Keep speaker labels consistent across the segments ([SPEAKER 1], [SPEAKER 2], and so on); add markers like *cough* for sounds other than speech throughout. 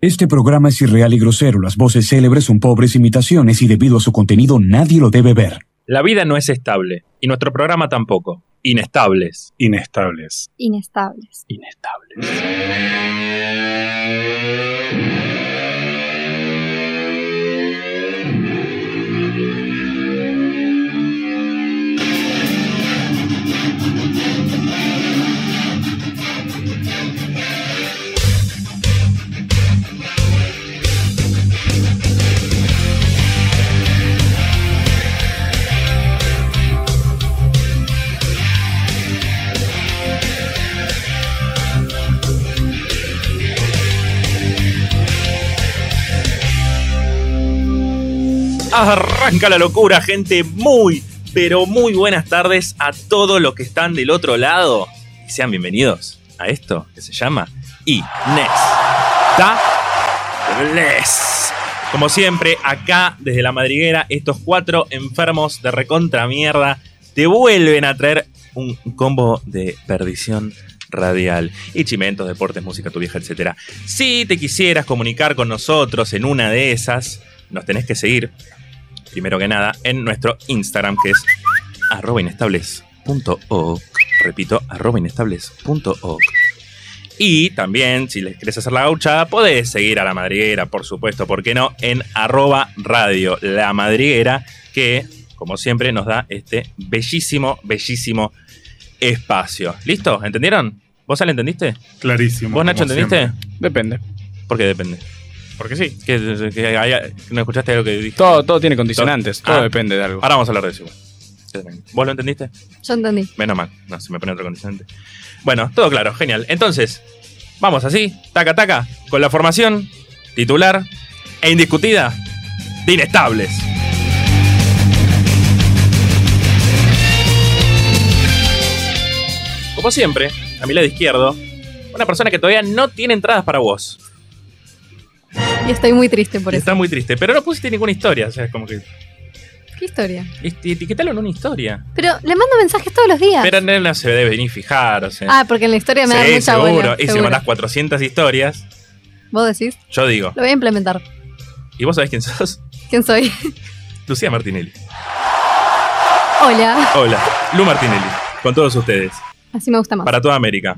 [SPEAKER 1] Este programa es irreal y grosero. Las voces célebres son pobres imitaciones y debido a su contenido nadie lo debe ver.
[SPEAKER 2] La vida no es estable, y nuestro programa tampoco. Inestables.
[SPEAKER 3] Inestables.
[SPEAKER 4] inestables.
[SPEAKER 2] Inestables. Arranca la locura, gente. Muy, pero muy buenas tardes a todos los que están del otro lado. Y sean bienvenidos a esto que se llama Inestables. Como siempre, acá desde la madriguera, estos cuatro enfermos de recontra mierda te vuelven a traer un combo de perdición radial y chimentos, deportes, música, tu vieja, etc. Si te quisieras comunicar con nosotros en una de esas, nos tenés que seguir, primero que nada, en nuestro Instagram, que es arroba inestables.org. Repito, arroba inestables.org. Y también, si les querés hacer la gauchada, podés seguir a La Madriguera, por supuesto, ¿por qué no? En arroba radio La Madriguera, que, como siempre, nos da este bellísimo, bellísimo espacio. ¿Listo? ¿Entendieron? ¿Vos, Ale, entendiste?
[SPEAKER 3] Clarísimo.
[SPEAKER 2] ¿Vos, Nacho,
[SPEAKER 3] como
[SPEAKER 2] entendiste?
[SPEAKER 5] Depende.
[SPEAKER 2] Porque depende.
[SPEAKER 5] Porque sí.
[SPEAKER 2] ¿Que, que haya- ¿No escuchaste lo que dije?
[SPEAKER 5] Todo, todo tiene condicionantes.
[SPEAKER 2] Ah.
[SPEAKER 5] Todo depende de algo.
[SPEAKER 2] Ahora vamos a hablar de eso. igual. ¿Vos lo entendiste?
[SPEAKER 4] Yo entendí.
[SPEAKER 2] Menos mal. No, se me pone otro condicionante. Bueno, todo claro, genial. Entonces, vamos así, taca taca, con la formación titular e indiscutida de Inestables. Como siempre, a mi lado izquierdo, una persona que todavía no tiene entradas para vos.
[SPEAKER 4] Y estoy muy triste por
[SPEAKER 2] Y
[SPEAKER 4] eso.
[SPEAKER 2] Está muy triste, pero no pusiste ninguna historia. O sea, es como que.
[SPEAKER 4] ¿Qué historia?
[SPEAKER 2] este, Etiquetalo en una historia.
[SPEAKER 4] Pero le mando mensajes todos los días.
[SPEAKER 2] Pero no, no se debe venir fijar, o sea.
[SPEAKER 4] ah, porque en la historia me da
[SPEAKER 2] Sí,
[SPEAKER 4] mucha
[SPEAKER 2] seguro.
[SPEAKER 4] bola,
[SPEAKER 2] y si
[SPEAKER 4] seguro.
[SPEAKER 2] mandás 400 historias,
[SPEAKER 4] Vos decís,
[SPEAKER 2] yo digo.
[SPEAKER 4] lo voy a implementar.
[SPEAKER 2] ¿Y vos sabés quién sos? *laughs*
[SPEAKER 4] ¿Quién soy? *laughs*
[SPEAKER 2] Lucía Martinelli.
[SPEAKER 4] Hola.
[SPEAKER 2] Hola, Lu Martinelli. Con todos ustedes.
[SPEAKER 4] Así me gusta más.
[SPEAKER 2] Para toda América.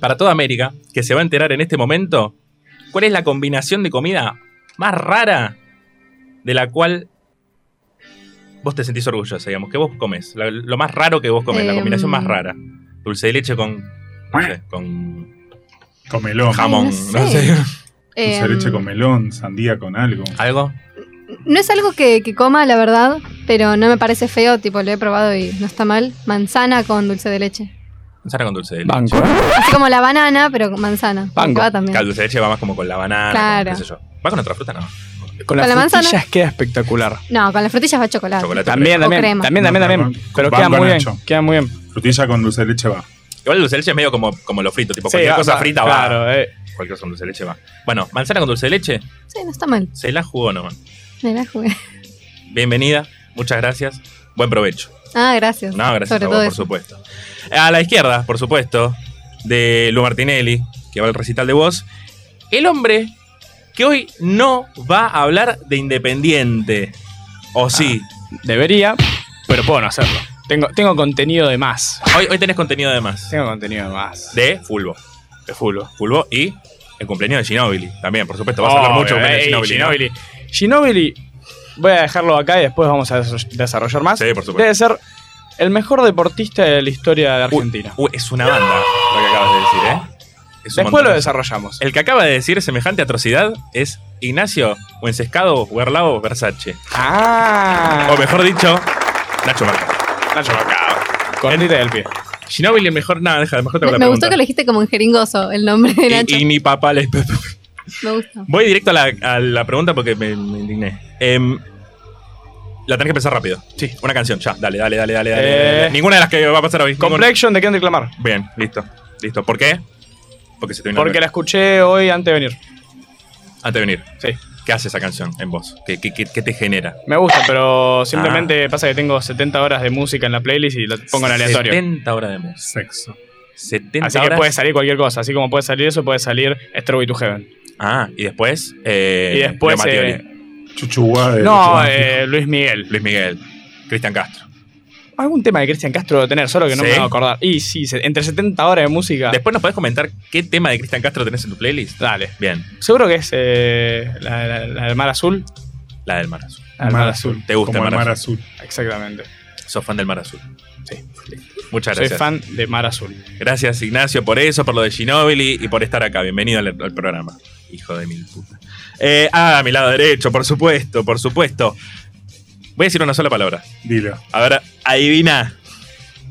[SPEAKER 2] Para toda América, que se va a enterar en este momento cuál es la combinación de comida más rara de la cual vos te sentís orgullosa, digamos, que vos comes. la- Lo, más raro que vos comes, la
[SPEAKER 4] Em.
[SPEAKER 2] combinación más rara. Dulce de leche con. no sé, con
[SPEAKER 3] Con melón.
[SPEAKER 4] Jam-
[SPEAKER 2] jamón.
[SPEAKER 4] no sé.
[SPEAKER 2] no sé. *laughs*
[SPEAKER 4] Eh,
[SPEAKER 3] Dulce de leche con melón, sandía con algo.
[SPEAKER 2] ¿Algo?
[SPEAKER 4] No es algo que, que coma, la verdad, pero no me parece feo, tipo, lo he probado y no está mal. Manzana con dulce de leche.
[SPEAKER 2] Manzana con dulce de leche.
[SPEAKER 5] Banco. ¿eh?
[SPEAKER 4] Así como la banana, pero con manzana.
[SPEAKER 5] Banco.
[SPEAKER 4] Va también.
[SPEAKER 2] Claro, el dulce de leche va más como con la banana,
[SPEAKER 4] Mm. Claro.
[SPEAKER 2] con qué sé yo. ¿Va con otra fruta? No.
[SPEAKER 5] Con
[SPEAKER 4] la
[SPEAKER 5] las
[SPEAKER 4] manzana.
[SPEAKER 5] frutillas queda espectacular.
[SPEAKER 4] No, con las frutillas va chocolate.
[SPEAKER 2] Chocolate.
[SPEAKER 5] También,
[SPEAKER 4] O
[SPEAKER 5] también,
[SPEAKER 4] crema.
[SPEAKER 5] también,
[SPEAKER 3] No,
[SPEAKER 5] también,
[SPEAKER 3] no,
[SPEAKER 5] también.
[SPEAKER 3] no.
[SPEAKER 5] Pero
[SPEAKER 3] Van
[SPEAKER 5] queda
[SPEAKER 3] con
[SPEAKER 5] muy bien,
[SPEAKER 3] Nacho.
[SPEAKER 5] queda muy bien.
[SPEAKER 3] Frutilla con dulce de leche va.
[SPEAKER 2] Igual el dulce de leche es medio como, como lo frito, tipo
[SPEAKER 5] Sí,
[SPEAKER 2] cualquier
[SPEAKER 5] va-
[SPEAKER 2] cosa
[SPEAKER 5] va-
[SPEAKER 2] frita va.
[SPEAKER 5] Claro, eh.
[SPEAKER 2] Cualquier cosa con dulce de leche va. Bueno, manzana con dulce de leche,
[SPEAKER 4] Sí, no está mal.
[SPEAKER 2] se la jugó nomás.
[SPEAKER 4] Me la jugué.
[SPEAKER 2] Bienvenida, muchas gracias, buen provecho.
[SPEAKER 4] Ah, gracias.
[SPEAKER 2] No, gracias
[SPEAKER 4] Sobre
[SPEAKER 2] a
[SPEAKER 4] todo
[SPEAKER 2] vos, por
[SPEAKER 4] eso.
[SPEAKER 2] supuesto. A la izquierda, por supuesto, de Lu Martinelli, que va al recital de voz, el hombre que hoy no va a hablar de Independiente. O sí,
[SPEAKER 5] Debería, pero puedo no hacerlo. Tengo, tengo contenido de más.
[SPEAKER 2] hoy, hoy tenés contenido de más.
[SPEAKER 5] Tengo contenido de más.
[SPEAKER 2] De Fulbo.
[SPEAKER 5] de fulbo.
[SPEAKER 2] Fulbo y el cumpleaños de Ginobili. También, por supuesto, vas a hablar
[SPEAKER 5] Obvio,
[SPEAKER 2] mucho del
[SPEAKER 5] eh,
[SPEAKER 2] cumpleaños de Ginobili.
[SPEAKER 5] Ginobili. Ginobili, voy a dejarlo acá y después vamos a des-
[SPEAKER 2] ¿no?
[SPEAKER 5] desarrollar más.
[SPEAKER 2] Sí, por supuesto.
[SPEAKER 5] Debe ser el mejor deportista de la historia de Argentina.
[SPEAKER 2] Uy, es una banda lo que acabas de decir, ¿eh? Es un
[SPEAKER 5] Después lo
[SPEAKER 2] montón.
[SPEAKER 5] desarrollamos.
[SPEAKER 2] El que acaba de decir semejante atrocidad es Ignacio Huencescado Guerlao Versace.
[SPEAKER 5] Ah,
[SPEAKER 2] O mejor dicho, Nacho Marca.
[SPEAKER 5] Nacho Bacaba. Cortita del pie.
[SPEAKER 2] Ginobili, el mejor. Nada, deja, mejor te
[SPEAKER 4] Me,
[SPEAKER 2] hago la
[SPEAKER 4] me
[SPEAKER 2] pregunta.
[SPEAKER 4] gustó que elegiste como un jeringoso el nombre de
[SPEAKER 2] Y-
[SPEAKER 4] Nacho.
[SPEAKER 2] y, ni papá les.
[SPEAKER 4] Me gusta.
[SPEAKER 2] Voy directo a la, a la pregunta porque me, me indigné. Em, la tenés que pensar rápido.
[SPEAKER 5] Sí.
[SPEAKER 2] Una canción, ya. Dale, dale, dale, dale. dale,
[SPEAKER 5] Eh.
[SPEAKER 2] dale. Ninguna de las que va a pasar hoy. Ninguna.
[SPEAKER 5] Complexion de Kendrick Lamar.
[SPEAKER 2] Bien, listo. Listo. ¿Por qué? Porque se te vino
[SPEAKER 5] Porque la escuché hoy antes de venir.
[SPEAKER 2] antes de venir.
[SPEAKER 5] Sí.
[SPEAKER 2] ¿Qué hace esa canción en vos? ¿Qué, qué- qué- qué te genera?
[SPEAKER 5] Me gusta, pero
[SPEAKER 2] Ah.
[SPEAKER 5] simplemente pasa que tengo 70 horas de música en la playlist y lo pongo en aleatorio.
[SPEAKER 2] 70 horas de música.
[SPEAKER 3] Sexo.
[SPEAKER 2] 70
[SPEAKER 5] Así que
[SPEAKER 2] horas.
[SPEAKER 5] puede salir cualquier cosa. Así como puede salir eso, puede salir Stairway to Heaven.
[SPEAKER 2] Ah, y después. Eh,
[SPEAKER 5] y después.
[SPEAKER 2] Leo Mattioli.
[SPEAKER 5] eh,
[SPEAKER 3] Chuchuá de
[SPEAKER 5] no,
[SPEAKER 3] Chuchuá.
[SPEAKER 5] eh, Luis Miguel.
[SPEAKER 2] Luis Miguel. Cristian Castro.
[SPEAKER 5] Algún tema de Cristian Castro debo tener, solo que no
[SPEAKER 2] ¿Sí?
[SPEAKER 5] me voy a acordar. Y sí, se- entre 70 horas de música.
[SPEAKER 2] Después nos podés comentar qué tema de Cristian Castro tenés en tu playlist.
[SPEAKER 5] Dale.
[SPEAKER 2] Bien,
[SPEAKER 5] Seguro que es eh, la, la- la del Mar Azul.
[SPEAKER 2] la del Mar Azul.
[SPEAKER 5] La del Mar Azul.
[SPEAKER 2] ¿Te gusta
[SPEAKER 3] Como
[SPEAKER 2] el
[SPEAKER 3] el
[SPEAKER 2] mar
[SPEAKER 3] mar azul?
[SPEAKER 5] Exactamente.
[SPEAKER 2] Sos fan del Mar Azul.
[SPEAKER 5] Sí.
[SPEAKER 2] Muchas
[SPEAKER 5] Soy
[SPEAKER 2] gracias.
[SPEAKER 5] fan de Mar Azul.
[SPEAKER 2] Gracias, Ignacio, por eso, por lo de Ginobili y por estar acá. Bienvenido al, al programa, hijo de mil puta. Eh, ah, mi lado derecho, por supuesto, por supuesto. Voy a decir una sola palabra.
[SPEAKER 3] Dilo.
[SPEAKER 2] Ahora, adivina.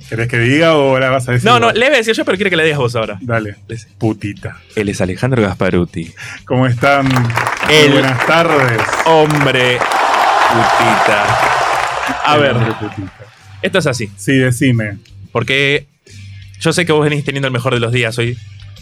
[SPEAKER 3] ¿Querés que diga o la vas a decir?
[SPEAKER 2] No, no,
[SPEAKER 3] vos?
[SPEAKER 2] le voy a decir yo, pero quiero que la digas vos ahora.
[SPEAKER 3] Dale.
[SPEAKER 2] Les-
[SPEAKER 3] Putita.
[SPEAKER 2] Él es Alejandro Gasparuti.
[SPEAKER 3] ¿Cómo están? Muy
[SPEAKER 2] El- Oh,
[SPEAKER 3] Buenas tardes.
[SPEAKER 2] Hombre, putita. A
[SPEAKER 3] El
[SPEAKER 2] ver,
[SPEAKER 3] hombre putita.
[SPEAKER 2] esto es así.
[SPEAKER 3] Sí, decime.
[SPEAKER 2] Porque yo sé que vos venís teniendo el mejor de los días hoy.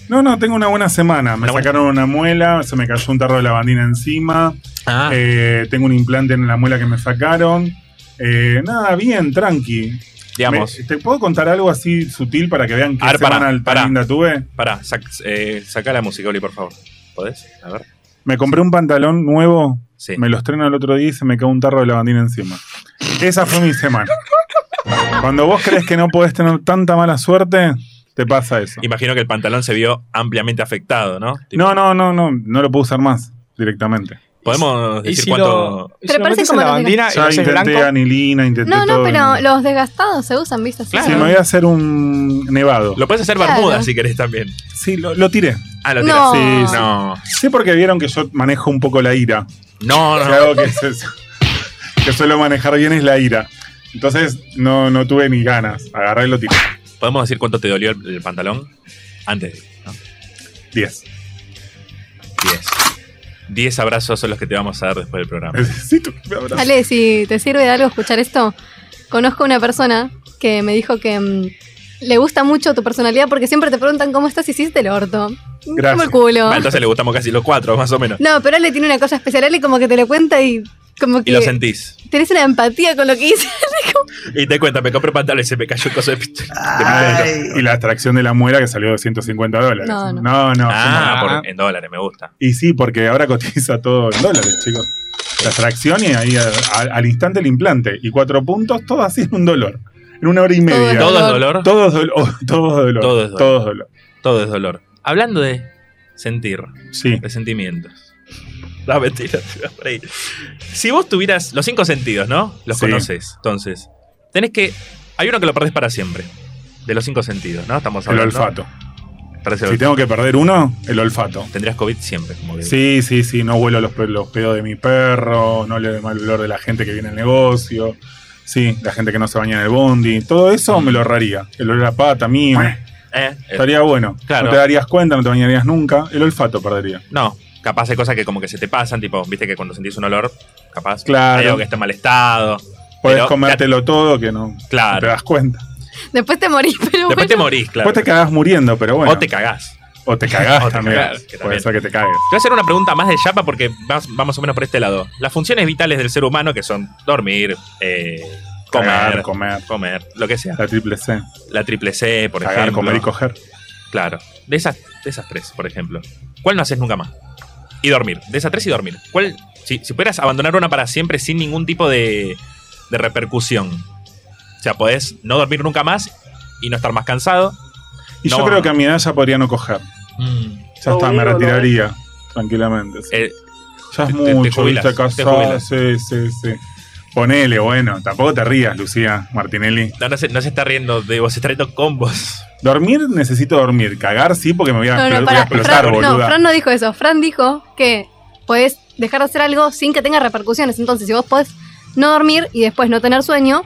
[SPEAKER 3] No, no, tengo una buena semana. Me
[SPEAKER 2] Una buena-
[SPEAKER 3] sacaron una muela, se me cayó un tarro de lavandina encima.
[SPEAKER 2] Ah,
[SPEAKER 3] Eh, tengo un implante en la muela que me sacaron. Eh, nada, bien, tranqui.
[SPEAKER 2] digamos.
[SPEAKER 3] Me- ¿Te puedo contar algo así sutil para que vean qué
[SPEAKER 2] A ver, pará,
[SPEAKER 3] semana tan
[SPEAKER 2] pará.
[SPEAKER 3] linda tuve?
[SPEAKER 2] Pará, sac- eh, saca la música, Oli, por favor. ¿Podés? A ver.
[SPEAKER 3] Me compré un pantalón nuevo,
[SPEAKER 2] Sí.
[SPEAKER 3] me lo estreno el otro día y se me cae un tarro de lavandina encima. Esa fue mi semana. Cuando vos crees que no podés tener tanta mala suerte, te pasa eso.
[SPEAKER 2] Imagino que el pantalón se vio ampliamente afectado, ¿no? Tipo,
[SPEAKER 3] No, no, no, no, no lo puedo usar más directamente.
[SPEAKER 2] Podemos decir
[SPEAKER 5] si
[SPEAKER 2] cuánto.
[SPEAKER 5] lo- y
[SPEAKER 4] Pero
[SPEAKER 5] lo
[SPEAKER 4] parece
[SPEAKER 5] metes en
[SPEAKER 4] como
[SPEAKER 5] la
[SPEAKER 4] los de-
[SPEAKER 5] bandina Ah, y lo
[SPEAKER 3] Ya
[SPEAKER 5] haces
[SPEAKER 3] intenté
[SPEAKER 5] blanco.
[SPEAKER 3] anilina, intenté
[SPEAKER 4] No, no,
[SPEAKER 3] todo.
[SPEAKER 4] pero los desgastados se usan, ¿viste? Así.
[SPEAKER 2] Claro.
[SPEAKER 3] Sí, me voy a hacer un nevado.
[SPEAKER 2] Lo puedes hacer
[SPEAKER 4] Claro.
[SPEAKER 2] Bermuda si querés también.
[SPEAKER 3] Sí, lo, lo tiré.
[SPEAKER 2] Ah, lo
[SPEAKER 4] No.
[SPEAKER 2] tirás.
[SPEAKER 4] Sí, sí.
[SPEAKER 2] No.
[SPEAKER 3] Sí, porque vieron que yo manejo un poco
[SPEAKER 2] *laughs*
[SPEAKER 3] la ira.
[SPEAKER 2] No,
[SPEAKER 3] Que
[SPEAKER 2] no.
[SPEAKER 3] algo que, se- que suelo manejar bien es la ira. Entonces no, no tuve ni ganas. Agarré y lo tiré.
[SPEAKER 2] Podemos decir cuánto te dolió el, el pantalón antes. ¿no?
[SPEAKER 3] *laughs* 10.
[SPEAKER 2] 10. 10 abrazos son los que te vamos a dar después del programa.
[SPEAKER 3] Necesito que me abraces.
[SPEAKER 4] Dale, si te sirve de algo escuchar esto, conozco una persona que me dijo que mm, le gusta mucho tu personalidad porque siempre te preguntan cómo estás y hiciste el orto. Mm, Como
[SPEAKER 3] Gracias.
[SPEAKER 4] el culo.
[SPEAKER 2] Ah, entonces le gustamos casi los cuatro, más o menos.
[SPEAKER 4] No, pero Ale tiene una cosa especial. Ale como que te lo cuenta y como
[SPEAKER 2] Y lo
[SPEAKER 4] que
[SPEAKER 2] sentís.
[SPEAKER 4] tenés una empatía con lo que hice. *laughs*
[SPEAKER 2] Y te cuenta, me compré pantalón y se me cayó el coso de pito.
[SPEAKER 3] Y la extracción de la muela que salió de 150 dólares.
[SPEAKER 4] No, no.
[SPEAKER 3] no,
[SPEAKER 2] Ah,
[SPEAKER 3] no.
[SPEAKER 2] por- en dólares, me gusta.
[SPEAKER 3] Y sí, porque ahora cotiza todo en dólares, chicos. La extracción y ahí a- a- al instante el implante. Y cuatro puntos, todo así en un dolor. En una hora y
[SPEAKER 4] Todo
[SPEAKER 3] media.
[SPEAKER 2] Todo es
[SPEAKER 4] Dolor.
[SPEAKER 2] dolor.
[SPEAKER 3] Todo es dolor. Todo es dolor.
[SPEAKER 2] Todo es dolor.
[SPEAKER 3] Todo es dolor.
[SPEAKER 2] Todo es dolor. Hablando de sentir,
[SPEAKER 3] Sí.
[SPEAKER 2] de
[SPEAKER 3] *laughs*
[SPEAKER 2] sentimientos. No, mentira, te vas por ahí. Si vos tuvieras los cinco sentidos, ¿no? Los
[SPEAKER 3] Sí.
[SPEAKER 2] conoces. Entonces, tenés que. Hay uno que lo perdés para siempre. De los cinco sentidos, ¿no? Estamos
[SPEAKER 3] El
[SPEAKER 2] hablando.
[SPEAKER 3] olfato.
[SPEAKER 2] Perdés el
[SPEAKER 3] Si
[SPEAKER 2] olfato.
[SPEAKER 3] tengo que perder uno, el olfato.
[SPEAKER 2] Tendrías COVID siempre, como que.
[SPEAKER 3] Sí, sí, sí, no huelo los, pe- los pedos de mi perro, no leo el mal olor de la gente que viene al negocio, sí, la gente que no se baña en el bondi, todo eso me lo ahorraría. El olor a pata mío,
[SPEAKER 2] Eh, eh,
[SPEAKER 3] estaría bueno.
[SPEAKER 2] Claro.
[SPEAKER 3] No te darías cuenta, no te bañarías nunca, el olfato perdería.
[SPEAKER 2] no, capaz hay cosas que como que se te pasan, tipo, viste que cuando sentís un olor, capaz.
[SPEAKER 3] Claro.
[SPEAKER 2] Hay algo que está en mal estado.
[SPEAKER 3] Podés
[SPEAKER 2] Pero-
[SPEAKER 3] comértelo todo que no,
[SPEAKER 2] Claro.
[SPEAKER 3] no te das cuenta.
[SPEAKER 4] Después te morís, pero
[SPEAKER 2] Después te
[SPEAKER 4] bueno.
[SPEAKER 2] morís, claro.
[SPEAKER 3] Vos te cagás muriendo, pero bueno.
[SPEAKER 2] O te cagás. *laughs*
[SPEAKER 3] o te cagás
[SPEAKER 2] O te
[SPEAKER 3] también.
[SPEAKER 2] cagás, que
[SPEAKER 3] Puede
[SPEAKER 2] también.
[SPEAKER 3] ser que te cagues.
[SPEAKER 2] Te voy a hacer una pregunta más de chapa porque vas- va más o menos por este lado. Las funciones vitales del ser humano, que son dormir, eh, comer,
[SPEAKER 3] Cagar,
[SPEAKER 2] comer,
[SPEAKER 3] comer.
[SPEAKER 2] lo que sea.
[SPEAKER 3] La triple C.
[SPEAKER 2] La triple C, por
[SPEAKER 3] Cagar,
[SPEAKER 2] ejemplo.
[SPEAKER 3] comer y coger.
[SPEAKER 2] Claro. De esas, de esas tres, por ejemplo. ¿Cuál no haces nunca más? Y dormir. De esas tres y dormir. ¿Cuál, si, si pudieras abandonar una para siempre sin ningún tipo de, de repercusión? O sea, podés no dormir nunca más y no estar más cansado.
[SPEAKER 3] Y
[SPEAKER 2] No.
[SPEAKER 3] yo creo que a mi edad ya podría no coger. Ya está, me retiraría tranquilamente. sí.
[SPEAKER 2] Eh,
[SPEAKER 3] Ya es
[SPEAKER 2] Te- te- te
[SPEAKER 3] mucho,
[SPEAKER 2] jubilas,
[SPEAKER 3] viste,
[SPEAKER 2] te
[SPEAKER 3] casado.
[SPEAKER 2] jubilas.
[SPEAKER 3] Sí, sí, sí. Ponele, bueno, tampoco te rías, Lucía Martinelli.
[SPEAKER 2] no, no se, no se está riendo de vos, se está riendo con vos. *laughs*
[SPEAKER 3] Dormir, necesito dormir. Cagar, sí, porque me voy a,
[SPEAKER 4] No, no,
[SPEAKER 3] explo- voy a
[SPEAKER 4] pará.
[SPEAKER 3] explotar,
[SPEAKER 4] Fran, no,
[SPEAKER 3] Ah, boluda.
[SPEAKER 4] Fran no dijo eso. Fran dijo que podés dejar de hacer algo sin que tenga repercusiones. Entonces, si vos podés no dormir y después no tener sueño,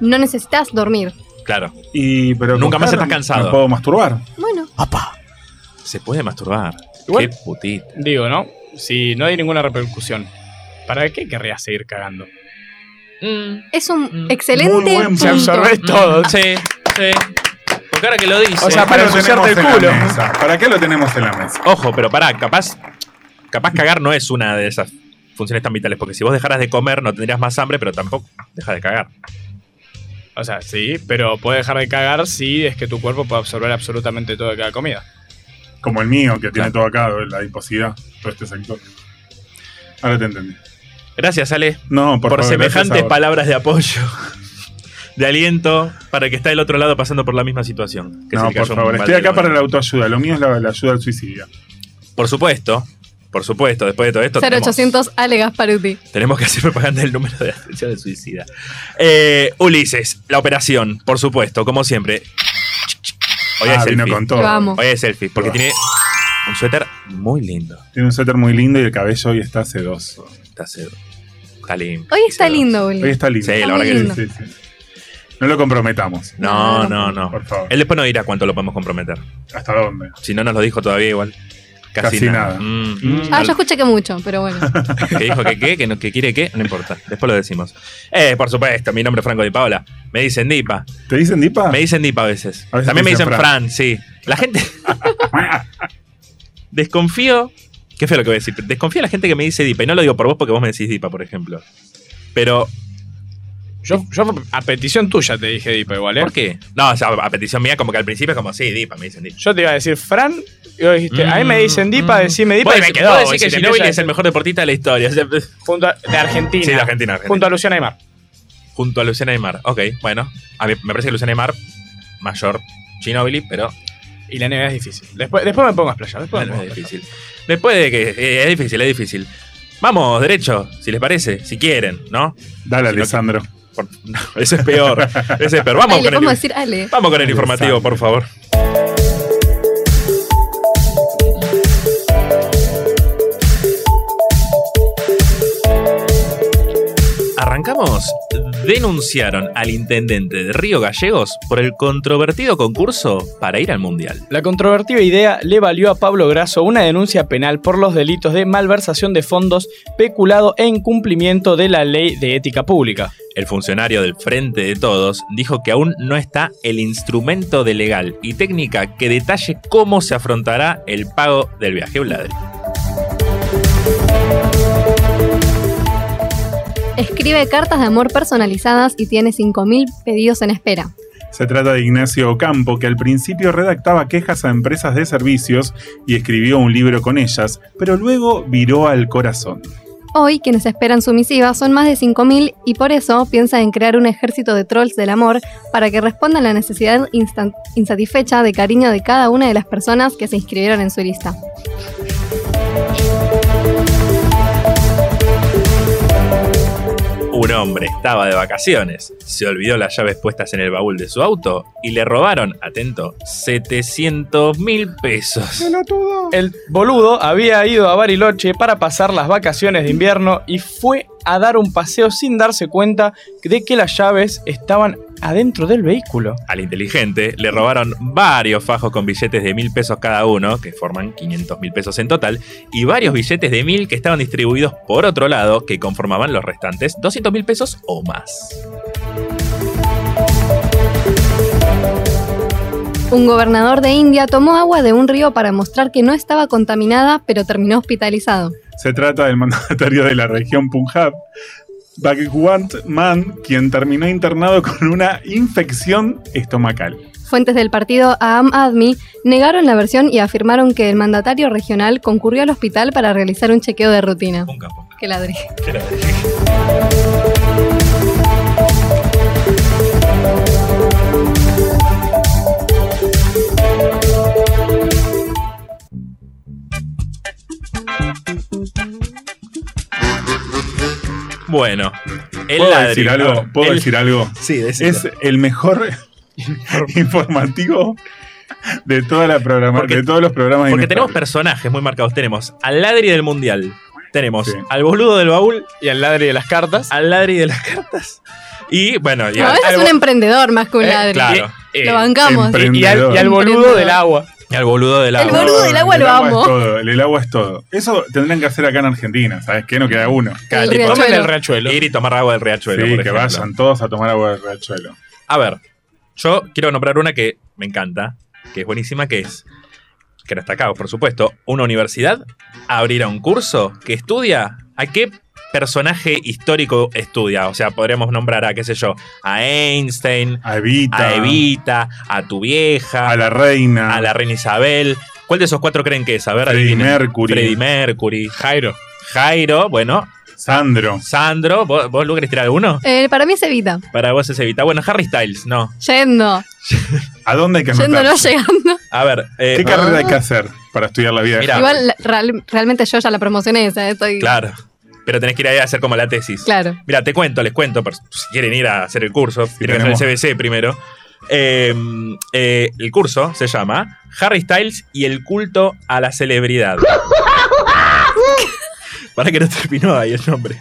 [SPEAKER 4] no necesitas dormir.
[SPEAKER 2] Claro.
[SPEAKER 3] y, pero
[SPEAKER 2] Nunca más
[SPEAKER 3] coger,
[SPEAKER 2] estás cansado.
[SPEAKER 3] Me puedo masturbar.
[SPEAKER 4] Bueno,
[SPEAKER 2] Se puede masturbar.
[SPEAKER 5] Igual-
[SPEAKER 2] Qué putita.
[SPEAKER 5] Digo, ¿no? Si no hay ninguna repercusión, ¿para qué querrías seguir cagando?
[SPEAKER 4] es un
[SPEAKER 2] Mm.
[SPEAKER 4] excelente
[SPEAKER 3] Muy buen
[SPEAKER 4] punto.
[SPEAKER 5] Se absorbe todo.
[SPEAKER 2] *laughs* Sí, sí. Porque ahora que lo dice.
[SPEAKER 5] O sea,
[SPEAKER 3] ¿Para
[SPEAKER 5] para
[SPEAKER 3] qué lo
[SPEAKER 5] ensuciarte
[SPEAKER 3] tenemos
[SPEAKER 5] el
[SPEAKER 3] en
[SPEAKER 5] culo.
[SPEAKER 3] la mesa? ¿Para qué lo tenemos en la mesa?
[SPEAKER 2] Ojo, pero pará, capaz. Capaz cagar no es una de esas funciones tan vitales. Porque si vos dejaras de comer, no tendrías más hambre, pero tampoco dejas de cagar.
[SPEAKER 5] O sea, sí, pero puede dejar de cagar si es que tu cuerpo puede absorber absolutamente todo de cada comida.
[SPEAKER 3] Como el mío, que tiene
[SPEAKER 2] Claro.
[SPEAKER 3] todo acá, la adiposidad, todo este sector. Ahora te entendí.
[SPEAKER 2] Gracias, Ale,
[SPEAKER 3] No,
[SPEAKER 2] por,
[SPEAKER 3] por, favor,
[SPEAKER 2] semejantes
[SPEAKER 3] gracias a vos.
[SPEAKER 2] palabras de apoyo, de aliento, para el que está del otro lado pasando por la misma situación. que se
[SPEAKER 3] No,
[SPEAKER 2] le cayó
[SPEAKER 3] por
[SPEAKER 2] un
[SPEAKER 3] favor.
[SPEAKER 2] balde
[SPEAKER 3] Estoy
[SPEAKER 2] de
[SPEAKER 3] acá para
[SPEAKER 2] baño.
[SPEAKER 3] la autoayuda. Lo mío es la, la ayuda al suicidio.
[SPEAKER 2] Por supuesto, por supuesto, después de todo esto. tenemos-
[SPEAKER 4] 0800 Ale Gasparuti.
[SPEAKER 2] Tenemos que hacer propaganda del número de atención del suicida. Eh, Ulises, la operación, por supuesto, como siempre. Hoy es
[SPEAKER 3] ah, vino
[SPEAKER 2] selfie.
[SPEAKER 3] con todo.
[SPEAKER 4] Lo amo.
[SPEAKER 2] Hoy es selfie, porque
[SPEAKER 3] Ah.
[SPEAKER 2] tiene un suéter muy lindo.
[SPEAKER 3] Tiene un suéter muy lindo y el cabello hoy está sedoso.
[SPEAKER 2] Está, sedo- está lindo.
[SPEAKER 4] Hoy está
[SPEAKER 2] Sedoso.
[SPEAKER 4] lindo,
[SPEAKER 3] Hoy
[SPEAKER 4] Uli.
[SPEAKER 3] está lindo.
[SPEAKER 2] Sí,
[SPEAKER 4] Está
[SPEAKER 2] la
[SPEAKER 4] muy
[SPEAKER 2] verdad que sí.
[SPEAKER 4] lindo.
[SPEAKER 3] Sí, sí, sí. No lo comprometamos,
[SPEAKER 2] No, no, no.
[SPEAKER 3] por favor.
[SPEAKER 2] Él después no dirá cuánto lo podemos comprometer.
[SPEAKER 3] ¿Hasta dónde?
[SPEAKER 2] Si no nos lo dijo todavía igual. Casi,
[SPEAKER 3] Casi
[SPEAKER 2] nada.
[SPEAKER 3] nada.
[SPEAKER 2] Mm.
[SPEAKER 4] Ah, yo escuché que mucho, pero bueno.
[SPEAKER 2] que dijo que qué, que, no, que quiere qué, no importa. Después lo decimos. Eh, por supuesto, mi nombre es Franco Di Paola. Me dicen Dipa.
[SPEAKER 3] ¿Te dicen Dipa?
[SPEAKER 2] Me dicen Dipa a veces.
[SPEAKER 3] A veces
[SPEAKER 2] También me
[SPEAKER 3] te
[SPEAKER 2] dicen
[SPEAKER 3] dicen
[SPEAKER 2] Fran.
[SPEAKER 3] Fran.
[SPEAKER 2] sí. La
[SPEAKER 3] *laughs*
[SPEAKER 2] gente. Desconfío. Qué feo lo que voy a decir. pero Desconfío de la gente que me dice Dipa. Y no lo digo por vos porque vos me decís Dipa, por ejemplo. Pero,
[SPEAKER 5] Yo, yo a petición tuya te dije Dipa igual, ¿eh?
[SPEAKER 2] ¿por qué? No, o sea, a petición mía, como que al principio es como, sí, Dipa, me dicen Dipa.
[SPEAKER 5] Yo te iba a decir Fran, y vos dijiste, a mí me dicen Dipa,
[SPEAKER 2] Mm, mm.
[SPEAKER 5] decime Dipa,
[SPEAKER 2] Puedo
[SPEAKER 5] y me
[SPEAKER 2] decir-
[SPEAKER 5] quedó.
[SPEAKER 2] puedo decir
[SPEAKER 5] si
[SPEAKER 2] que
[SPEAKER 5] te
[SPEAKER 2] Ginobili
[SPEAKER 5] empieza-
[SPEAKER 2] es el mejor deportista de la historia. O sea, *laughs*
[SPEAKER 5] Junto a- de Argentina.
[SPEAKER 2] Sí, de Argentina, Argentina.
[SPEAKER 5] Junto a Luciana Aymar.
[SPEAKER 2] Junto a Luciana Neymar. Ok, bueno. A mí me parece que Luciana Neymar, mayor Ginobili, pero
[SPEAKER 5] Y la NBA es difícil. Después, después me pongo a explayar. Después me
[SPEAKER 2] Bueno,
[SPEAKER 5] pongo a
[SPEAKER 2] es
[SPEAKER 5] explayar.
[SPEAKER 2] difícil. Después de que. eh, es difícil, es difícil. Vamos, derecho, si les parece, si quieren, ¿no?
[SPEAKER 3] Dale,
[SPEAKER 2] Si no-
[SPEAKER 3] Alessandro.
[SPEAKER 2] Por- *laughs* no, ese es peor. ese es peor. Vamos,
[SPEAKER 4] Ale,
[SPEAKER 2] con,
[SPEAKER 4] podemos
[SPEAKER 2] el,
[SPEAKER 4] decir Ale.
[SPEAKER 2] vamos con el informativo, por favor. Arrancamos. Denunciaron al intendente de Río Gallegos por el controvertido concurso para ir al Mundial.
[SPEAKER 5] La controvertida idea le valió a Pablo Grasso una denuncia penal por los delitos de malversación de fondos, peculado e incumplimiento de la ley de ética pública.
[SPEAKER 2] El funcionario del Frente de Todos dijo que aún no está el instrumento de legal y técnica que detalle cómo se afrontará el pago del viaje Bladel.
[SPEAKER 4] Escribe cartas de amor personalizadas y tiene 5.000 pedidos en espera.
[SPEAKER 3] Se trata de Ignacio Ocampo, que al principio redactaba quejas a empresas de servicios y escribió un libro con ellas, pero luego viró al corazón.
[SPEAKER 4] Hoy quienes esperan su misiva son más de 5.000 y por eso piensa en crear un ejército de trolls del amor para que respondan la necesidad instan- insatisfecha de cariño de cada una de las personas que se inscribieron en su lista.
[SPEAKER 2] Un hombre estaba de vacaciones, se olvidó las llaves puestas en el baúl de su auto y le robaron, atento, 700 mil pesos.
[SPEAKER 5] El boludo había ido a Bariloche para pasar las vacaciones de invierno y fue a dar un paseo sin darse cuenta de que las llaves estaban adentro del vehículo.
[SPEAKER 2] Al inteligente le robaron varios fajos con billetes de mil pesos cada uno, que forman 500 mil pesos en total, y varios billetes de mil que estaban distribuidos por otro lado, que conformaban los restantes 200 mil pesos o más.
[SPEAKER 4] Un gobernador de India tomó agua de un río para mostrar que no estaba contaminada, pero terminó hospitalizado.
[SPEAKER 3] Se trata del mandatario de la región Punjab, Bhagwant Mann, quien terminó internado con una infección estomacal.
[SPEAKER 4] Fuentes del partido Aam Admi negaron la versión y afirmaron que el mandatario regional concurrió al hospital para realizar un chequeo de rutina.
[SPEAKER 2] Un capo.
[SPEAKER 4] Que ladre.
[SPEAKER 2] Bueno, el
[SPEAKER 3] ¿Puedo
[SPEAKER 2] ladri-
[SPEAKER 3] decir algo?
[SPEAKER 2] no,
[SPEAKER 3] ¿Puedo
[SPEAKER 2] el-
[SPEAKER 3] decir algo?
[SPEAKER 2] Sí, decilo.
[SPEAKER 3] Es el mejor *laughs* informativo de toda la programa,
[SPEAKER 2] Porque-
[SPEAKER 3] de todos los programas.
[SPEAKER 2] Porque
[SPEAKER 3] inestables.
[SPEAKER 2] tenemos personajes muy marcados. Tenemos al ladri del mundial. Tenemos
[SPEAKER 3] Sí.
[SPEAKER 2] al boludo del baúl,
[SPEAKER 5] Y al ladri de las cartas.
[SPEAKER 2] al ladri de las *laughs* cartas. Y bueno,
[SPEAKER 4] No,
[SPEAKER 2] ya.
[SPEAKER 4] ese es un emprendedor más que un
[SPEAKER 5] Eh,
[SPEAKER 4] ladri.
[SPEAKER 2] claro.
[SPEAKER 4] Lo bancamos.
[SPEAKER 3] empre-
[SPEAKER 5] Y al, y al boludo del agua.
[SPEAKER 2] Y al boludo del
[SPEAKER 4] El
[SPEAKER 2] agua.
[SPEAKER 4] boludo del agua
[SPEAKER 3] el
[SPEAKER 4] lo
[SPEAKER 3] agua
[SPEAKER 4] amo.
[SPEAKER 3] Es todo, el agua es todo. Eso tendrían que hacer acá en Argentina, ¿sabes qué? No queda uno.
[SPEAKER 4] El
[SPEAKER 2] Em, tipo,
[SPEAKER 5] Tomen
[SPEAKER 4] riachuelo.
[SPEAKER 5] el riachuelo.
[SPEAKER 2] Ir y tomar agua del riachuelo.
[SPEAKER 3] sí,
[SPEAKER 2] por
[SPEAKER 3] que
[SPEAKER 2] ejemplo.
[SPEAKER 3] vayan todos a tomar agua del riachuelo.
[SPEAKER 2] A ver, yo quiero nombrar una que me encanta, que es buenísima, que es, que no está acá, por supuesto, una universidad abrirá un curso que estudia a qué personaje histórico estudia. O sea, podríamos nombrar a, qué sé yo, a Einstein,
[SPEAKER 3] A Evita,
[SPEAKER 2] a Evita, a tu vieja,
[SPEAKER 3] a la reina,
[SPEAKER 2] a la reina Isabel. ¿Cuál de esos cuatro creen que es? A ver,
[SPEAKER 3] Freddie
[SPEAKER 2] adivinen.
[SPEAKER 3] Mercury.
[SPEAKER 2] Freddie Mercury.
[SPEAKER 5] Jairo.
[SPEAKER 2] Jairo, bueno.
[SPEAKER 3] Sandro.
[SPEAKER 2] Sandro, ¿vos, vos Lu, querés tirar alguno?
[SPEAKER 4] Eh, para mí se evita.
[SPEAKER 2] Para vos es Evita. Bueno, Harry Styles, no.
[SPEAKER 4] Yendo,
[SPEAKER 3] ¿A dónde hay que
[SPEAKER 4] yendo, no Ah.
[SPEAKER 3] meterse?
[SPEAKER 4] llegando.
[SPEAKER 2] A ver. eh,
[SPEAKER 3] ¿Qué carrera hay que hacer para estudiar la vida? de
[SPEAKER 2] Mirá.
[SPEAKER 3] Harry?
[SPEAKER 4] Igual la- real- realmente yo ya la promocioné esa, eh, estoy.
[SPEAKER 2] Claro. Pero tenés que ir ahí a hacer como la tesis.
[SPEAKER 4] Claro.
[SPEAKER 2] Mira, te cuento, les cuento, por si quieren ir a hacer el curso, tienen que
[SPEAKER 3] tenemos.
[SPEAKER 2] hacer el CBC primero. Eh, eh, el curso se llama Harry Styles y el culto a la celebridad.
[SPEAKER 3] *laughs*
[SPEAKER 2] Para que no terminó ahí el nombre.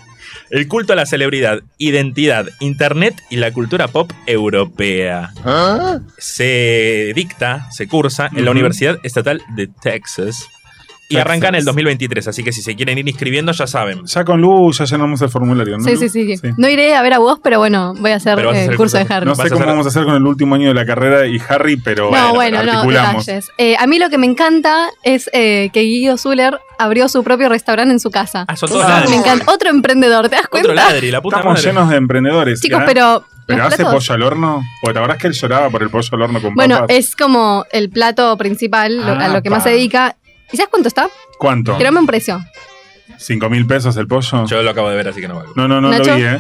[SPEAKER 2] El culto a la celebridad, identidad, internet y la cultura pop europea. Se dicta, se cursa en la
[SPEAKER 3] ¿Ah? Ujú.
[SPEAKER 2] Universidad Estatal de Texas. Y
[SPEAKER 3] Texas.
[SPEAKER 2] arranca en el 2023, así que si se quieren ir inscribiendo ya saben.
[SPEAKER 3] Ya con luz, ya llenamos el formulario. ¿no,
[SPEAKER 4] Sí, sí,
[SPEAKER 3] Lu?
[SPEAKER 4] sí, No iré a ver a vos, pero bueno, voy a hacer
[SPEAKER 2] Pero vas a
[SPEAKER 4] eh,
[SPEAKER 2] hacer el
[SPEAKER 4] curso de
[SPEAKER 2] curso.
[SPEAKER 4] Harry.
[SPEAKER 3] No
[SPEAKER 2] Vas a
[SPEAKER 3] sé cómo
[SPEAKER 2] hacer-
[SPEAKER 3] vamos a hacer con el último año de la carrera y Harry, pero
[SPEAKER 4] No, bueno, no,
[SPEAKER 3] articulamos.
[SPEAKER 4] detalles. Eh, a mí lo que me encanta es eh, que Guido Zuller abrió su propio restaurante en su casa.
[SPEAKER 2] Ah, son todos
[SPEAKER 4] Eso
[SPEAKER 2] ladri.
[SPEAKER 4] me encanta. Otro emprendedor, ¿te das cuenta?
[SPEAKER 2] Otro ladri, la puta
[SPEAKER 3] Estamos
[SPEAKER 2] madre.
[SPEAKER 3] llenos de emprendedores.
[SPEAKER 4] Chicos,
[SPEAKER 3] ¿eh?
[SPEAKER 4] pero.
[SPEAKER 3] ¿Pero
[SPEAKER 4] los
[SPEAKER 3] hace
[SPEAKER 4] platos-
[SPEAKER 3] pollo al horno? Porque la verdad es que él lloraba por el pollo al horno con
[SPEAKER 4] Bueno, eh,
[SPEAKER 3] papas.
[SPEAKER 4] es como el plato principal, lo-
[SPEAKER 2] Ah,
[SPEAKER 4] a lo que
[SPEAKER 3] Apa.
[SPEAKER 4] más se dedica. ¿Y sabes cuánto está?
[SPEAKER 3] ¿Cuánto?
[SPEAKER 4] Tirame un precio.
[SPEAKER 3] ¿Cinco mil pesos el pollo?
[SPEAKER 2] Yo lo acabo de ver, así que no valgo.
[SPEAKER 3] No, no, no
[SPEAKER 4] Nacho.
[SPEAKER 3] lo vi, ¿eh?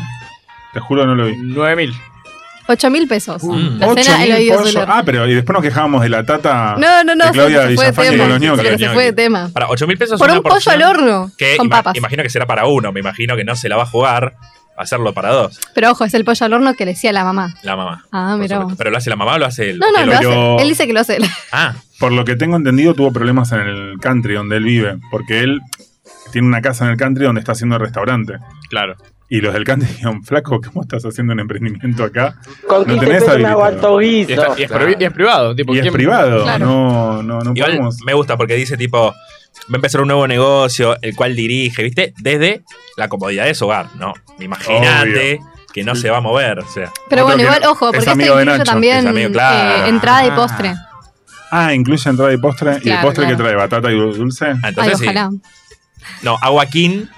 [SPEAKER 3] Te juro no lo vi.
[SPEAKER 5] 9000.
[SPEAKER 4] 8 mil pesos.
[SPEAKER 2] Mm.
[SPEAKER 4] La
[SPEAKER 3] Ocho
[SPEAKER 4] cena
[SPEAKER 3] mil
[SPEAKER 4] el oído
[SPEAKER 3] pollos.
[SPEAKER 4] Soler.
[SPEAKER 3] Ah, pero y después nos quejábamos de la tata.
[SPEAKER 4] No, no, no,
[SPEAKER 3] de Claudia
[SPEAKER 4] se, se fue de
[SPEAKER 3] Villafañe
[SPEAKER 4] tema.
[SPEAKER 3] con los ñoquis.
[SPEAKER 4] Sí, se fue de tema.
[SPEAKER 2] Para 8 mil pesos
[SPEAKER 4] Por
[SPEAKER 2] es
[SPEAKER 4] un
[SPEAKER 2] una
[SPEAKER 4] pollo
[SPEAKER 2] porción
[SPEAKER 4] al horno,
[SPEAKER 2] que
[SPEAKER 4] con
[SPEAKER 2] ima-
[SPEAKER 4] papas.
[SPEAKER 2] imagino que será para uno, me imagino que no se la va a jugar hacerlo para dos,
[SPEAKER 4] Pero ojo, es el pollo al horno que le decía la mamá.
[SPEAKER 2] la mamá.
[SPEAKER 4] Ah,
[SPEAKER 2] por
[SPEAKER 4] mira
[SPEAKER 2] supuesto.
[SPEAKER 4] vos.
[SPEAKER 2] Pero lo hace la mamá o lo hace el
[SPEAKER 4] No, no,
[SPEAKER 2] el
[SPEAKER 4] lo
[SPEAKER 2] hoyo?
[SPEAKER 3] yo-
[SPEAKER 4] hace. Él dice que lo hace. él.
[SPEAKER 2] Ah,
[SPEAKER 3] Por lo que tengo entendido, tuvo problemas en el country donde él vive. Porque él tiene una casa en el country donde está haciendo el restaurante.
[SPEAKER 2] claro.
[SPEAKER 3] Y los del country *laughs* dijeron, flaco, ¿cómo estás haciendo un emprendimiento acá?
[SPEAKER 6] ¿Con
[SPEAKER 3] No
[SPEAKER 6] quién te
[SPEAKER 3] tenés
[SPEAKER 6] pego un
[SPEAKER 3] habilitado.
[SPEAKER 6] aguanto
[SPEAKER 5] Y, está- y es,
[SPEAKER 6] guiso?
[SPEAKER 5] provi- y es privado. Tipo,
[SPEAKER 3] Y es
[SPEAKER 5] ¿quién-
[SPEAKER 3] privado.
[SPEAKER 4] Claro.
[SPEAKER 3] No, no, no
[SPEAKER 2] Igual
[SPEAKER 3] podemos.
[SPEAKER 2] me gusta porque dice tipo, va a empezar un nuevo negocio, el cual dirige, ¿viste? Desde la comodidad de su hogar, ¿no? Imagínate que no se va a mover, o sea.
[SPEAKER 4] Pero
[SPEAKER 3] Otro
[SPEAKER 4] bueno,
[SPEAKER 3] que
[SPEAKER 4] igual, ojo,
[SPEAKER 3] es
[SPEAKER 4] porque
[SPEAKER 3] amigo
[SPEAKER 4] esto
[SPEAKER 3] de
[SPEAKER 4] incluye
[SPEAKER 3] Nacho,
[SPEAKER 4] también
[SPEAKER 2] es amigo, claro.
[SPEAKER 4] eh, entrada y
[SPEAKER 3] Ah.
[SPEAKER 4] postre.
[SPEAKER 3] Ah, incluye entrada y postre. y el
[SPEAKER 4] Claro,
[SPEAKER 3] postre
[SPEAKER 4] claro.
[SPEAKER 3] que trae batata y dulce.
[SPEAKER 2] Ah,
[SPEAKER 4] Ay,
[SPEAKER 2] entonces
[SPEAKER 4] ojalá.
[SPEAKER 2] sí. No, aguaquín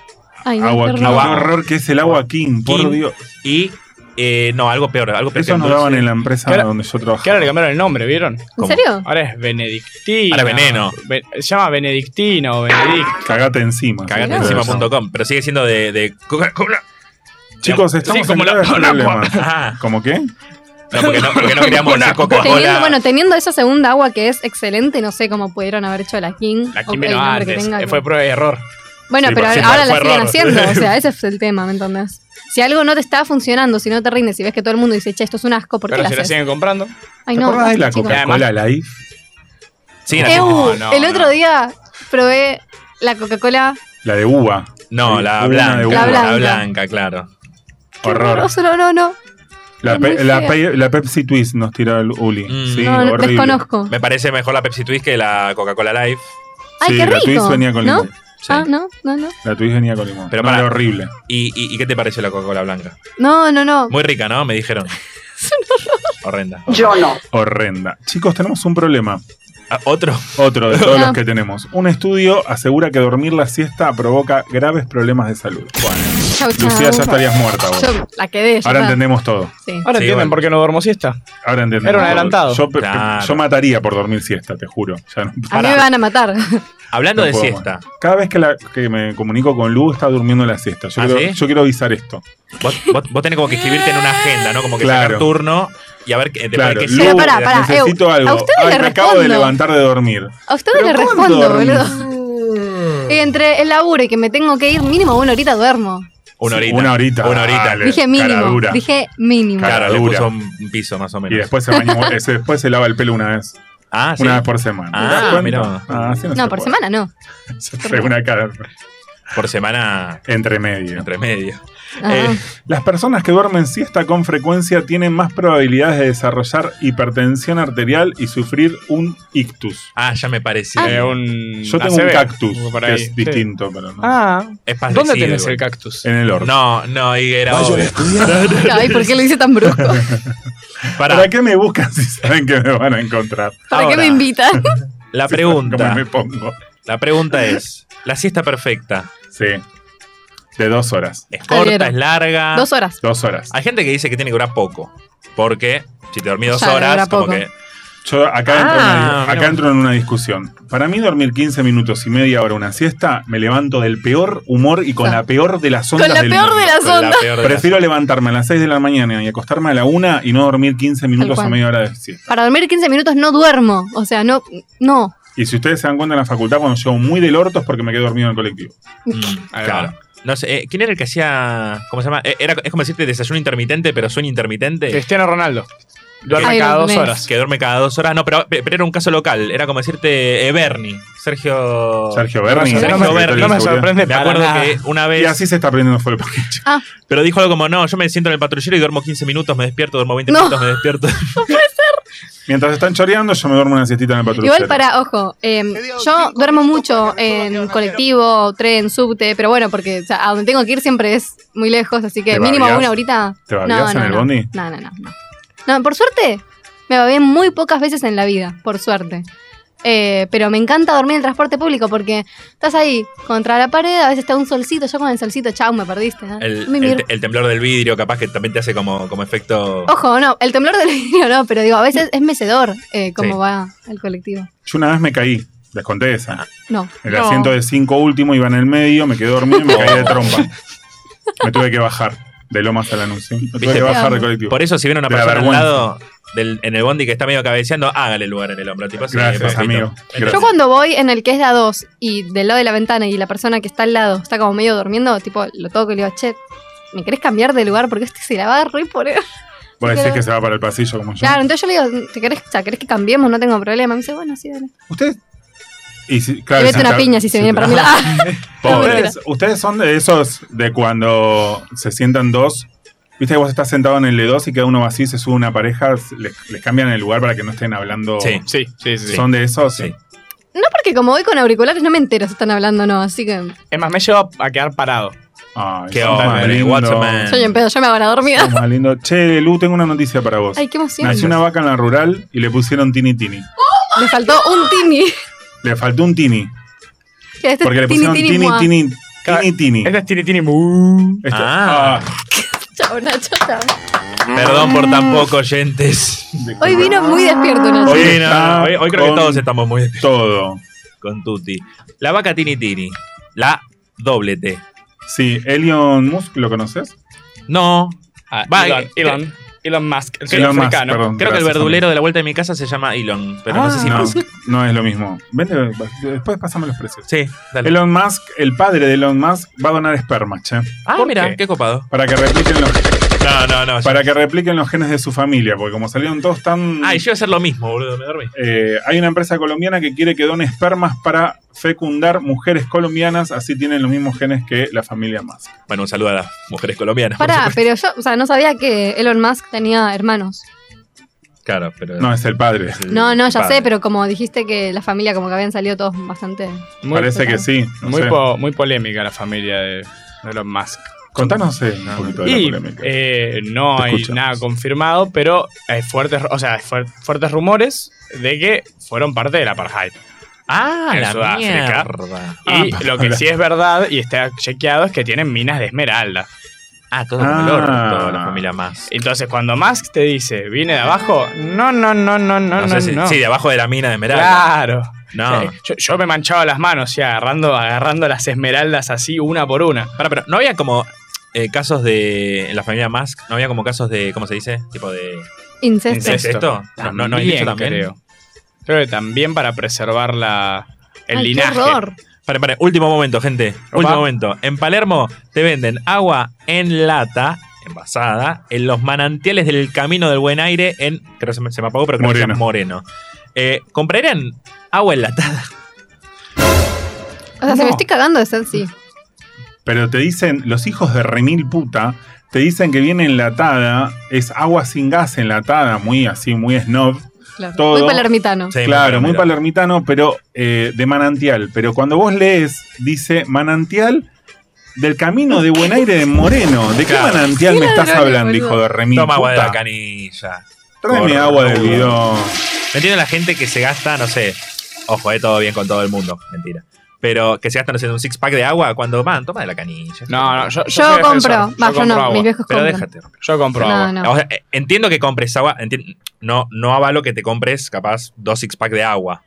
[SPEAKER 4] Ay, no,
[SPEAKER 3] Agua
[SPEAKER 4] qué
[SPEAKER 3] King.
[SPEAKER 4] horror.
[SPEAKER 2] Agua-
[SPEAKER 3] Qué horror que es el agua King, por
[SPEAKER 2] King.
[SPEAKER 3] Dios.
[SPEAKER 2] y. eh, no, algo peor, algo peor. que
[SPEAKER 3] Eso
[SPEAKER 2] el
[SPEAKER 3] nos
[SPEAKER 2] dulce.
[SPEAKER 3] daban en la empresa
[SPEAKER 5] Que ahora-
[SPEAKER 3] donde yo
[SPEAKER 5] Que ahora le
[SPEAKER 3] trabajaba.
[SPEAKER 5] cambiaron el nombre, ¿vieron?
[SPEAKER 4] ¿En
[SPEAKER 2] ¿Cómo?
[SPEAKER 4] serio?
[SPEAKER 5] Ahora es Benedictina.
[SPEAKER 2] Ahora es Veneno.
[SPEAKER 5] Ve- se llama Benedictina o
[SPEAKER 3] Ah,
[SPEAKER 5] Benedict.
[SPEAKER 3] Cagate encima.
[SPEAKER 2] Cagate
[SPEAKER 4] Mirá.
[SPEAKER 2] encima punto com, pero sigue siendo de, de Coca-Cola.
[SPEAKER 3] Chicos,
[SPEAKER 2] Sí,
[SPEAKER 3] estamos
[SPEAKER 2] como
[SPEAKER 3] en
[SPEAKER 2] la-
[SPEAKER 3] graves
[SPEAKER 2] *laughs* la- la-
[SPEAKER 3] problemas. *laughs*
[SPEAKER 2] Ah.
[SPEAKER 3] ¿Cómo qué?
[SPEAKER 2] No, porque no, porque no queríamos decir
[SPEAKER 4] Teniendo,
[SPEAKER 2] Coca-Cola.
[SPEAKER 4] bueno, teniendo esa segunda agua que es excelente, no sé cómo pudieron haber hecho la King.
[SPEAKER 5] La
[SPEAKER 4] o el
[SPEAKER 5] Kim vino
[SPEAKER 4] nombre que
[SPEAKER 5] antes.
[SPEAKER 4] tenga,
[SPEAKER 5] eh,
[SPEAKER 4] que-
[SPEAKER 5] Fue prueba y error.
[SPEAKER 4] Bueno,
[SPEAKER 2] Sí,
[SPEAKER 4] pero
[SPEAKER 2] fue- sí,
[SPEAKER 4] ahora
[SPEAKER 2] fue
[SPEAKER 4] la siguen
[SPEAKER 2] error.
[SPEAKER 4] haciendo, o sea, ese es el tema, ¿me entendés? Si algo no te está funcionando, si no te rindes, si ves que todo el mundo dice, che, esto es un asco, ¿por qué
[SPEAKER 5] Pero
[SPEAKER 4] lo
[SPEAKER 5] se la
[SPEAKER 4] haces?
[SPEAKER 5] siguen comprando.
[SPEAKER 4] Ay,
[SPEAKER 3] ¿Te acordás de la
[SPEAKER 4] chicos.
[SPEAKER 5] Coca?
[SPEAKER 3] Coca-Cola Live?
[SPEAKER 2] Sí,
[SPEAKER 5] Eh,
[SPEAKER 2] la-
[SPEAKER 4] Eu,
[SPEAKER 5] No, no,
[SPEAKER 4] uh, el
[SPEAKER 5] no.
[SPEAKER 4] otro día probé la Coca-Cola.
[SPEAKER 3] La de uva.
[SPEAKER 2] no, la
[SPEAKER 3] Una
[SPEAKER 2] blanca,
[SPEAKER 3] de
[SPEAKER 2] la
[SPEAKER 4] uva.
[SPEAKER 2] blanca.
[SPEAKER 4] La blanca.
[SPEAKER 2] claro.
[SPEAKER 4] Qué
[SPEAKER 3] Horror.
[SPEAKER 4] horroroso, no, no, no.
[SPEAKER 3] La,
[SPEAKER 4] Es muy
[SPEAKER 3] pe- la
[SPEAKER 4] fea.
[SPEAKER 3] pe- la Pepsi Twist nos tira el Uli.
[SPEAKER 2] Mm.
[SPEAKER 3] Sí,
[SPEAKER 4] no, no,
[SPEAKER 3] horrible.
[SPEAKER 4] desconozco.
[SPEAKER 2] Me parece mejor la Pepsi Twist que la Coca-Cola Life.
[SPEAKER 4] Ay,
[SPEAKER 3] sí,
[SPEAKER 4] qué
[SPEAKER 3] La Twist
[SPEAKER 4] rico.
[SPEAKER 3] venía con
[SPEAKER 4] ¿no?
[SPEAKER 3] limón.
[SPEAKER 2] Sí.
[SPEAKER 4] Ah, no, no, no.
[SPEAKER 3] La Twist venía con limón.
[SPEAKER 2] Pero
[SPEAKER 3] No,
[SPEAKER 2] para-
[SPEAKER 3] era horrible.
[SPEAKER 2] ¿Y, y, y qué te pareció la Coca-Cola blanca?
[SPEAKER 4] No, no, no.
[SPEAKER 2] Muy rica, ¿no? Me
[SPEAKER 4] *laughs*
[SPEAKER 2] dijeron. Horrenda.
[SPEAKER 6] Yo no.
[SPEAKER 3] Horrenda. Chicos, tenemos un problema.
[SPEAKER 2] Ah, ¿Otro?
[SPEAKER 3] Otro de todos
[SPEAKER 4] Ah.
[SPEAKER 3] los que tenemos. Un estudio asegura que dormir la siesta provoca graves problemas de salud.
[SPEAKER 4] Chau, chau.
[SPEAKER 3] Lucía, ya estarías muerta vos.
[SPEAKER 4] Ah, Yo la quedé. ya
[SPEAKER 3] Ahora
[SPEAKER 4] está.
[SPEAKER 3] entendemos todo.
[SPEAKER 4] Sí.
[SPEAKER 5] Ahora
[SPEAKER 2] Sí,
[SPEAKER 5] entienden
[SPEAKER 2] bueno.
[SPEAKER 5] por qué no duermo siesta.
[SPEAKER 3] Ahora entendemos
[SPEAKER 5] Era un
[SPEAKER 3] todo.
[SPEAKER 5] adelantado.
[SPEAKER 3] Yo, pe- pe-
[SPEAKER 2] Claro.
[SPEAKER 3] yo mataría por dormir siesta, te juro. Ya no-
[SPEAKER 4] A mí me van a matar.
[SPEAKER 2] Hablando
[SPEAKER 3] No
[SPEAKER 2] de
[SPEAKER 3] puedo
[SPEAKER 2] siesta.
[SPEAKER 3] Cada vez que, la- que me comunico con Lu, está durmiendo la siesta. Yo,
[SPEAKER 2] ¿Ah,
[SPEAKER 3] quiero,
[SPEAKER 2] sí?
[SPEAKER 3] yo quiero avisar esto.
[SPEAKER 2] Vos, vos, vos tenés como que escribirte en una agenda, ¿no? Como que
[SPEAKER 3] Claro.
[SPEAKER 2] sacar turno y a ver qué.
[SPEAKER 3] Claro,
[SPEAKER 2] qué
[SPEAKER 3] Lu,
[SPEAKER 4] Pero pará, pará,
[SPEAKER 3] necesito
[SPEAKER 4] Eu,
[SPEAKER 3] algo.
[SPEAKER 4] a ustedes
[SPEAKER 3] Ay,
[SPEAKER 4] les
[SPEAKER 3] me acabo de
[SPEAKER 4] respondo.
[SPEAKER 3] levantar de dormir.
[SPEAKER 4] A ustedes les
[SPEAKER 3] ¿Pero cuándo
[SPEAKER 4] respondo,
[SPEAKER 3] dormís?
[SPEAKER 4] boludo. Y entre el laburo y que me tengo que ir, mínimo una horita duermo.
[SPEAKER 2] Una
[SPEAKER 3] Sí,
[SPEAKER 2] horita.
[SPEAKER 3] Una horita.
[SPEAKER 2] Una horita.
[SPEAKER 3] Dale,
[SPEAKER 4] Dije mínimo.
[SPEAKER 3] cara dura.
[SPEAKER 4] Dije mínimo.
[SPEAKER 3] Cara.
[SPEAKER 2] Claro, le
[SPEAKER 3] dura.
[SPEAKER 2] puso un piso más o menos.
[SPEAKER 3] Y después se, baña- ese- después se lava el pelo una vez.
[SPEAKER 2] ah, sí.
[SPEAKER 3] Una vez por semana.
[SPEAKER 2] Ah,
[SPEAKER 3] ¿Te das cuenta?
[SPEAKER 2] mirá.
[SPEAKER 3] Ah, así no,
[SPEAKER 4] No,
[SPEAKER 3] se
[SPEAKER 4] por
[SPEAKER 3] puede.
[SPEAKER 4] semana no.
[SPEAKER 3] Se fue una cara
[SPEAKER 2] por semana
[SPEAKER 3] entre medio.
[SPEAKER 2] entre medio.
[SPEAKER 4] Ah,
[SPEAKER 2] Eh,
[SPEAKER 3] Las personas que duermen siesta con frecuencia tienen más probabilidades de desarrollar hipertensión arterial y sufrir un ictus.
[SPEAKER 2] Ah, ya me parecía.
[SPEAKER 5] Eh,
[SPEAKER 2] Mm,
[SPEAKER 5] un
[SPEAKER 3] Yo tengo un
[SPEAKER 5] ACV,
[SPEAKER 3] cactus,
[SPEAKER 5] algo por
[SPEAKER 3] que
[SPEAKER 5] ahí,
[SPEAKER 3] es
[SPEAKER 5] sí.
[SPEAKER 3] distinto, pero no.
[SPEAKER 5] Ah,
[SPEAKER 2] es parecido,
[SPEAKER 5] ¿dónde tenés
[SPEAKER 2] igual.
[SPEAKER 5] el cactus?
[SPEAKER 3] En el horno.
[SPEAKER 2] No, no, Higuera. obvio.
[SPEAKER 4] Ah. Ay, ¿por qué lo hice tan
[SPEAKER 3] *laughs*
[SPEAKER 4] brusco?
[SPEAKER 2] Pará,
[SPEAKER 3] ¿Para qué me buscan *laughs* si saben que me van a encontrar?
[SPEAKER 4] ¿Para qué
[SPEAKER 2] Ahora.
[SPEAKER 4] me invitan?
[SPEAKER 2] la
[SPEAKER 3] Si saben cómo
[SPEAKER 2] pregunta.
[SPEAKER 3] me pongo.
[SPEAKER 2] La pregunta es: ¿la siesta perfecta
[SPEAKER 3] Sí. De dos horas.
[SPEAKER 2] es corta,
[SPEAKER 4] Ayer.
[SPEAKER 2] es larga?
[SPEAKER 4] Dos horas.
[SPEAKER 3] Dos horas.
[SPEAKER 2] Hay gente que dice que tiene que durar poco. Porque si te dormís dos
[SPEAKER 4] Ya,
[SPEAKER 2] horas,
[SPEAKER 4] dura
[SPEAKER 2] como
[SPEAKER 4] poco.
[SPEAKER 2] que.
[SPEAKER 3] Yo acá,
[SPEAKER 2] Ah,
[SPEAKER 3] entro, en una,
[SPEAKER 2] mira
[SPEAKER 3] acá
[SPEAKER 2] vos.
[SPEAKER 3] entro en una discusión. Para mí dormir 15 minutos y media hora una siesta, me levanto del peor humor y con la peor de las ondas
[SPEAKER 4] la
[SPEAKER 3] del
[SPEAKER 4] peor
[SPEAKER 3] mundo.
[SPEAKER 4] de las
[SPEAKER 2] Con la
[SPEAKER 4] ondas.
[SPEAKER 2] peor de las-
[SPEAKER 3] Prefiero levantarme a las 6 de la mañana y acostarme a la 1 y no dormir 15 minutos
[SPEAKER 4] cual.
[SPEAKER 3] o media hora de siesta.
[SPEAKER 4] Para dormir 15 minutos no duermo. O sea, no. No.
[SPEAKER 3] Y si ustedes se dan cuenta en la facultad, cuando llego muy del orto es porque me quedé dormido en el colectivo.
[SPEAKER 2] Mm,
[SPEAKER 3] Ahí va.
[SPEAKER 2] claro. No sé, eh, ¿quién era el que hacía. ¿Cómo se llama? Eh, Era, es como decirte desayuno intermitente, pero sueño intermitente.
[SPEAKER 5] Cristiano Ronaldo. Duerme
[SPEAKER 4] Iron
[SPEAKER 5] cada dos
[SPEAKER 4] Man.
[SPEAKER 5] horas.
[SPEAKER 2] Que duerme cada dos horas. No, pero, pero era un caso local. Era como decirte eh, Bernie. Sergio.
[SPEAKER 3] Sergio
[SPEAKER 5] No
[SPEAKER 3] Berni.
[SPEAKER 5] me-
[SPEAKER 2] Sergio
[SPEAKER 5] no me-
[SPEAKER 2] Berni,
[SPEAKER 5] no me sorprende
[SPEAKER 2] Me
[SPEAKER 5] para
[SPEAKER 2] acuerdo
[SPEAKER 5] nada.
[SPEAKER 2] que una
[SPEAKER 3] Y
[SPEAKER 2] vez.
[SPEAKER 3] así se está aprendiendo fuego el paquete.
[SPEAKER 2] Pero dijo algo como: No, yo me siento en el patrullero y duermo 15 minutos, me despierto, duermo 20
[SPEAKER 4] No.
[SPEAKER 2] minutos, me
[SPEAKER 5] *laughs*
[SPEAKER 2] despierto.
[SPEAKER 3] Mientras están choreando, yo me duermo una siestita en el patrullero.
[SPEAKER 4] Igual para, ojo, eh, yo duermo mucho en colectivo, tren, subte, pero bueno, porque o sea, a donde tengo que ir siempre es muy lejos, así que
[SPEAKER 3] ¿Te
[SPEAKER 4] mínimo
[SPEAKER 3] babeás?
[SPEAKER 4] una horita.
[SPEAKER 3] ¿Te babeás en el bondi?
[SPEAKER 4] No, no, no, no. No, por suerte, me babié muy pocas veces en la vida, por suerte. Eh, pero me encanta dormir en el transporte público porque estás ahí contra la pared, a veces está un solcito, yo con el solcito, chau, me perdiste. ¿eh?
[SPEAKER 2] El,
[SPEAKER 4] Me
[SPEAKER 2] el-
[SPEAKER 4] miro.
[SPEAKER 2] el temblor del vidrio, capaz que también te hace como, como efecto.
[SPEAKER 5] Oh.
[SPEAKER 4] Ojo, no, el temblor del vidrio no, pero digo, a veces es mecedor eh, cómo
[SPEAKER 2] Sí.
[SPEAKER 4] va el colectivo.
[SPEAKER 3] Yo una vez me caí. Les conté esa.
[SPEAKER 4] No.
[SPEAKER 3] El asiento de cinco último iba en el medio, me quedé dormido y me caí de trompa. Me tuve que bajar de Lomas al anuncio. Me tuve
[SPEAKER 2] ¿Viste?
[SPEAKER 3] que bajar del
[SPEAKER 4] Claro.
[SPEAKER 3] colectivo.
[SPEAKER 2] Por eso, si viene una
[SPEAKER 3] De la
[SPEAKER 2] persona al
[SPEAKER 3] vergüenza.
[SPEAKER 2] lado del- en el bondi que está medio cabeceando, hágale lugar en el hombro. Tipo, sí,
[SPEAKER 3] Gracias,
[SPEAKER 2] papito.
[SPEAKER 3] amigo. Gracias.
[SPEAKER 4] Yo cuando voy en el que es de a dos y del lado de la ventana y la persona que está al lado está como medio durmiendo, tipo, lo toco y le digo, che, ¿me querés cambiar de lugar? Porque este se la va a reponer.
[SPEAKER 3] Vos decís que se va para el pasillo como yo.
[SPEAKER 4] Claro, entonces yo le digo, ¿te querés, o sea, querés que cambiemos? No tengo problema. Me dice, bueno, sí, dale.
[SPEAKER 3] Ustedes. Y si-
[SPEAKER 4] Te
[SPEAKER 3] claro,
[SPEAKER 4] vete
[SPEAKER 3] se
[SPEAKER 4] una
[SPEAKER 3] tra-
[SPEAKER 4] piña si se viene para mí. Ah,
[SPEAKER 3] Pobres. Ustedes son de esos de cuando se sientan dos. Viste que vos estás sentado en el de dos y cada uno va así, se sube una pareja, les, les cambian el lugar para que no estén hablando.
[SPEAKER 2] Sí.
[SPEAKER 5] Sí, sí, sí. sí.
[SPEAKER 3] ¿Son de esos?
[SPEAKER 2] Sí.
[SPEAKER 4] *laughs* no, porque como voy con auriculares no me entero si están hablando o no, así que
[SPEAKER 5] Es más, me lleva a quedar parado.
[SPEAKER 3] Ay,
[SPEAKER 2] Qué
[SPEAKER 3] son tan
[SPEAKER 2] hombre,
[SPEAKER 3] lindos.
[SPEAKER 2] what's up, man?
[SPEAKER 4] yo ya en pedo, yo me hago la dormida.
[SPEAKER 3] Son más lindos. Che, Lu, tengo una noticia para vos.
[SPEAKER 4] Ay, qué emoción.
[SPEAKER 3] Nació una vaca en la rural y le pusieron Tini Tini.
[SPEAKER 4] Le faltó un tini. *laughs*
[SPEAKER 3] Le faltó un Tini.
[SPEAKER 4] Este es
[SPEAKER 3] Porque le pusieron Tini Tini
[SPEAKER 4] mua.
[SPEAKER 3] Tini
[SPEAKER 5] Cada-
[SPEAKER 3] Tini.
[SPEAKER 5] Este es Tini Tini Mu.
[SPEAKER 3] Esto-
[SPEAKER 2] Ah.
[SPEAKER 3] ah,
[SPEAKER 4] Chau, Nacho, chau.
[SPEAKER 2] Perdón por
[SPEAKER 5] Mm.
[SPEAKER 2] tan poco, oyentes.
[SPEAKER 4] Hoy vino muy despierto, Nacho.
[SPEAKER 3] Hoy
[SPEAKER 2] Sí, no,
[SPEAKER 3] está
[SPEAKER 2] no, hoy, hoy creo que
[SPEAKER 3] con-
[SPEAKER 2] todos estamos muy
[SPEAKER 3] todo.
[SPEAKER 2] con Tuti. La vaca Tini Tini. La doble T.
[SPEAKER 3] Sí, Elion Musk, ¿lo conoces?
[SPEAKER 2] No. Va,
[SPEAKER 5] Ah, Elon,
[SPEAKER 2] eh,
[SPEAKER 5] Elon, Elon Musk, el
[SPEAKER 3] Elon Musk,
[SPEAKER 5] sudafricano.
[SPEAKER 2] Creo
[SPEAKER 3] perdón.
[SPEAKER 2] que el
[SPEAKER 3] Gracias,
[SPEAKER 2] verdulero de la vuelta de mi casa se llama Elon, pero no sé si
[SPEAKER 3] Ah,
[SPEAKER 2] Musk.
[SPEAKER 3] no es lo mismo. Vende, después pasame los precios.
[SPEAKER 2] Sí, dale.
[SPEAKER 3] Elon Musk, el padre de Elon Musk, va a donar esperma, che.
[SPEAKER 2] Ah,
[SPEAKER 5] ¿Por
[SPEAKER 2] mira, qué?
[SPEAKER 5] qué?
[SPEAKER 2] copado.
[SPEAKER 3] Para que repliquen los,
[SPEAKER 2] No, no, no.
[SPEAKER 3] para que repliquen los genes de su familia, porque como salieron todos tan.
[SPEAKER 2] Ay, yo iba a hacer lo mismo, boludo, me dormí.
[SPEAKER 3] Eh, hay una empresa colombiana que quiere que done espermas para fecundar mujeres colombianas, así tienen los mismos genes que la familia Musk.
[SPEAKER 2] Bueno, un saludo a las mujeres colombianas. por
[SPEAKER 4] Pará,
[SPEAKER 2] supuesto.
[SPEAKER 4] pero yo, o sea, no sabía que Elon Musk tenía hermanos.
[SPEAKER 2] Claro, pero.
[SPEAKER 3] No, es el padre.
[SPEAKER 2] es el
[SPEAKER 4] No, no, ya
[SPEAKER 2] padre.
[SPEAKER 4] sé, pero como dijiste que la familia como que habían salido todos bastante...
[SPEAKER 5] Muy,
[SPEAKER 3] Parece que sí. no
[SPEAKER 5] muy,
[SPEAKER 3] sé.
[SPEAKER 5] po- muy polémica la familia de, de Elon Musk.
[SPEAKER 3] Contanos eh, un poquito de
[SPEAKER 5] Y
[SPEAKER 3] la polémica.
[SPEAKER 5] eh, no
[SPEAKER 3] Te
[SPEAKER 5] hay
[SPEAKER 3] escuchamos.
[SPEAKER 5] nada confirmado, pero hay fuertes, o sea, hay fuer- fuertes rumores de que fueron parte de la apartheid.
[SPEAKER 2] Ah,
[SPEAKER 5] en
[SPEAKER 2] la
[SPEAKER 5] Sudáfrica.
[SPEAKER 2] mierda.
[SPEAKER 5] Y
[SPEAKER 3] Ah,
[SPEAKER 5] lo que
[SPEAKER 3] la-
[SPEAKER 5] sí es verdad y está chequeado es que tienen minas de esmeralda.
[SPEAKER 2] Ah, todo como el
[SPEAKER 3] Ah.
[SPEAKER 2] orto, la familia más.
[SPEAKER 5] Entonces, cuando Musk te dice, vine de abajo, no, no, no, no, no, no.
[SPEAKER 2] No, sé si,
[SPEAKER 5] no. Ah.
[SPEAKER 2] Sí, de abajo de la mina de Esmeralda.
[SPEAKER 5] Claro.
[SPEAKER 2] No.
[SPEAKER 5] Eh, Yo, yo me manchaba las manos, o sea, agarrando, agarrando las esmeraldas así una por una.
[SPEAKER 2] Pará, pero no había como eh, casos de. En la familia Musk, no había como casos de. ¿Cómo se dice? Tipo de.
[SPEAKER 4] Incesto.
[SPEAKER 2] ¿Es esto? No, no, no, hay dicho también.
[SPEAKER 5] creo. Creo que también para preservar la, el
[SPEAKER 4] Ay, qué
[SPEAKER 5] linaje.
[SPEAKER 4] horror.
[SPEAKER 2] Pare, pare, último momento, gente.
[SPEAKER 5] Opa.
[SPEAKER 2] Último momento. En Palermo te venden agua en lata, envasada, en los manantiales del Camino del Buen Aire, en. Creo que se me, se me apagó, pero creo que se llama Moreno. Eh, ¿Comprarían agua enlatada?
[SPEAKER 4] O sea, se me estoy cagando de ser sí.
[SPEAKER 3] Pero te dicen, los hijos de remil puta, te dicen que viene enlatada, es agua sin gas enlatada, muy así, muy snob.
[SPEAKER 4] Claro.
[SPEAKER 3] Todo.
[SPEAKER 4] Muy palermitano.
[SPEAKER 2] Sí,
[SPEAKER 3] claro, muy
[SPEAKER 2] mira.
[SPEAKER 3] palermitano, pero eh, de manantial. Pero cuando vos lees, dice manantial del camino de Buen Aire de Moreno. ¿De qué
[SPEAKER 2] Claro.
[SPEAKER 3] manantial me estás
[SPEAKER 4] ladrones,
[SPEAKER 3] hablando,
[SPEAKER 4] boludo?
[SPEAKER 3] hijo de remil
[SPEAKER 2] Toma agua de
[SPEAKER 3] puta?
[SPEAKER 2] la canilla.
[SPEAKER 3] Tráeme
[SPEAKER 2] Cornudo.
[SPEAKER 3] agua del bidón.
[SPEAKER 2] Me entiendo la gente que se gasta, no sé. Ojo, eh, todo bien con todo el mundo. Mentira. Pero que se gastan haciendo un six pack de agua cuando van, toma de la canilla.
[SPEAKER 5] No, no, yo,
[SPEAKER 4] Yo
[SPEAKER 5] soy defensor.
[SPEAKER 4] compro. Va, yo
[SPEAKER 5] compro
[SPEAKER 4] no,
[SPEAKER 5] agua.
[SPEAKER 4] mis viejos
[SPEAKER 2] Pero
[SPEAKER 4] compran.
[SPEAKER 2] déjate.
[SPEAKER 5] Yo compro
[SPEAKER 4] No,
[SPEAKER 5] agua.
[SPEAKER 4] no.
[SPEAKER 2] O sea, eh, entiendo que compres agua. enti- no, no avalo que te compres capaz dos six pack de agua.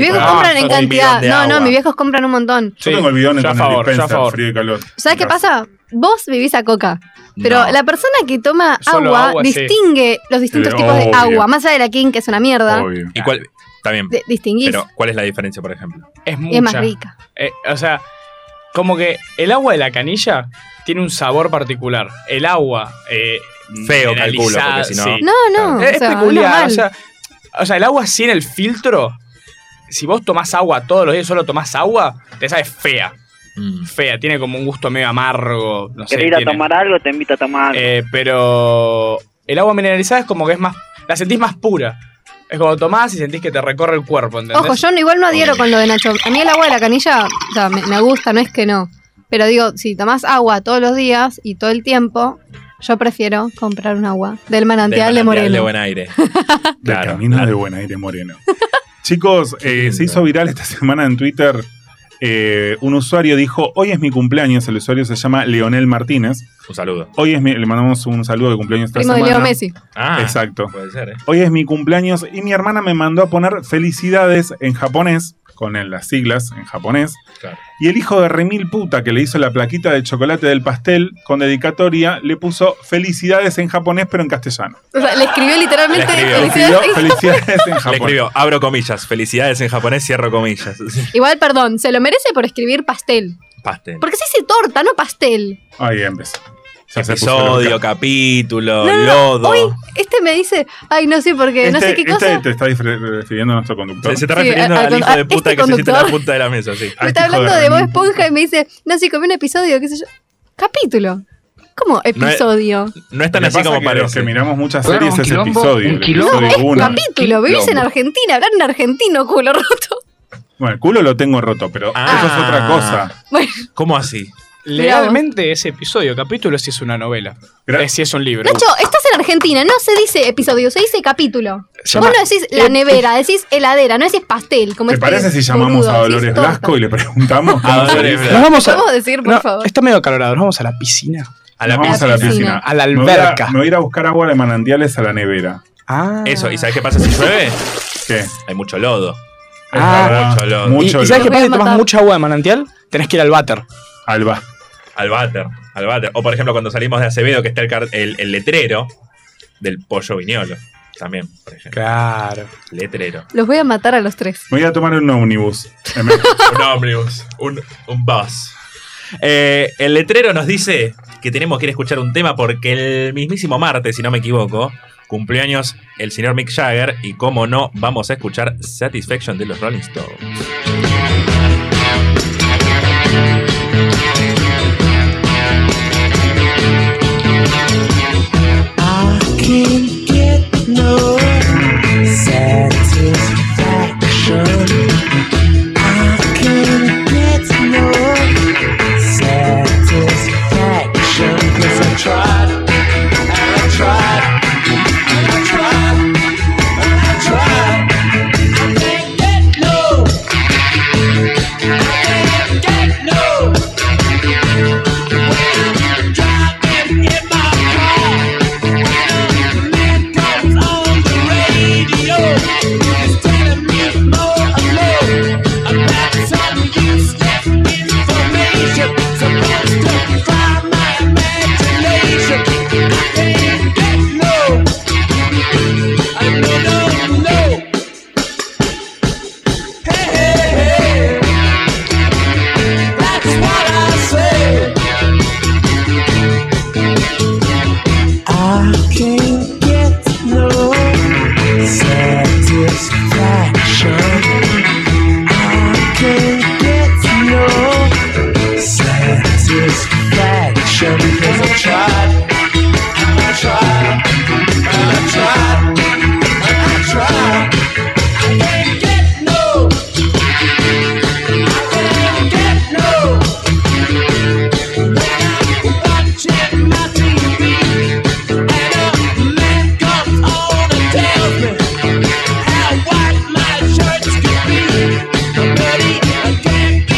[SPEAKER 2] Así
[SPEAKER 4] viejos
[SPEAKER 2] como-
[SPEAKER 5] Ah,
[SPEAKER 4] compran en
[SPEAKER 2] un bidón
[SPEAKER 4] cantidad.
[SPEAKER 2] de
[SPEAKER 4] No, no,
[SPEAKER 2] agua.
[SPEAKER 4] mis viejos compran un montón.
[SPEAKER 3] Yo tengo el
[SPEAKER 5] yo
[SPEAKER 3] bidón
[SPEAKER 5] a
[SPEAKER 3] con
[SPEAKER 5] favor,
[SPEAKER 3] el
[SPEAKER 5] yo a
[SPEAKER 3] dispenser,
[SPEAKER 5] favor.
[SPEAKER 3] frío y calor.
[SPEAKER 4] ¿Sabes qué
[SPEAKER 3] Gracias.
[SPEAKER 4] pasa? Vos vivís a coca, pero
[SPEAKER 2] No.
[SPEAKER 4] la persona que toma
[SPEAKER 5] Solo
[SPEAKER 4] agua,
[SPEAKER 5] agua, sí.
[SPEAKER 4] distingue los distintos
[SPEAKER 3] Eh,
[SPEAKER 4] tipos de
[SPEAKER 3] obvio.
[SPEAKER 4] agua. Más allá de la King, que es una mierda,
[SPEAKER 3] Obvio.
[SPEAKER 2] ¿Y cuál? Está bien.
[SPEAKER 4] de- distinguís.
[SPEAKER 2] Pero, ¿cuál es la diferencia, por ejemplo?
[SPEAKER 5] Es
[SPEAKER 4] y
[SPEAKER 5] mucha.
[SPEAKER 4] es más rica.
[SPEAKER 5] Eh, o sea, como que el agua de la canilla tiene un sabor particular. El agua. eh,
[SPEAKER 3] Mm,
[SPEAKER 2] Feo, calculo,
[SPEAKER 5] mineralizada,
[SPEAKER 2] porque si no-
[SPEAKER 5] sí.
[SPEAKER 4] No, no.
[SPEAKER 5] Es,
[SPEAKER 4] o sea,
[SPEAKER 5] peculiar.
[SPEAKER 4] normal.
[SPEAKER 5] O sea, o sea, el agua sin el filtro. Si vos tomás agua todos los días y solo tomás agua, te sabe fea.
[SPEAKER 2] Mm.
[SPEAKER 5] Fea, tiene como un gusto medio amargo. No sé,
[SPEAKER 6] ¿Querés ir a
[SPEAKER 5] tiene-
[SPEAKER 6] tomar algo? Te invito a tomar
[SPEAKER 4] Ah,
[SPEAKER 6] algo.
[SPEAKER 5] Eh, pero el agua mineralizada es como que es más. La sentís más pura. Es como tomás y sentís que te recorre el cuerpo, ¿entendés?
[SPEAKER 4] Ojo, yo no- igual no adhiero con lo de Nacho. A mí el agua de la canilla, o sea, me, me gusta, no es que no. Pero digo, si tomás agua todos los días y todo el tiempo, yo prefiero comprar un agua del manantial
[SPEAKER 2] Del manantial
[SPEAKER 4] de Moreno.
[SPEAKER 2] de buen aire.
[SPEAKER 3] De
[SPEAKER 2] Claro,
[SPEAKER 3] camino
[SPEAKER 2] claro.
[SPEAKER 3] de Buen Aire Moreno. *laughs* Chicos, eh,
[SPEAKER 2] lindo.
[SPEAKER 3] se hizo viral esta *laughs* semana en Twitter. eh, un usuario dijo: Hoy es mi cumpleaños. El usuario se llama Leonel Martínez.
[SPEAKER 2] Un saludo.
[SPEAKER 3] *laughs* Hoy es mi- le mandamos un saludo de cumpleaños esta
[SPEAKER 4] Primo de Leo
[SPEAKER 3] semana.
[SPEAKER 4] Messi.
[SPEAKER 2] Ah,
[SPEAKER 3] Exacto.
[SPEAKER 2] Puede ser, ¿eh?
[SPEAKER 3] Hoy es mi cumpleaños y mi hermana me mandó a poner felicidades en japonés, con el- las siglas en japonés.
[SPEAKER 2] Claro.
[SPEAKER 3] Y el hijo de Remil Puta, que le hizo la plaquita de chocolate del pastel con dedicatoria, le puso felicidades en japonés, pero en castellano.
[SPEAKER 4] O sea, le escribió literalmente
[SPEAKER 2] Le escribió.
[SPEAKER 3] Le
[SPEAKER 4] felicidades.
[SPEAKER 3] escribió felicidades en
[SPEAKER 2] Le
[SPEAKER 3] japonés.
[SPEAKER 2] escribió, abro comillas, felicidades en japonés, cierro
[SPEAKER 4] *laughs*
[SPEAKER 2] comillas.
[SPEAKER 4] Igual, perdón, se lo merece por escribir pastel.
[SPEAKER 2] Pastel.
[SPEAKER 4] Porque se dice torta, no pastel.
[SPEAKER 3] Ahí empezó. Ya se puso
[SPEAKER 2] Episodio,
[SPEAKER 3] loca.
[SPEAKER 2] capítulo,
[SPEAKER 4] No, no, no,
[SPEAKER 2] lodo.
[SPEAKER 4] Hoy este me dice, ay, no sé por qué, no sé
[SPEAKER 3] Este-
[SPEAKER 4] qué cosa.
[SPEAKER 3] Este te está dif- refiriendo a nuestro conductor.
[SPEAKER 2] se, se está
[SPEAKER 4] Sí,
[SPEAKER 2] refiriendo
[SPEAKER 4] al
[SPEAKER 2] al
[SPEAKER 4] con-
[SPEAKER 2] hijo de
[SPEAKER 4] a
[SPEAKER 2] puta
[SPEAKER 4] este
[SPEAKER 2] que se sienta en la
[SPEAKER 4] conductor.
[SPEAKER 2] punta de la mesa, sí.
[SPEAKER 3] Ah,
[SPEAKER 4] me está
[SPEAKER 3] hijo de
[SPEAKER 4] hablando de Bob
[SPEAKER 3] Remil Puta.
[SPEAKER 4] Esponja y me dice, no sé, comí un episodio, qué sé yo. Capítulo. ¿Cómo episodio?
[SPEAKER 2] No es tan
[SPEAKER 3] Lo que
[SPEAKER 2] así
[SPEAKER 3] pasa
[SPEAKER 2] como
[SPEAKER 3] es que los
[SPEAKER 2] parece.
[SPEAKER 3] que miramos muchas
[SPEAKER 7] Bueno,
[SPEAKER 3] series
[SPEAKER 7] un
[SPEAKER 3] es
[SPEAKER 7] quilombo,
[SPEAKER 3] episodio.
[SPEAKER 7] un
[SPEAKER 3] el
[SPEAKER 7] quilombo.
[SPEAKER 3] episodio
[SPEAKER 7] Es
[SPEAKER 3] uno.
[SPEAKER 4] capítulo, vivís en
[SPEAKER 7] Quilombo.
[SPEAKER 4] Argentina, hablar en argentino, culo roto.
[SPEAKER 3] Bueno, el culo lo tengo roto, pero
[SPEAKER 2] Ah.
[SPEAKER 3] eso es otra cosa.
[SPEAKER 4] Bueno,
[SPEAKER 2] ¿Cómo así?
[SPEAKER 5] Legalmente ese episodio, capítulo, si es una novela.
[SPEAKER 3] Gra-
[SPEAKER 5] Eh, si es un libro.
[SPEAKER 4] Nacho, estás en Argentina, no se dice episodio, se dice capítulo.
[SPEAKER 5] Se
[SPEAKER 4] Vos
[SPEAKER 5] llama-
[SPEAKER 4] no decís la nevera, decís heladera, no decís pastel. Como
[SPEAKER 3] ¿Te
[SPEAKER 4] este
[SPEAKER 3] parece si llamamos
[SPEAKER 4] boludo,
[SPEAKER 3] a
[SPEAKER 4] decís
[SPEAKER 3] Dolores
[SPEAKER 4] torta.
[SPEAKER 3] Blasco y le preguntamos?
[SPEAKER 2] A
[SPEAKER 3] cómo se
[SPEAKER 2] Dolores
[SPEAKER 3] dice?
[SPEAKER 2] Blasco.
[SPEAKER 5] Nos vamos a.
[SPEAKER 4] ¿Podemos decir, por
[SPEAKER 5] no,
[SPEAKER 4] favor?
[SPEAKER 5] Está medio acalorado, nos vamos a la piscina.
[SPEAKER 2] A la
[SPEAKER 3] Nos vamos
[SPEAKER 2] pizza.
[SPEAKER 3] a la
[SPEAKER 4] piscina.
[SPEAKER 3] piscina.
[SPEAKER 5] A la
[SPEAKER 3] Me voy a-
[SPEAKER 5] alberca.
[SPEAKER 3] Me voy a ir a buscar agua de manantiales a la nevera.
[SPEAKER 5] Ah.
[SPEAKER 2] Eso, ¿y sabes qué pasa si llueve?
[SPEAKER 3] ¿Qué?
[SPEAKER 2] Hay mucho lodo.
[SPEAKER 5] Ah.
[SPEAKER 3] Ah,
[SPEAKER 2] Mucho lodo.
[SPEAKER 5] ¿Y,
[SPEAKER 3] mucho
[SPEAKER 5] y sabes
[SPEAKER 4] olor.
[SPEAKER 5] qué pasa
[SPEAKER 4] Voy
[SPEAKER 5] si
[SPEAKER 4] a
[SPEAKER 5] tomás
[SPEAKER 4] matar.
[SPEAKER 5] mucha agua de manantial? Tenés que ir al váter.
[SPEAKER 3] Alba.
[SPEAKER 2] Al váter, al váter. O por ejemplo, cuando salimos de Acevedo, que está el, car- el- el letrero del pollo viñolo. También, por ejemplo.
[SPEAKER 5] Claro.
[SPEAKER 2] Letrero.
[SPEAKER 4] Los voy a matar a los tres.
[SPEAKER 3] Me voy a tomar un ómnibus. En vez-
[SPEAKER 2] Un ómnibus, un, un bus. Eh, el letrero nos dice que tenemos que ir a escuchar un tema porque el mismísimo martes, si no me equivoco, cumpleaños el señor Mick Jagger y como no, vamos a escuchar Satisfaction de los Rolling Stones.
[SPEAKER 8] I can't get no satisfaction. I can't get no satisfaction. 'Cause I tried, and I tried, and I tried, and I tried. I can't get no. I can't get no. When I'm driving in my car. Say I can't get no satisfaction. I can't get no satisfaction. Cause I tried, and I tried, and I tried, and I tried. I can't get no. I can't get no. When I'm watching my TV. I can't be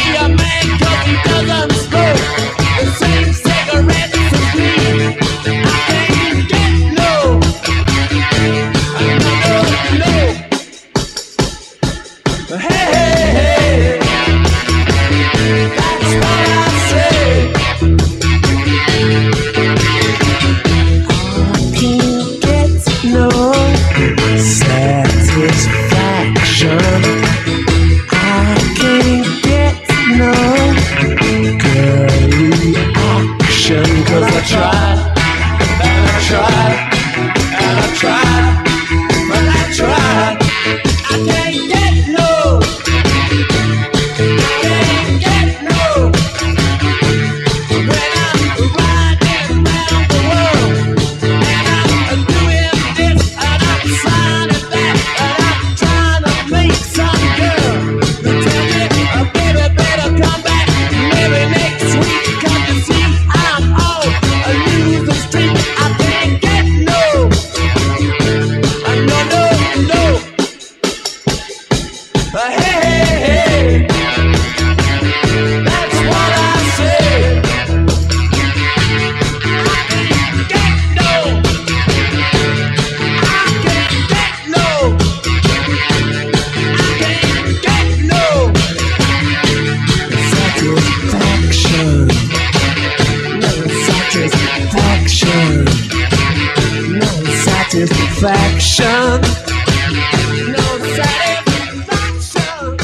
[SPEAKER 8] satisfaction. No satisfaction.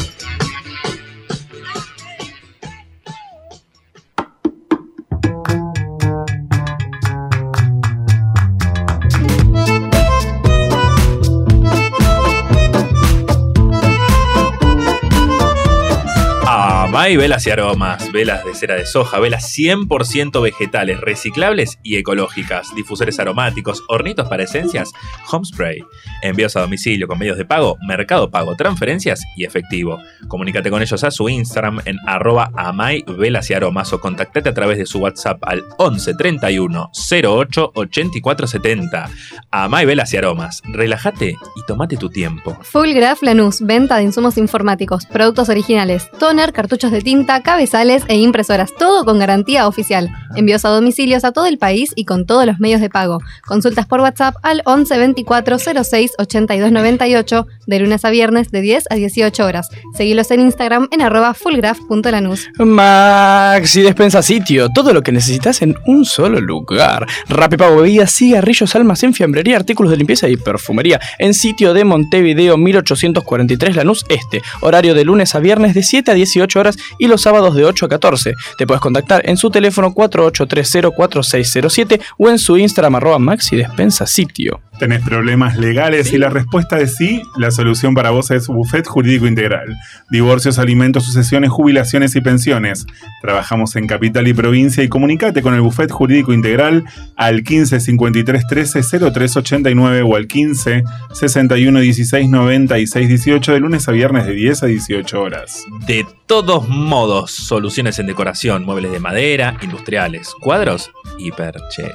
[SPEAKER 2] Ah, hay velas y aromas, velas de cera de soja, velas 100% vegetales, reciclables y ecológicas, difusores aromáticos, hornitos para esencias, homespray, envíos a domicilio con medios de pago, mercado pago, transferencias y efectivo. Comunícate con ellos a su Instagram en arroba amay velas y aromas o contactate a través de su WhatsApp al 11 31 08 84 70. Amay velas y aromas, relájate y tomate tu tiempo.
[SPEAKER 4] Full Graph Lanús, venta de insumos informáticos, productos originales, toner, cartuchos de tinta, cabezales e impresoras, todo con garantía oficial. Envíos a domicilios a todo el país y con todos los medios de pago. Consultas por WhatsApp al 11 24 06 82 98 de lunes a viernes de 10 a 18 horas. Seguilos en Instagram en arroba fullgraph.lanús.
[SPEAKER 5] Maxi Despensa Sitio, todo lo que necesitas en un solo lugar. Rapipago, bebidas, cigarrillos, almas en fiambrería, artículos de limpieza y perfumería. En sitio de Montevideo 1843 Lanús Este. Horario de lunes a viernes de 7 a 18 horas y los sábados de 8 a 14. Te puedes contactar en su teléfono 48304607 o en su Instagram arroba Maxi Despensa Sitio.
[SPEAKER 3] ¿Tenés problemas legales? Y la respuesta es sí. La solución para vos es Buffet Jurídico Integral. Divorcios, alimentos, sucesiones, jubilaciones y pensiones. Trabajamos en capital y provincia y comunicate con el Buffet Jurídico Integral al 15 53 13 03 89 o al 15 61 16 96 18 de lunes a viernes de 10 a 18 horas.
[SPEAKER 2] De todos modos, soluciones en decoración, muebles de madera, industriales, cuadros y percheros.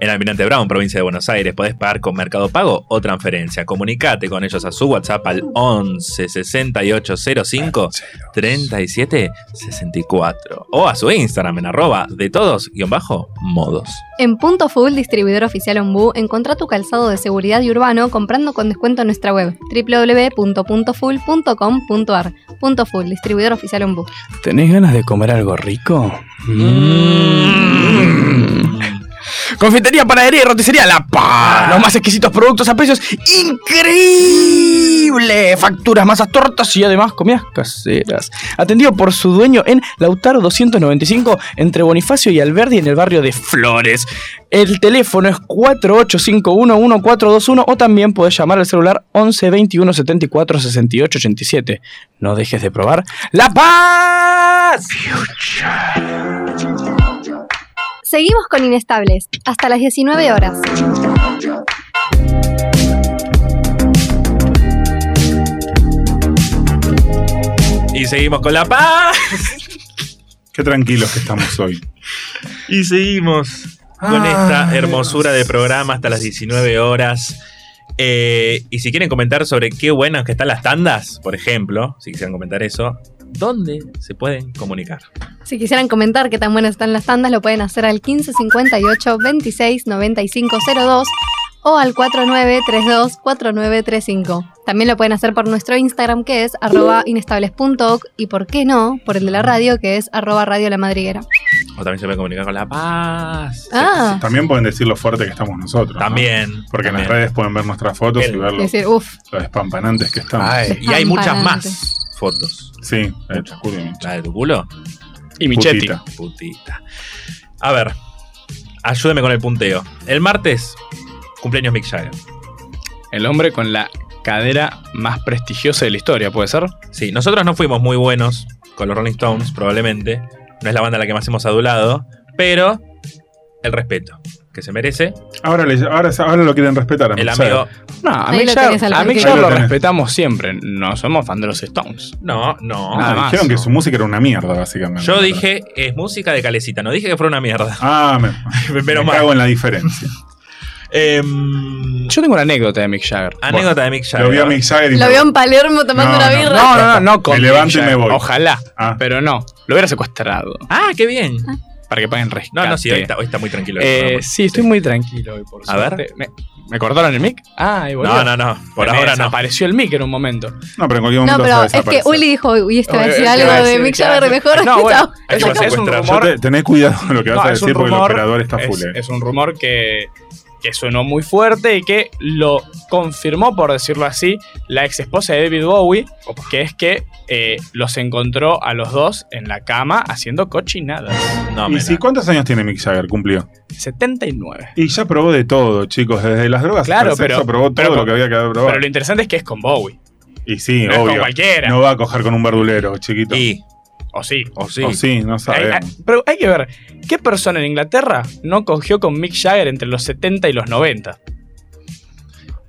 [SPEAKER 2] En Almirante Brown, provincia de Buenos Aires, podés pagar con Mercado Pago o transferencia. Comunicate con ellos a su WhatsApp al 11 6805 37 64 o a su Instagram en arroba de todos guión bajo modos.
[SPEAKER 4] En Punto Full, distribuidor oficial Ombú, encontrá tu calzado de seguridad y urbano comprando con descuento en nuestra web www.puntofull.com.ar. Punto Full, distribuidor oficial Ombú.
[SPEAKER 5] ¿Tenés ganas de comer algo rico? Mm. Confitería, panadería y roticería La Paz. Los más exquisitos productos a precios increíbles. Facturas, masas, tortas y además comidas caseras. Atendido por su dueño en Lautaro 295, entre Bonifacio y Alberdi, en el barrio de Flores. El teléfono es 4851-1421 o también podés llamar al celular 11 21 74 68 87. No dejes de probar La Paz.
[SPEAKER 4] Seguimos con Inestables, hasta las 19 horas.
[SPEAKER 2] Y seguimos con la paz.
[SPEAKER 3] Qué tranquilos que estamos hoy.
[SPEAKER 2] Y seguimos con esta hermosura de programa hasta las 19 horas. Eh, y si quieren comentar sobre qué buenas que están las tandas, por ejemplo, si quisieran comentar eso, ¿dónde se pueden comunicar?
[SPEAKER 4] Si quisieran comentar qué tan buenas están las tandas, lo pueden hacer al 15 58 26 95 02 o al 4932 4935. También lo pueden hacer por nuestro Instagram que es arroba inestables.oc y por qué no, por el de la radio que es arroba radio la madriguera.
[SPEAKER 2] O también se pueden comunicar con la paz.
[SPEAKER 4] Ah,
[SPEAKER 3] También pueden decir lo fuerte que estamos nosotros. ¿no?
[SPEAKER 2] También.
[SPEAKER 3] Porque en
[SPEAKER 2] también.
[SPEAKER 3] las redes pueden ver nuestras fotos
[SPEAKER 2] El-
[SPEAKER 3] y ver lo,
[SPEAKER 4] decir, uff,
[SPEAKER 3] lo despampanantes que estamos.
[SPEAKER 2] Ay, y hay muchas
[SPEAKER 4] Amparante.
[SPEAKER 2] más fotos.
[SPEAKER 3] Sí, eh, de hecho, Juli,
[SPEAKER 2] ¿La de tu culo?
[SPEAKER 5] Y Michetti.
[SPEAKER 3] putita.
[SPEAKER 2] Putita. A ver, ayúdeme con el punteo. El martes, cumpleaños Mick Jagger.
[SPEAKER 5] El hombre con la cadera más prestigiosa de la historia, ¿puede ser?
[SPEAKER 2] Sí, nosotros no fuimos muy buenos con los Rolling Stones, probablemente. No es la banda a la que más hemos adulado, pero el respeto que se merece.
[SPEAKER 3] Ahora, le- ahora, ahora lo quieren respetar. a
[SPEAKER 2] El
[SPEAKER 3] Mick Jagger.
[SPEAKER 2] amigo.
[SPEAKER 5] No, a
[SPEAKER 4] Ahí
[SPEAKER 5] mí
[SPEAKER 4] lo
[SPEAKER 5] ya,
[SPEAKER 4] tenés al
[SPEAKER 5] a Mick
[SPEAKER 4] frente.
[SPEAKER 5] Jagger
[SPEAKER 3] Ahí lo
[SPEAKER 5] lo
[SPEAKER 3] tenés.
[SPEAKER 5] respetamos siempre. No somos fan de los Stones.
[SPEAKER 2] No, no.
[SPEAKER 5] Nada
[SPEAKER 3] Ah,
[SPEAKER 5] más,
[SPEAKER 3] dijeron que
[SPEAKER 5] ¿no?
[SPEAKER 3] su música era una mierda, básicamente.
[SPEAKER 2] Yo dije, es música de calecita. No dije que fuera una
[SPEAKER 3] *laughs*
[SPEAKER 2] mierda. *laughs*
[SPEAKER 3] Ah, me,
[SPEAKER 2] Pero
[SPEAKER 3] me
[SPEAKER 2] mal.
[SPEAKER 3] cago en la diferencia.
[SPEAKER 2] Em,
[SPEAKER 5] Yo tengo una anécdota de Mick Jagger.
[SPEAKER 2] anécdota de Mick Jagger.
[SPEAKER 3] Lo vio a Mick Jagger y
[SPEAKER 4] lo
[SPEAKER 3] me-
[SPEAKER 4] veo en Palermo tomando
[SPEAKER 3] No,
[SPEAKER 4] una
[SPEAKER 3] no,
[SPEAKER 5] Bueno,
[SPEAKER 4] birra.
[SPEAKER 5] No, no, no, no. con
[SPEAKER 3] Me
[SPEAKER 5] Mick
[SPEAKER 3] levanto y
[SPEAKER 5] Jagger.
[SPEAKER 3] me voy.
[SPEAKER 5] Ojalá.
[SPEAKER 3] Ah.
[SPEAKER 5] Pero no. Lo hubiera secuestrado.
[SPEAKER 2] Ah, qué bien.
[SPEAKER 5] Para que paguen rescate.
[SPEAKER 2] No, no, sí, hoy está, hoy está muy tranquilo. el
[SPEAKER 5] Eh,
[SPEAKER 2] programa.
[SPEAKER 5] sí, estoy muy tranquilo hoy, por
[SPEAKER 2] A ver.
[SPEAKER 5] suerte. ¿Me, me cortaron el mic? Ah, y
[SPEAKER 2] No, no, no. Por ahora no.
[SPEAKER 5] Apareció el mic en un momento.
[SPEAKER 3] No, pero en cualquier
[SPEAKER 4] No,
[SPEAKER 3] momento
[SPEAKER 4] pero
[SPEAKER 3] vas a
[SPEAKER 4] es que
[SPEAKER 3] desaparecer.
[SPEAKER 4] Uli dijo, uy, este va a
[SPEAKER 5] Eh,
[SPEAKER 4] decir
[SPEAKER 5] eh,
[SPEAKER 4] algo
[SPEAKER 5] va a
[SPEAKER 4] de
[SPEAKER 5] decir
[SPEAKER 4] Mick
[SPEAKER 5] que-
[SPEAKER 4] Jagger, mejor.
[SPEAKER 5] No, bueno,
[SPEAKER 4] chao.
[SPEAKER 2] Hay que
[SPEAKER 5] es un-
[SPEAKER 2] secuestrar.
[SPEAKER 5] es un
[SPEAKER 3] Yo
[SPEAKER 5] rumor.
[SPEAKER 3] te- tenés cuidado con lo que vas
[SPEAKER 5] No,
[SPEAKER 3] a
[SPEAKER 5] es
[SPEAKER 3] decir
[SPEAKER 5] un
[SPEAKER 3] porque el
[SPEAKER 5] rumor,
[SPEAKER 3] operador está
[SPEAKER 5] es,
[SPEAKER 3] full. eh.
[SPEAKER 5] es un rumor que que sonó muy fuerte y que lo confirmó, por decirlo así, la ex esposa de David Bowie, que es que eh, los encontró a los dos en la cama haciendo cochinadas.
[SPEAKER 2] No,
[SPEAKER 3] ¿Y
[SPEAKER 2] mira.
[SPEAKER 3] si cuántos años tiene Mick Jagger? Cumplió.
[SPEAKER 5] 79.
[SPEAKER 3] Y ya probó de todo, chicos. Desde las drogas
[SPEAKER 5] Claro,
[SPEAKER 3] hasta el
[SPEAKER 5] pero-
[SPEAKER 3] sexo, probó todo
[SPEAKER 5] pero-
[SPEAKER 3] lo que había que probar.
[SPEAKER 5] Pero lo interesante es que es con Bowie,
[SPEAKER 3] y sí,
[SPEAKER 5] no es con
[SPEAKER 3] obvio.
[SPEAKER 5] cualquiera.
[SPEAKER 3] No va a coger con un verdulero, chiquito.
[SPEAKER 2] Y,
[SPEAKER 5] O sí.
[SPEAKER 2] o sí.
[SPEAKER 3] O sí, no
[SPEAKER 5] Hay-
[SPEAKER 3] sabemos.
[SPEAKER 5] hay- pero hay que ver, ¿qué persona en Inglaterra no cogió con Mick Jagger entre los 70 y los 90?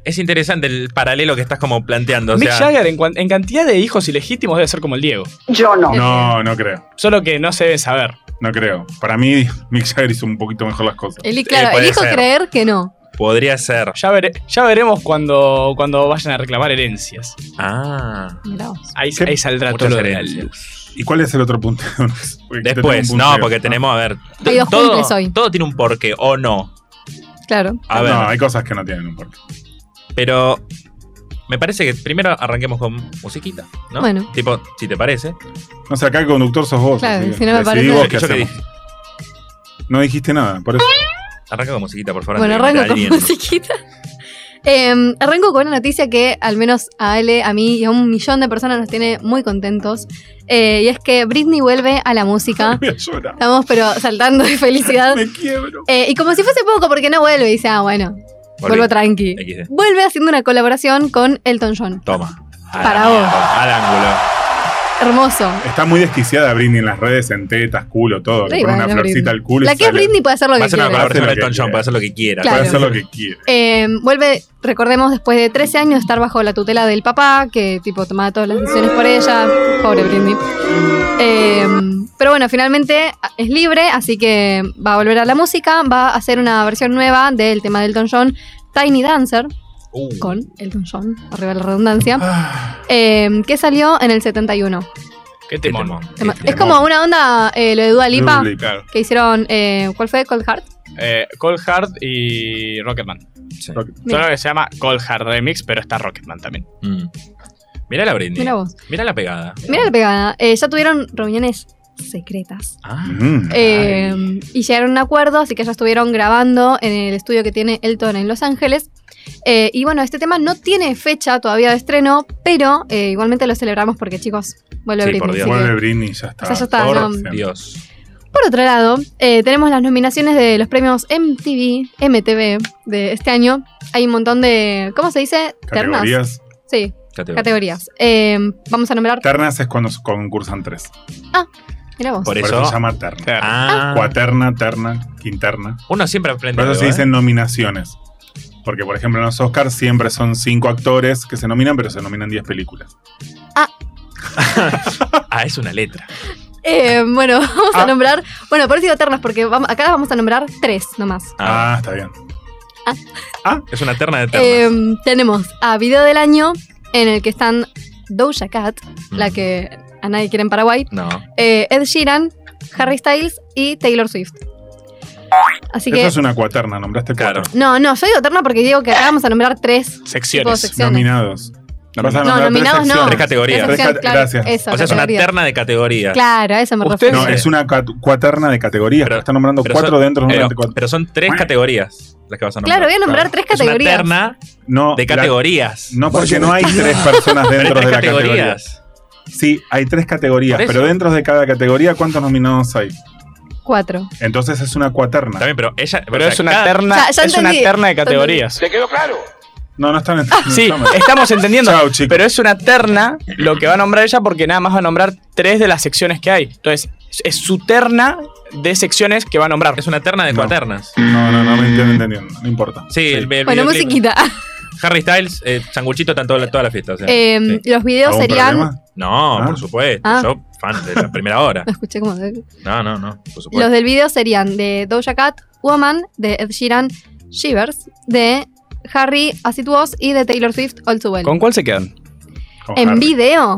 [SPEAKER 2] Es interesante el paralelo que estás como planteando. o
[SPEAKER 5] Mick
[SPEAKER 2] sea,
[SPEAKER 5] Jagger en, cuan- en cantidad de hijos ilegítimos debe ser como el Diego,
[SPEAKER 6] Yo no.
[SPEAKER 3] No, no creo.
[SPEAKER 5] solo que no se debe saber.
[SPEAKER 3] No creo. Para mí, *laughs* Mick Jagger hizo un poquito mejor las cosas.
[SPEAKER 4] Eli,
[SPEAKER 2] Eh,
[SPEAKER 4] claro,
[SPEAKER 2] puede
[SPEAKER 4] elijo
[SPEAKER 2] ser.
[SPEAKER 4] creer que no.
[SPEAKER 2] podría ser.
[SPEAKER 5] Ya, vere- ya veremos cuando, cuando vayan a reclamar herencias.
[SPEAKER 2] Ah.
[SPEAKER 4] Mirá vos.
[SPEAKER 5] Ahí,
[SPEAKER 3] ¿Qué?
[SPEAKER 5] ahí saldrá todo
[SPEAKER 2] Muchas
[SPEAKER 5] lo de
[SPEAKER 2] herencias.
[SPEAKER 3] ¿Y cuál es el otro punto? *laughs*
[SPEAKER 2] Después, no, porque tenemos, a ver.
[SPEAKER 4] Hay dos
[SPEAKER 2] todo,
[SPEAKER 4] cumples hoy.
[SPEAKER 2] todo tiene un porqué, o no.
[SPEAKER 4] Claro.
[SPEAKER 2] A ver,
[SPEAKER 3] No, hay cosas que no tienen un porqué.
[SPEAKER 2] pero me parece que primero arranquemos con musiquita, ¿no?
[SPEAKER 4] Bueno.
[SPEAKER 2] Tipo, si te parece.
[SPEAKER 3] No sé, acá el conductor sos vos.
[SPEAKER 4] Claro,
[SPEAKER 3] así que
[SPEAKER 4] si no me
[SPEAKER 3] decidí
[SPEAKER 4] parece-
[SPEAKER 3] vos
[SPEAKER 4] Yo-
[SPEAKER 2] yo
[SPEAKER 3] qué
[SPEAKER 2] qué
[SPEAKER 3] hacemos. No dijiste nada, por eso. *laughs*
[SPEAKER 2] Arranca con musiquita, por favor.
[SPEAKER 4] Bueno,
[SPEAKER 2] antes de
[SPEAKER 4] arranco
[SPEAKER 2] que
[SPEAKER 4] *laughs*
[SPEAKER 2] entre
[SPEAKER 4] con
[SPEAKER 2] alguien.
[SPEAKER 4] musiquita. Em, arranco con una noticia que al menos a Ale, a mí y a un millón de personas nos tiene muy contentos. Eh, y es que Britney vuelve a la música.
[SPEAKER 3] Voy a llorar.
[SPEAKER 4] Estamos pero saltando
[SPEAKER 5] *laughs*
[SPEAKER 4] de felicidad.
[SPEAKER 3] Me quiebro.
[SPEAKER 4] Eh, y como si fuese poco, porque no vuelve, dice, ah, bueno,
[SPEAKER 2] Volví.
[SPEAKER 4] vuelvo tranqui.
[SPEAKER 2] XD.
[SPEAKER 4] Vuelve haciendo una colaboración con Elton John.
[SPEAKER 2] Toma. Al-
[SPEAKER 4] Para vos.
[SPEAKER 2] Al ángulo.
[SPEAKER 4] Hermoso.
[SPEAKER 3] Está muy desquiciada Britney en las redes, en tetas, culo, todo. Le
[SPEAKER 4] Sí,
[SPEAKER 3] pone una
[SPEAKER 4] bueno,
[SPEAKER 3] florcita
[SPEAKER 4] Britney.
[SPEAKER 3] al culo. y
[SPEAKER 4] La que es
[SPEAKER 3] sale.
[SPEAKER 4] Britney puede hacer lo
[SPEAKER 2] Va a
[SPEAKER 4] que
[SPEAKER 2] hacer una
[SPEAKER 4] quiera.
[SPEAKER 3] Hace
[SPEAKER 2] colaboración
[SPEAKER 3] lo
[SPEAKER 2] con
[SPEAKER 3] que
[SPEAKER 2] Elton John,
[SPEAKER 3] quiera.
[SPEAKER 2] puede hacer lo que quiera.
[SPEAKER 3] Puede
[SPEAKER 4] Claro.
[SPEAKER 3] hacer lo que quiere.
[SPEAKER 4] Eh, vuelve, recordemos, después de 13 años estar bajo la tutela del papá, que tipo tomaba todas las decisiones por ella. Pobre Britney. Eh, pero bueno, finalmente es libre, así que va a volver a la música. Va a hacer una versión nueva del tema de Elton John, Tiny Dancer,
[SPEAKER 2] Uh,
[SPEAKER 4] con Elton John, arriba la redundancia,
[SPEAKER 3] Ah,
[SPEAKER 4] eh, que salió en el 71.
[SPEAKER 5] Qué
[SPEAKER 2] qué
[SPEAKER 5] temón.
[SPEAKER 2] temón.
[SPEAKER 4] Tema-
[SPEAKER 2] Qué
[SPEAKER 4] Es
[SPEAKER 2] temón.
[SPEAKER 4] como una onda eh, lo de Dua Lipa
[SPEAKER 3] Dua Lipa.
[SPEAKER 5] Claro.
[SPEAKER 4] que hicieron, eh, ¿cuál fue? Cold Heart.
[SPEAKER 5] Eh, Cold Hard y Rocketman.
[SPEAKER 2] Sí.
[SPEAKER 4] Mira.
[SPEAKER 5] Solo que se llama Cold Hard Remix, pero está Rocketman también.
[SPEAKER 2] Mm. Mirá la Britney.
[SPEAKER 4] Mira vos.
[SPEAKER 2] Mirá la pegada.
[SPEAKER 4] Mira la pegada. Eh, ya tuvieron reuniones secretas.
[SPEAKER 2] Ah.
[SPEAKER 3] Mm.
[SPEAKER 4] Eh, y llegaron a un acuerdo, así que ya estuvieron grabando en el estudio que tiene Elton en Los Ángeles. Eh, y bueno, este tema no tiene fecha todavía de estreno, pero eh, igualmente lo celebramos porque, chicos, vuelve
[SPEAKER 2] Sí,
[SPEAKER 4] Britney.
[SPEAKER 2] por Dios.
[SPEAKER 4] así que-
[SPEAKER 3] Vuelve Britney, ya está.
[SPEAKER 4] O sea, ya está,
[SPEAKER 3] Por
[SPEAKER 4] no.
[SPEAKER 3] siempre.
[SPEAKER 2] Dios.
[SPEAKER 4] Por otro lado, eh, tenemos las nominaciones de los premios MTV, MTV de este año. Hay un montón de, ¿cómo se dice? Ternas.
[SPEAKER 3] Categorías.
[SPEAKER 4] Sí,
[SPEAKER 2] Categoría.
[SPEAKER 4] categorías. Eh, vamos a nombrar.
[SPEAKER 3] Ternas es cuando concursan tres.
[SPEAKER 4] Mira vos.
[SPEAKER 2] Por
[SPEAKER 3] Por
[SPEAKER 2] eso.
[SPEAKER 3] eso se llama terna.
[SPEAKER 2] Ah.
[SPEAKER 3] Cuaterna, terna, quinterna.
[SPEAKER 2] Uno siempre aprende.
[SPEAKER 3] Por eso
[SPEAKER 2] algo,
[SPEAKER 3] se
[SPEAKER 2] ¿eh?
[SPEAKER 3] dicen nominaciones. Porque, por ejemplo, en los Oscars siempre son cinco actores que se nominan, pero se nominan 10 películas.
[SPEAKER 2] Ah, es una letra.
[SPEAKER 4] Eh, bueno, *laughs* vamos
[SPEAKER 2] Ah.
[SPEAKER 4] a nombrar. Bueno, por eso digo ternas, porque vamos, acá vamos a nombrar tres nomás.
[SPEAKER 2] Ah,
[SPEAKER 3] Ah, está bien.
[SPEAKER 2] Es una terna de ternas.
[SPEAKER 4] Eh, tenemos a video del año, en el que están Doja Cat,
[SPEAKER 2] Mm.
[SPEAKER 4] la que a nadie quiere en Paraguay,
[SPEAKER 2] No.
[SPEAKER 4] eh, Ed Sheeran, Harry Styles y Taylor Swift. Así
[SPEAKER 3] Eso
[SPEAKER 4] que.
[SPEAKER 3] es una cuaterna, nombraste
[SPEAKER 2] Claro.
[SPEAKER 3] cuatro.
[SPEAKER 4] No, no, yo digo terna porque digo que acá vamos a nombrar tres.
[SPEAKER 5] Secciones.
[SPEAKER 4] Tipo, Secciones.
[SPEAKER 3] Nominados. Vas a
[SPEAKER 4] No,
[SPEAKER 3] nombrar tres
[SPEAKER 4] nominados no.
[SPEAKER 3] secciones.
[SPEAKER 2] Tres categorías.
[SPEAKER 4] Esa
[SPEAKER 3] Tres
[SPEAKER 4] opción,
[SPEAKER 3] cat-
[SPEAKER 4] claro,
[SPEAKER 3] gracias.
[SPEAKER 4] eso,
[SPEAKER 2] O sea, es una
[SPEAKER 4] categoría.
[SPEAKER 2] terna de categorías.
[SPEAKER 4] Claro, a eso me
[SPEAKER 5] Ustedes-
[SPEAKER 4] refiero.
[SPEAKER 3] No, es una cat- cuaterna de categorías.
[SPEAKER 2] Pero-
[SPEAKER 3] Pero, está nombrando
[SPEAKER 2] pero
[SPEAKER 3] cuatro
[SPEAKER 2] son-
[SPEAKER 3] dentro de una
[SPEAKER 2] Pero,
[SPEAKER 3] categoría.
[SPEAKER 2] pero son tres categorías las que vas a nombrar.
[SPEAKER 4] Claro, voy a nombrar tres
[SPEAKER 2] Es una
[SPEAKER 4] categorías.
[SPEAKER 2] terna
[SPEAKER 3] No,
[SPEAKER 2] de
[SPEAKER 3] la-
[SPEAKER 2] categorías.
[SPEAKER 3] no, porque no hay tres personas
[SPEAKER 2] Pero hay
[SPEAKER 3] dentro
[SPEAKER 2] tres
[SPEAKER 3] de la categoría.
[SPEAKER 2] categorías.
[SPEAKER 3] Sí, hay tres categorías,
[SPEAKER 2] Por eso.
[SPEAKER 3] pero dentro de cada categoría, ¿cuántos nominados hay?
[SPEAKER 4] Cuatro.
[SPEAKER 3] Entonces es una cuaterna.
[SPEAKER 2] También, pero ella. o
[SPEAKER 5] Pero
[SPEAKER 2] sea,
[SPEAKER 5] es una
[SPEAKER 2] cada-
[SPEAKER 5] terna,
[SPEAKER 4] Ya- ya
[SPEAKER 5] es una
[SPEAKER 4] entendí.
[SPEAKER 5] terna de categorías.
[SPEAKER 3] No, no están en.
[SPEAKER 5] Sí,
[SPEAKER 3] no están en-
[SPEAKER 5] estamos entendiendo.
[SPEAKER 3] Chau, chicos.
[SPEAKER 5] Pero es una terna lo que va a nombrar ella porque nada más va a nombrar tres de las secciones que hay. Entonces, es su terna de secciones que va a nombrar.
[SPEAKER 2] Es una terna de
[SPEAKER 3] No.
[SPEAKER 2] cuaternas.
[SPEAKER 3] No, no, no me entienden, entendiendo. No importa.
[SPEAKER 2] Sí, el, el
[SPEAKER 4] Bueno,
[SPEAKER 2] videoclip.
[SPEAKER 4] musiquita. *laughs*
[SPEAKER 2] Harry Styles, eh, sanguchito, están toda la, toda la fiesta. o sea,
[SPEAKER 4] Em,
[SPEAKER 2] sí.
[SPEAKER 4] Los videos
[SPEAKER 3] ¿Algún
[SPEAKER 4] serían.
[SPEAKER 3] problema?
[SPEAKER 2] No,
[SPEAKER 3] Ah.
[SPEAKER 2] por supuesto.
[SPEAKER 4] Ah.
[SPEAKER 2] Yo, fan de la primera hora.
[SPEAKER 4] Me escuché como.
[SPEAKER 2] No, no, no. Por supuesto.
[SPEAKER 4] Los del video serían de Doja Cat, Woman, de Ed Sheeran, Shivers, de Harry, Así It Was y de Taylor Swift, All Too Well.
[SPEAKER 5] ¿Con cuál se quedan?
[SPEAKER 3] Con
[SPEAKER 4] En
[SPEAKER 3] Harry.
[SPEAKER 4] video,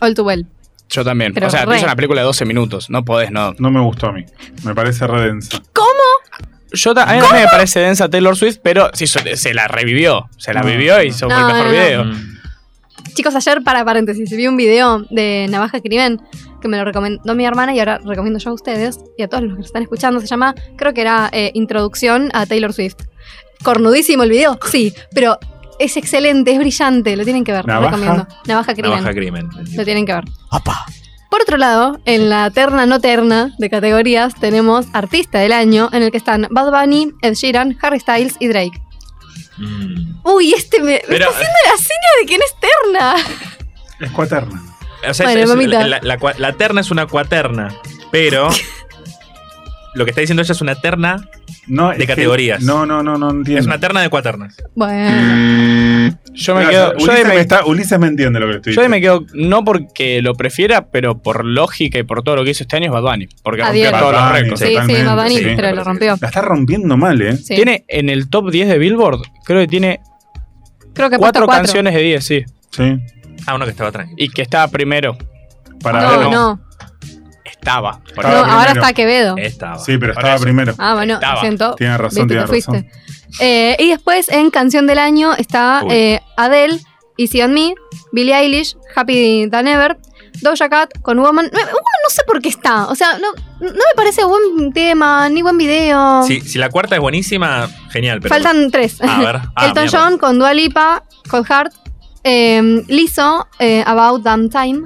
[SPEAKER 4] All Too Well.
[SPEAKER 5] Yo también.
[SPEAKER 4] Pero
[SPEAKER 5] o sea,
[SPEAKER 4] re.
[SPEAKER 5] es una película de 12 minutos. No podés, no.
[SPEAKER 3] No me gustó a mí. Me parece redensa.
[SPEAKER 5] Yo ta- a mí también me parece densa Taylor Swift, pero sí, so- se la revivió. Se la
[SPEAKER 3] No.
[SPEAKER 5] vivió y hizo
[SPEAKER 4] No,
[SPEAKER 5] el mejor
[SPEAKER 4] no, no.
[SPEAKER 5] video.
[SPEAKER 2] Mm.
[SPEAKER 4] Chicos, ayer, para paréntesis, vi un video de Navaja Crimen que me lo recomendó mi hermana y ahora recomiendo yo a ustedes y a todos los que están escuchando. Se llama, creo que era eh, Introducción a Taylor Swift. cornudísimo el video, sí, pero es excelente, es brillante, lo tienen que ver,
[SPEAKER 3] Navaja.
[SPEAKER 4] lo recomiendo. Navaja Crimen,
[SPEAKER 2] Navaja Crimen.
[SPEAKER 4] lo tienen que ver.
[SPEAKER 5] Apa.
[SPEAKER 4] Por otro lado, en la terna no terna de categorías tenemos Artista del Año, en el que están Bad Bunny, Ed Sheeran, Harry Styles y Drake.
[SPEAKER 2] Mm.
[SPEAKER 4] Uy, este me, me
[SPEAKER 2] Pero,
[SPEAKER 4] está haciendo la seña de quién es terna.
[SPEAKER 3] Es cuaterna.
[SPEAKER 2] o sea,
[SPEAKER 4] Bueno,
[SPEAKER 2] es- es-
[SPEAKER 4] mamita.
[SPEAKER 2] la, la cua- la terna es una cuaterna,
[SPEAKER 4] *laughs*
[SPEAKER 2] pero lo que está diciendo ella es una terna,
[SPEAKER 3] No, es
[SPEAKER 2] De
[SPEAKER 3] que-
[SPEAKER 2] categorías.
[SPEAKER 3] No, no, no, no entiendo.
[SPEAKER 2] es una terna de cuaternas.
[SPEAKER 4] Bueno,
[SPEAKER 5] Yo me
[SPEAKER 3] Claro,
[SPEAKER 5] quedo. Yo ahí
[SPEAKER 3] Ulises, me
[SPEAKER 5] me,
[SPEAKER 3] está- Ulises me entiende lo que estoy
[SPEAKER 5] yo ahí me
[SPEAKER 3] diciendo.
[SPEAKER 5] quedo, no porque lo prefiera, pero por lógica y por todo lo que hizo este año es Bad Bunny. Porque rompió
[SPEAKER 4] Adhiero.
[SPEAKER 5] todos los
[SPEAKER 3] Bad Bunny,
[SPEAKER 5] récords.
[SPEAKER 4] sí, sí,
[SPEAKER 3] totalmente,
[SPEAKER 4] Bad Bunny,
[SPEAKER 2] sí, me
[SPEAKER 4] pero
[SPEAKER 2] parece
[SPEAKER 4] lo
[SPEAKER 2] que
[SPEAKER 4] rompió.
[SPEAKER 3] La está rompiendo mal, ¿eh?
[SPEAKER 4] Sí.
[SPEAKER 5] Tiene en el top 10 de Billboard, creo que tiene
[SPEAKER 4] Creo que ha puesto
[SPEAKER 5] cuatro,
[SPEAKER 4] cuatro.
[SPEAKER 5] canciones de 10, sí.
[SPEAKER 3] Sí.
[SPEAKER 2] Ah, uno que estaba tranquilo.
[SPEAKER 5] Y que estaba primero.
[SPEAKER 3] Para
[SPEAKER 4] No, no,
[SPEAKER 5] no.
[SPEAKER 4] no,
[SPEAKER 5] Estaba. por
[SPEAKER 3] Estaba
[SPEAKER 5] ejemplo.
[SPEAKER 4] ahora
[SPEAKER 3] primero.
[SPEAKER 4] está Quevedo.
[SPEAKER 2] Estaba.
[SPEAKER 3] Sí, pero
[SPEAKER 5] Por
[SPEAKER 3] estaba
[SPEAKER 5] eso.
[SPEAKER 3] primero.
[SPEAKER 4] Ah, bueno,
[SPEAKER 5] Estaba.
[SPEAKER 4] siento.
[SPEAKER 3] Tiene razón,
[SPEAKER 4] Viste,
[SPEAKER 3] tiene
[SPEAKER 4] te fuiste.
[SPEAKER 3] razón.
[SPEAKER 4] Eh, y después en Canción del Año está
[SPEAKER 2] Uy.
[SPEAKER 4] eh, Adele, Easy on Me, Billie Eilish, Happy Than Ever, Doja Cat con Woman. Eh, Woman no sé por qué está. O sea, no, no me parece buen tema, ni buen video.
[SPEAKER 2] Sí, si la cuarta es buenísima, genial. Pero
[SPEAKER 4] Faltan tres.
[SPEAKER 2] A ver. Ah,
[SPEAKER 4] *laughs* Elton
[SPEAKER 2] mierda.
[SPEAKER 4] John con Dua Lipa, Cold Heart, eh, Lizzo, eh, About Damn Time.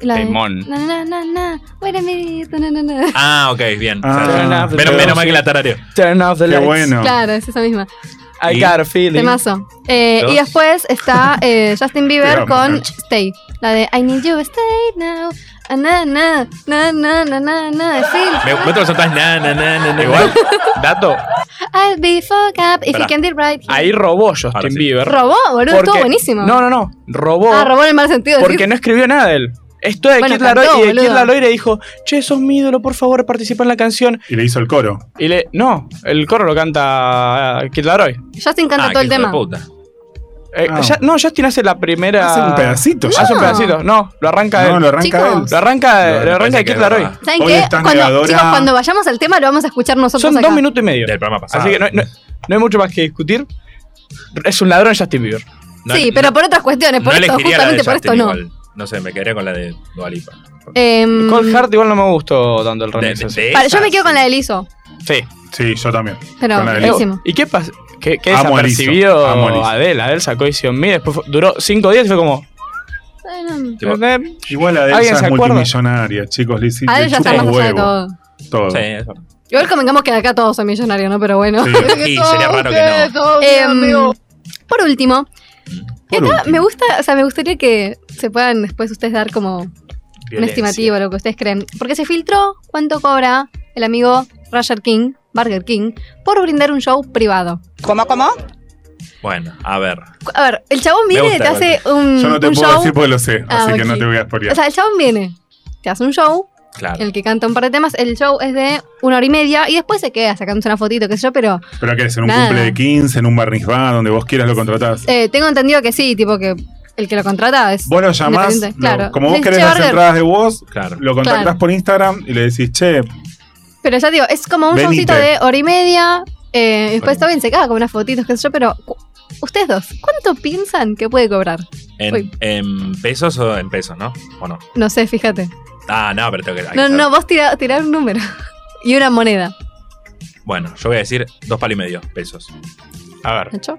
[SPEAKER 4] y La de-
[SPEAKER 5] Temón.
[SPEAKER 4] Na, na, na, na, wait a minute, na, na, na.
[SPEAKER 2] Ah, ok, bien.
[SPEAKER 3] Ah,
[SPEAKER 2] Menos, menos mal que la tarareo.
[SPEAKER 5] Turn off the
[SPEAKER 3] Qué
[SPEAKER 5] lights.
[SPEAKER 3] bueno.
[SPEAKER 4] Claro, es esa misma.
[SPEAKER 5] I
[SPEAKER 2] Y-
[SPEAKER 5] got a feeling.
[SPEAKER 4] Temazo. Eh,
[SPEAKER 2] Dos.
[SPEAKER 4] y después está eh, Justin Bieber
[SPEAKER 3] Te amo,
[SPEAKER 4] con
[SPEAKER 3] Nacho.
[SPEAKER 4] Stay. La de I need you, stay now. Ah, Na, na, na, na, na, na, na, I feel-
[SPEAKER 2] Me, me otros saltás, na, na, na, na, na.
[SPEAKER 5] Igual, dato,
[SPEAKER 4] I'll be fuck up if
[SPEAKER 2] Pará.
[SPEAKER 4] you can be right. here.
[SPEAKER 5] ahí robó Justin
[SPEAKER 2] Ahora sí.
[SPEAKER 5] Bieber.
[SPEAKER 4] Robó, boludo, estuvo
[SPEAKER 5] porque-
[SPEAKER 4] buenísimo.
[SPEAKER 5] No, no, no. Robó.
[SPEAKER 4] Ah, robó en el mal *laughs* sentido.
[SPEAKER 5] porque
[SPEAKER 4] decís.
[SPEAKER 5] no escribió nada él. Esto de
[SPEAKER 4] Bueno,
[SPEAKER 5] Kid Laroi
[SPEAKER 4] cantó,
[SPEAKER 5] y de Kid
[SPEAKER 4] boludo.
[SPEAKER 5] Laroi le dijo, che, sos mi ídolo, por favor, participa en la canción.
[SPEAKER 3] Y le hizo el coro.
[SPEAKER 5] Y le, no, el coro lo canta eh, Kid Laroi.
[SPEAKER 4] Justin canta
[SPEAKER 2] Ah,
[SPEAKER 4] todo el
[SPEAKER 2] qué hijo de
[SPEAKER 4] tema.
[SPEAKER 2] puta.
[SPEAKER 5] Eh,
[SPEAKER 3] Ah.
[SPEAKER 5] ya- no, Justin hace la primera...
[SPEAKER 3] Hace un pedacito. ya.
[SPEAKER 5] Hace un
[SPEAKER 4] No.
[SPEAKER 5] pedacito. No, lo arranca
[SPEAKER 3] No,
[SPEAKER 5] él.
[SPEAKER 3] lo arranca
[SPEAKER 4] Chicos.
[SPEAKER 3] él.
[SPEAKER 5] Lo arranca,
[SPEAKER 2] No, me
[SPEAKER 5] lo
[SPEAKER 2] parece
[SPEAKER 5] arranca
[SPEAKER 2] que
[SPEAKER 5] Kid
[SPEAKER 2] es
[SPEAKER 5] Laroi.
[SPEAKER 2] verdad.
[SPEAKER 4] ¿Saben
[SPEAKER 3] Hoy
[SPEAKER 4] qué?
[SPEAKER 3] estás
[SPEAKER 4] Cuando,
[SPEAKER 3] negadora.
[SPEAKER 4] chicos, cuando vayamos al tema lo vamos a escuchar nosotros
[SPEAKER 5] Son
[SPEAKER 4] acá.
[SPEAKER 5] dos minutos y medio.
[SPEAKER 2] Del programa pasado.
[SPEAKER 5] Así que no, no- no hay mucho más que discutir. Es un ladrón Justin Bieber.
[SPEAKER 2] No-
[SPEAKER 4] sí, pero por otras cuestiones, por
[SPEAKER 2] no
[SPEAKER 4] esto,
[SPEAKER 2] elegiría la de
[SPEAKER 4] justamente por esto
[SPEAKER 2] Justin
[SPEAKER 4] no.
[SPEAKER 2] igual. No sé, me quedaría con la de Dualipa.
[SPEAKER 4] Em,
[SPEAKER 5] Cold Heart igual no me gustó tanto el remix. ese.
[SPEAKER 4] para- yo me quedo con la de Lizzo,
[SPEAKER 5] Sí.
[SPEAKER 3] Sí, yo también.
[SPEAKER 4] pero
[SPEAKER 3] Con la de Lizzo.
[SPEAKER 4] buenísimo.
[SPEAKER 5] ¿Y qué pasa? ¿Qué, qué
[SPEAKER 3] Amo a Lizzo,
[SPEAKER 5] desapercibido
[SPEAKER 3] amo a Lizzo.
[SPEAKER 5] Adele? Adele sacó Easy on Me, después fue- duró cinco días y fue como...
[SPEAKER 2] Tipo,
[SPEAKER 5] eh,
[SPEAKER 3] Igual Adel
[SPEAKER 5] ¿Alguien
[SPEAKER 3] ya
[SPEAKER 5] se
[SPEAKER 3] es
[SPEAKER 5] acuerda?
[SPEAKER 3] multimillonaria, chicos. Le hici-
[SPEAKER 4] Adel
[SPEAKER 3] le
[SPEAKER 4] ya está
[SPEAKER 3] chupa
[SPEAKER 4] más
[SPEAKER 3] un
[SPEAKER 4] allá de
[SPEAKER 3] huevo.
[SPEAKER 4] todo.
[SPEAKER 2] *laughs*
[SPEAKER 3] Todo.
[SPEAKER 2] Sí, es verdad.
[SPEAKER 4] Igual convengamos que acá todos son millonarios, ¿no? Pero bueno.
[SPEAKER 3] Sí.
[SPEAKER 2] Y sería raro que no.
[SPEAKER 4] Em, por último,
[SPEAKER 3] Por
[SPEAKER 4] acá
[SPEAKER 3] último.
[SPEAKER 4] me gusta, o sea, me gustaría que se puedan después ustedes dar como un
[SPEAKER 2] Violencia.
[SPEAKER 4] estimativo a lo que ustedes creen. Porque se filtró cuánto cobra el amigo Roger King, Burger King, por brindar un show privado.
[SPEAKER 2] Bueno, a ver.
[SPEAKER 4] A ver, el chabón viene,
[SPEAKER 2] gusta
[SPEAKER 4] te hace un,
[SPEAKER 3] Yo no te
[SPEAKER 4] un
[SPEAKER 3] puedo
[SPEAKER 4] show.
[SPEAKER 3] decir porque lo sé,
[SPEAKER 4] Ah,
[SPEAKER 3] así que
[SPEAKER 4] ok.
[SPEAKER 3] no te voy a
[SPEAKER 4] o
[SPEAKER 3] spoilear.
[SPEAKER 4] sea, el chabón viene, te hace un show en
[SPEAKER 2] Claro.
[SPEAKER 4] el que canta un par de temas. El show es de una hora y media y después se queda sacándose una fotito, qué sé yo, pero
[SPEAKER 3] Pero que es en un
[SPEAKER 4] nada.
[SPEAKER 3] cumple de 15, en un barnizba, donde vos quieras lo contratás.
[SPEAKER 4] eh, tengo entendido que sí, tipo que el que lo contrata es.
[SPEAKER 3] Vos lo llamás,
[SPEAKER 4] Independiente,
[SPEAKER 3] lo-
[SPEAKER 4] claro.
[SPEAKER 3] como vos
[SPEAKER 4] Decís,
[SPEAKER 3] querés
[SPEAKER 4] "Che,
[SPEAKER 3] las
[SPEAKER 4] Burger".
[SPEAKER 3] entradas de vos,
[SPEAKER 2] Claro.
[SPEAKER 3] lo contactás
[SPEAKER 4] Claro.
[SPEAKER 3] por Instagram y le decís, che,
[SPEAKER 4] Pero ya digo, es como un
[SPEAKER 3] Venite.
[SPEAKER 4] showcito de hora y media. eh, después
[SPEAKER 3] Bueno.
[SPEAKER 4] también se caga con unas fotitos, qué sé yo, pero cu- ustedes dos, ¿cuánto piensan que puede cobrar?
[SPEAKER 2] En,
[SPEAKER 4] Uy.
[SPEAKER 2] en pesos o en pesos, ¿no? ¿O no?
[SPEAKER 4] No sé, fíjate.
[SPEAKER 2] Ah, no, pero tengo que. hay que
[SPEAKER 4] No,
[SPEAKER 2] saber.
[SPEAKER 4] no, vos tirá, tirá un número *laughs* y una moneda.
[SPEAKER 2] Bueno, yo voy a decir dos palos y medio pesos.
[SPEAKER 5] a ver,
[SPEAKER 4] ¿Nacho?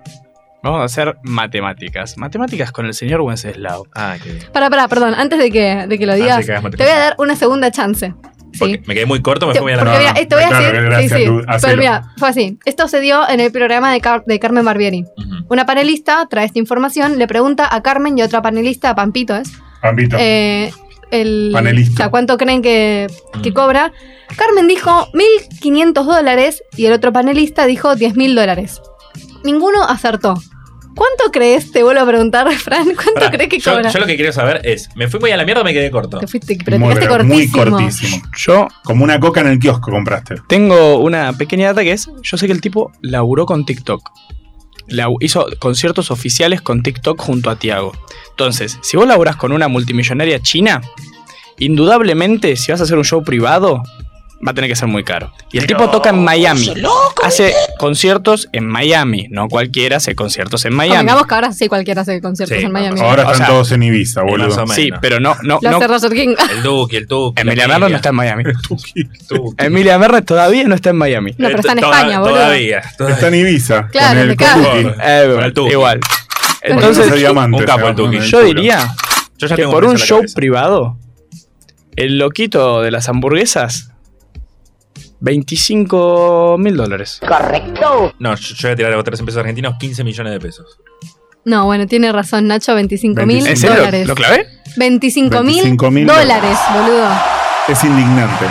[SPEAKER 5] vamos a hacer matemáticas. Matemáticas con el señor Wenceslao.
[SPEAKER 2] Ah, qué bien.
[SPEAKER 4] Pará, pará, perdón, antes de que, de que lo digas,
[SPEAKER 2] Así Ah, que hagas
[SPEAKER 4] te voy a
[SPEAKER 2] matemáticas.
[SPEAKER 4] dar una segunda chance.
[SPEAKER 2] Porque
[SPEAKER 4] Sí.
[SPEAKER 2] me quedé muy corto, me
[SPEAKER 4] Te-
[SPEAKER 2] fui muy a la
[SPEAKER 4] porque
[SPEAKER 3] no,
[SPEAKER 4] mira,
[SPEAKER 3] no,
[SPEAKER 4] eh, te voy a
[SPEAKER 3] claro,
[SPEAKER 4] decir,
[SPEAKER 3] gracias,
[SPEAKER 4] sí, sí,
[SPEAKER 3] Lu, hacelo.
[SPEAKER 4] pero mira, fue así. Esto se dio en el programa de, Car- de Carmen Barbieri.
[SPEAKER 2] Ujú.
[SPEAKER 4] Una panelista trae esta información, le pregunta a Carmen y otra panelista, a Pampito, ¿es?
[SPEAKER 3] Pampito.
[SPEAKER 4] Eh, el,
[SPEAKER 3] Panelista.
[SPEAKER 4] o sea, ¿Cuánto creen que,
[SPEAKER 2] Mm.
[SPEAKER 4] que cobra? Carmen dijo 1.500 dólares y el otro panelista dijo 10.000 dólares. Ninguno acertó. ¿Cuánto crees? Te vuelvo a preguntar, *laughs* Fran. ¿Cuánto
[SPEAKER 2] Pará,
[SPEAKER 4] crees que
[SPEAKER 2] yo,
[SPEAKER 4] cobra?
[SPEAKER 2] yo lo que quiero saber es: ¿me fui muy a la mierda o me quedé corto?
[SPEAKER 4] Te fuiste, pero
[SPEAKER 3] muy,
[SPEAKER 4] tiraste
[SPEAKER 3] pero muy
[SPEAKER 4] cortísimo.
[SPEAKER 3] cortísimo.
[SPEAKER 5] Yo
[SPEAKER 3] Como una coca en el kiosco compraste.
[SPEAKER 5] Tengo una pequeña data que es, yo sé que el tipo laburó con TikTok. Lau- hizo conciertos oficiales con TikTok junto a Tiago. Entonces, si vos laburás con una multimillonaria china, indudablemente si vas a hacer un show privado, va a tener que ser muy caro. Y el
[SPEAKER 2] Pero,
[SPEAKER 5] tipo toca en Miami.
[SPEAKER 8] sos loco,
[SPEAKER 5] Hace conciertos en Miami. No cualquiera hace conciertos en Miami.
[SPEAKER 4] Convengamos que ahora sí cualquiera hace conciertos
[SPEAKER 2] Sí,
[SPEAKER 4] en Miami.
[SPEAKER 3] Ahora
[SPEAKER 5] O
[SPEAKER 3] están
[SPEAKER 5] sea,
[SPEAKER 3] todos en Ibiza,
[SPEAKER 2] más
[SPEAKER 3] boludo.
[SPEAKER 2] o menos.
[SPEAKER 5] Sí, pero no, no,
[SPEAKER 4] Lo
[SPEAKER 5] no.
[SPEAKER 4] hace Roger King. Ah,
[SPEAKER 2] El Duki, el Duki.
[SPEAKER 5] Emilia
[SPEAKER 2] la
[SPEAKER 5] Merlo no está en Miami.
[SPEAKER 2] Tuki.
[SPEAKER 5] Emilia Merlo todavía no está en Miami.
[SPEAKER 4] No, pero está en
[SPEAKER 2] Eh, to-
[SPEAKER 4] España, boludo.
[SPEAKER 2] Todavía. todavía.
[SPEAKER 3] Está en Ibiza.
[SPEAKER 4] Claro,
[SPEAKER 3] con el
[SPEAKER 4] claro.
[SPEAKER 3] Cotuki.
[SPEAKER 5] Eh,
[SPEAKER 2] Pero el Tuki.
[SPEAKER 5] igual.
[SPEAKER 4] Bueno,
[SPEAKER 5] Entonces,
[SPEAKER 3] Ese diamante
[SPEAKER 2] un
[SPEAKER 3] se
[SPEAKER 2] capo
[SPEAKER 3] va
[SPEAKER 2] el Tuki.
[SPEAKER 3] con
[SPEAKER 5] yo
[SPEAKER 3] culo.
[SPEAKER 5] diría
[SPEAKER 2] Yo ya
[SPEAKER 5] que
[SPEAKER 2] tengo
[SPEAKER 5] por
[SPEAKER 2] eso
[SPEAKER 5] un
[SPEAKER 2] en la
[SPEAKER 5] show
[SPEAKER 2] cabeza.
[SPEAKER 5] privado, el loquito de las hamburguesas, 25 mil dólares.
[SPEAKER 6] Correcto.
[SPEAKER 2] No, yo, yo voy a tirar a tres empresas argentinos 15 millones de pesos.
[SPEAKER 4] No, bueno, tiene razón, Nacho, 25 mil
[SPEAKER 5] ¿En
[SPEAKER 3] ¿En
[SPEAKER 5] serio?
[SPEAKER 4] dólares.
[SPEAKER 5] ¿Lo clavé?
[SPEAKER 4] 25 mil
[SPEAKER 3] 25.000
[SPEAKER 4] dólares, boludo.
[SPEAKER 3] Es indignante.